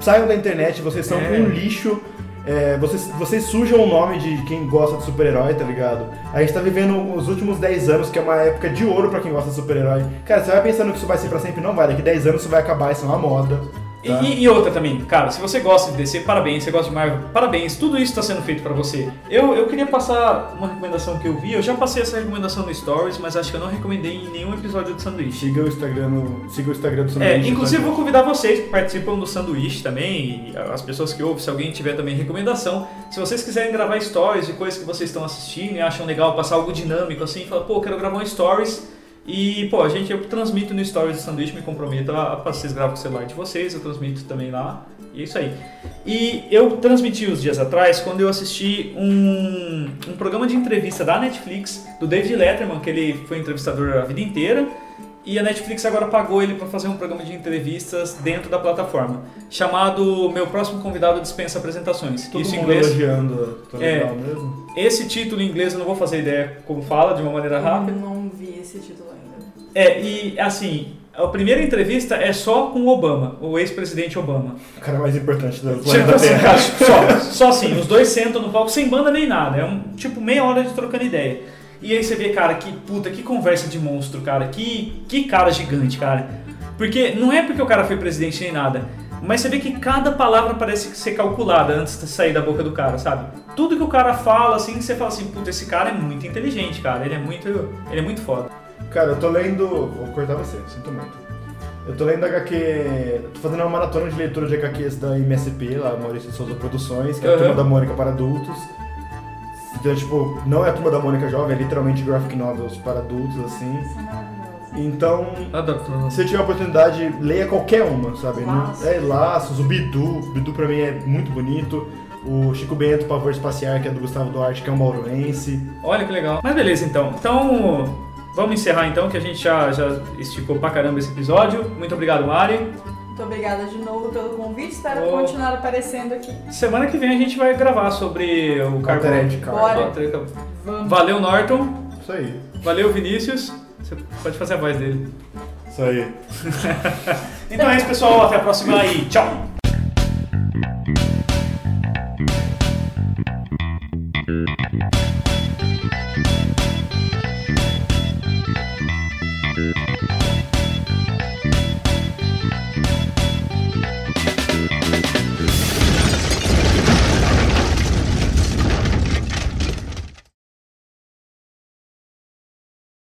[SPEAKER 3] Saiam da internet, vocês são
[SPEAKER 2] É.
[SPEAKER 3] um lixo. é, vocês, vocês sujam o nome de quem gosta de super-herói, tá ligado? A gente tá vivendo os últimos 10 anos, que é uma época de ouro pra quem gosta de super-herói. Cara, você vai pensando que isso vai ser pra sempre? Não vai. Daqui 10 anos isso vai acabar, isso é uma moda.
[SPEAKER 2] E,
[SPEAKER 3] tá?
[SPEAKER 2] e- e outra também, cara, se você gosta de DC, parabéns. Se você gosta de Marvel, parabéns. Tudo isso está sendo feito pra você. Eu, eu queria passar uma recomendação que eu vi. Eu já passei essa recomendação no Stories, mas acho que eu não recomendei em nenhum episódio do Sanduíche.
[SPEAKER 3] Siga o Instagram, no- siga o Instagram do
[SPEAKER 2] É,
[SPEAKER 3] Sanduíche.
[SPEAKER 2] inclusive
[SPEAKER 3] tá?
[SPEAKER 2] vou convidar vocês que participam do sanduíche também, e as pessoas que ouvem, se alguém tiver também recomendação, se vocês quiserem gravar stories de coisas que vocês estão assistindo e acham legal passar algo dinâmico assim, fala, pô, quero gravar um stories e, pô, a gente, eu transmito no stories do sanduíche, me comprometo a, a vocês gravam com o celular de vocês, eu transmito também lá, e é isso aí. E eu transmiti os dias atrás quando eu assisti um, um programa de entrevista da Netflix, do David Letterman, que ele foi entrevistador a vida inteira. E a Netflix agora pagou ele para fazer um programa de entrevistas dentro da plataforma, chamado Meu Próximo Convidado Dispensa Apresentações.
[SPEAKER 3] Todo
[SPEAKER 2] Isso em
[SPEAKER 3] mundo
[SPEAKER 2] inglês.
[SPEAKER 3] elogiando. Tá
[SPEAKER 2] É.
[SPEAKER 3] legal mesmo.
[SPEAKER 2] Esse título em inglês eu não vou fazer ideia como fala, de uma maneira rápida.
[SPEAKER 4] Eu não vi esse título ainda.
[SPEAKER 2] É, e assim, a primeira entrevista é só com o Obama, o ex-presidente Obama.
[SPEAKER 3] O cara mais importante do
[SPEAKER 2] Tipo
[SPEAKER 3] planeta
[SPEAKER 2] assim,
[SPEAKER 3] Terra.
[SPEAKER 2] cara, só, só assim, os dois sentam no palco sem banda nem nada. É um tipo meia hora de trocando ideia. E aí você vê, cara, que puta, que conversa de monstro, cara. Que, que cara gigante, cara. Porque não é porque o cara foi presidente nem nada. Mas você vê que cada palavra parece ser calculada antes de sair da boca do cara, sabe? Tudo que o cara fala, assim, você fala assim, puta, esse cara é muito inteligente, cara. Ele é muito. Ele é muito foda.
[SPEAKER 3] Cara, eu tô lendo. Vou cortar você, sinto muito. Eu tô lendo HQ. Tô fazendo uma maratona de leitura de HQs da MSP, lá, Maurício de Souza Produções, que é a
[SPEAKER 2] Aham.
[SPEAKER 3] turma da Mônica para adultos. Então, tipo, não é a turma da Mônica jovem, é literalmente graphic novels para adultos, assim.
[SPEAKER 4] Isso é maravilhoso.
[SPEAKER 3] Então,
[SPEAKER 2] Adoro.
[SPEAKER 3] se você tiver a oportunidade, leia qualquer uma, sabe? Não-
[SPEAKER 4] Laços.
[SPEAKER 3] É Laços, o Bidu. Bidu pra mim é muito bonito. O Chico Bento, Pavor Espaciar, que é do Gustavo Duarte, que é um mauruense.
[SPEAKER 2] Olha que legal. Mas beleza, então. Então, vamos encerrar então, que a gente já, já esticou pra caramba esse episódio. Muito obrigado, Mari.
[SPEAKER 4] Muito obrigada de novo pelo convite. Espero
[SPEAKER 2] Oh.
[SPEAKER 4] continuar aparecendo aqui.
[SPEAKER 2] Semana que vem a gente vai gravar sobre o carbono.
[SPEAKER 3] Altered Carbon.
[SPEAKER 4] Bora.
[SPEAKER 2] Altered Carbon.
[SPEAKER 4] Vamos.
[SPEAKER 2] Valeu, Norton.
[SPEAKER 3] Isso aí.
[SPEAKER 2] Valeu, Vinícius. Você pode fazer a voz dele.
[SPEAKER 3] Isso aí.
[SPEAKER 2] Então é isso, pessoal. Até a próxima e tchau.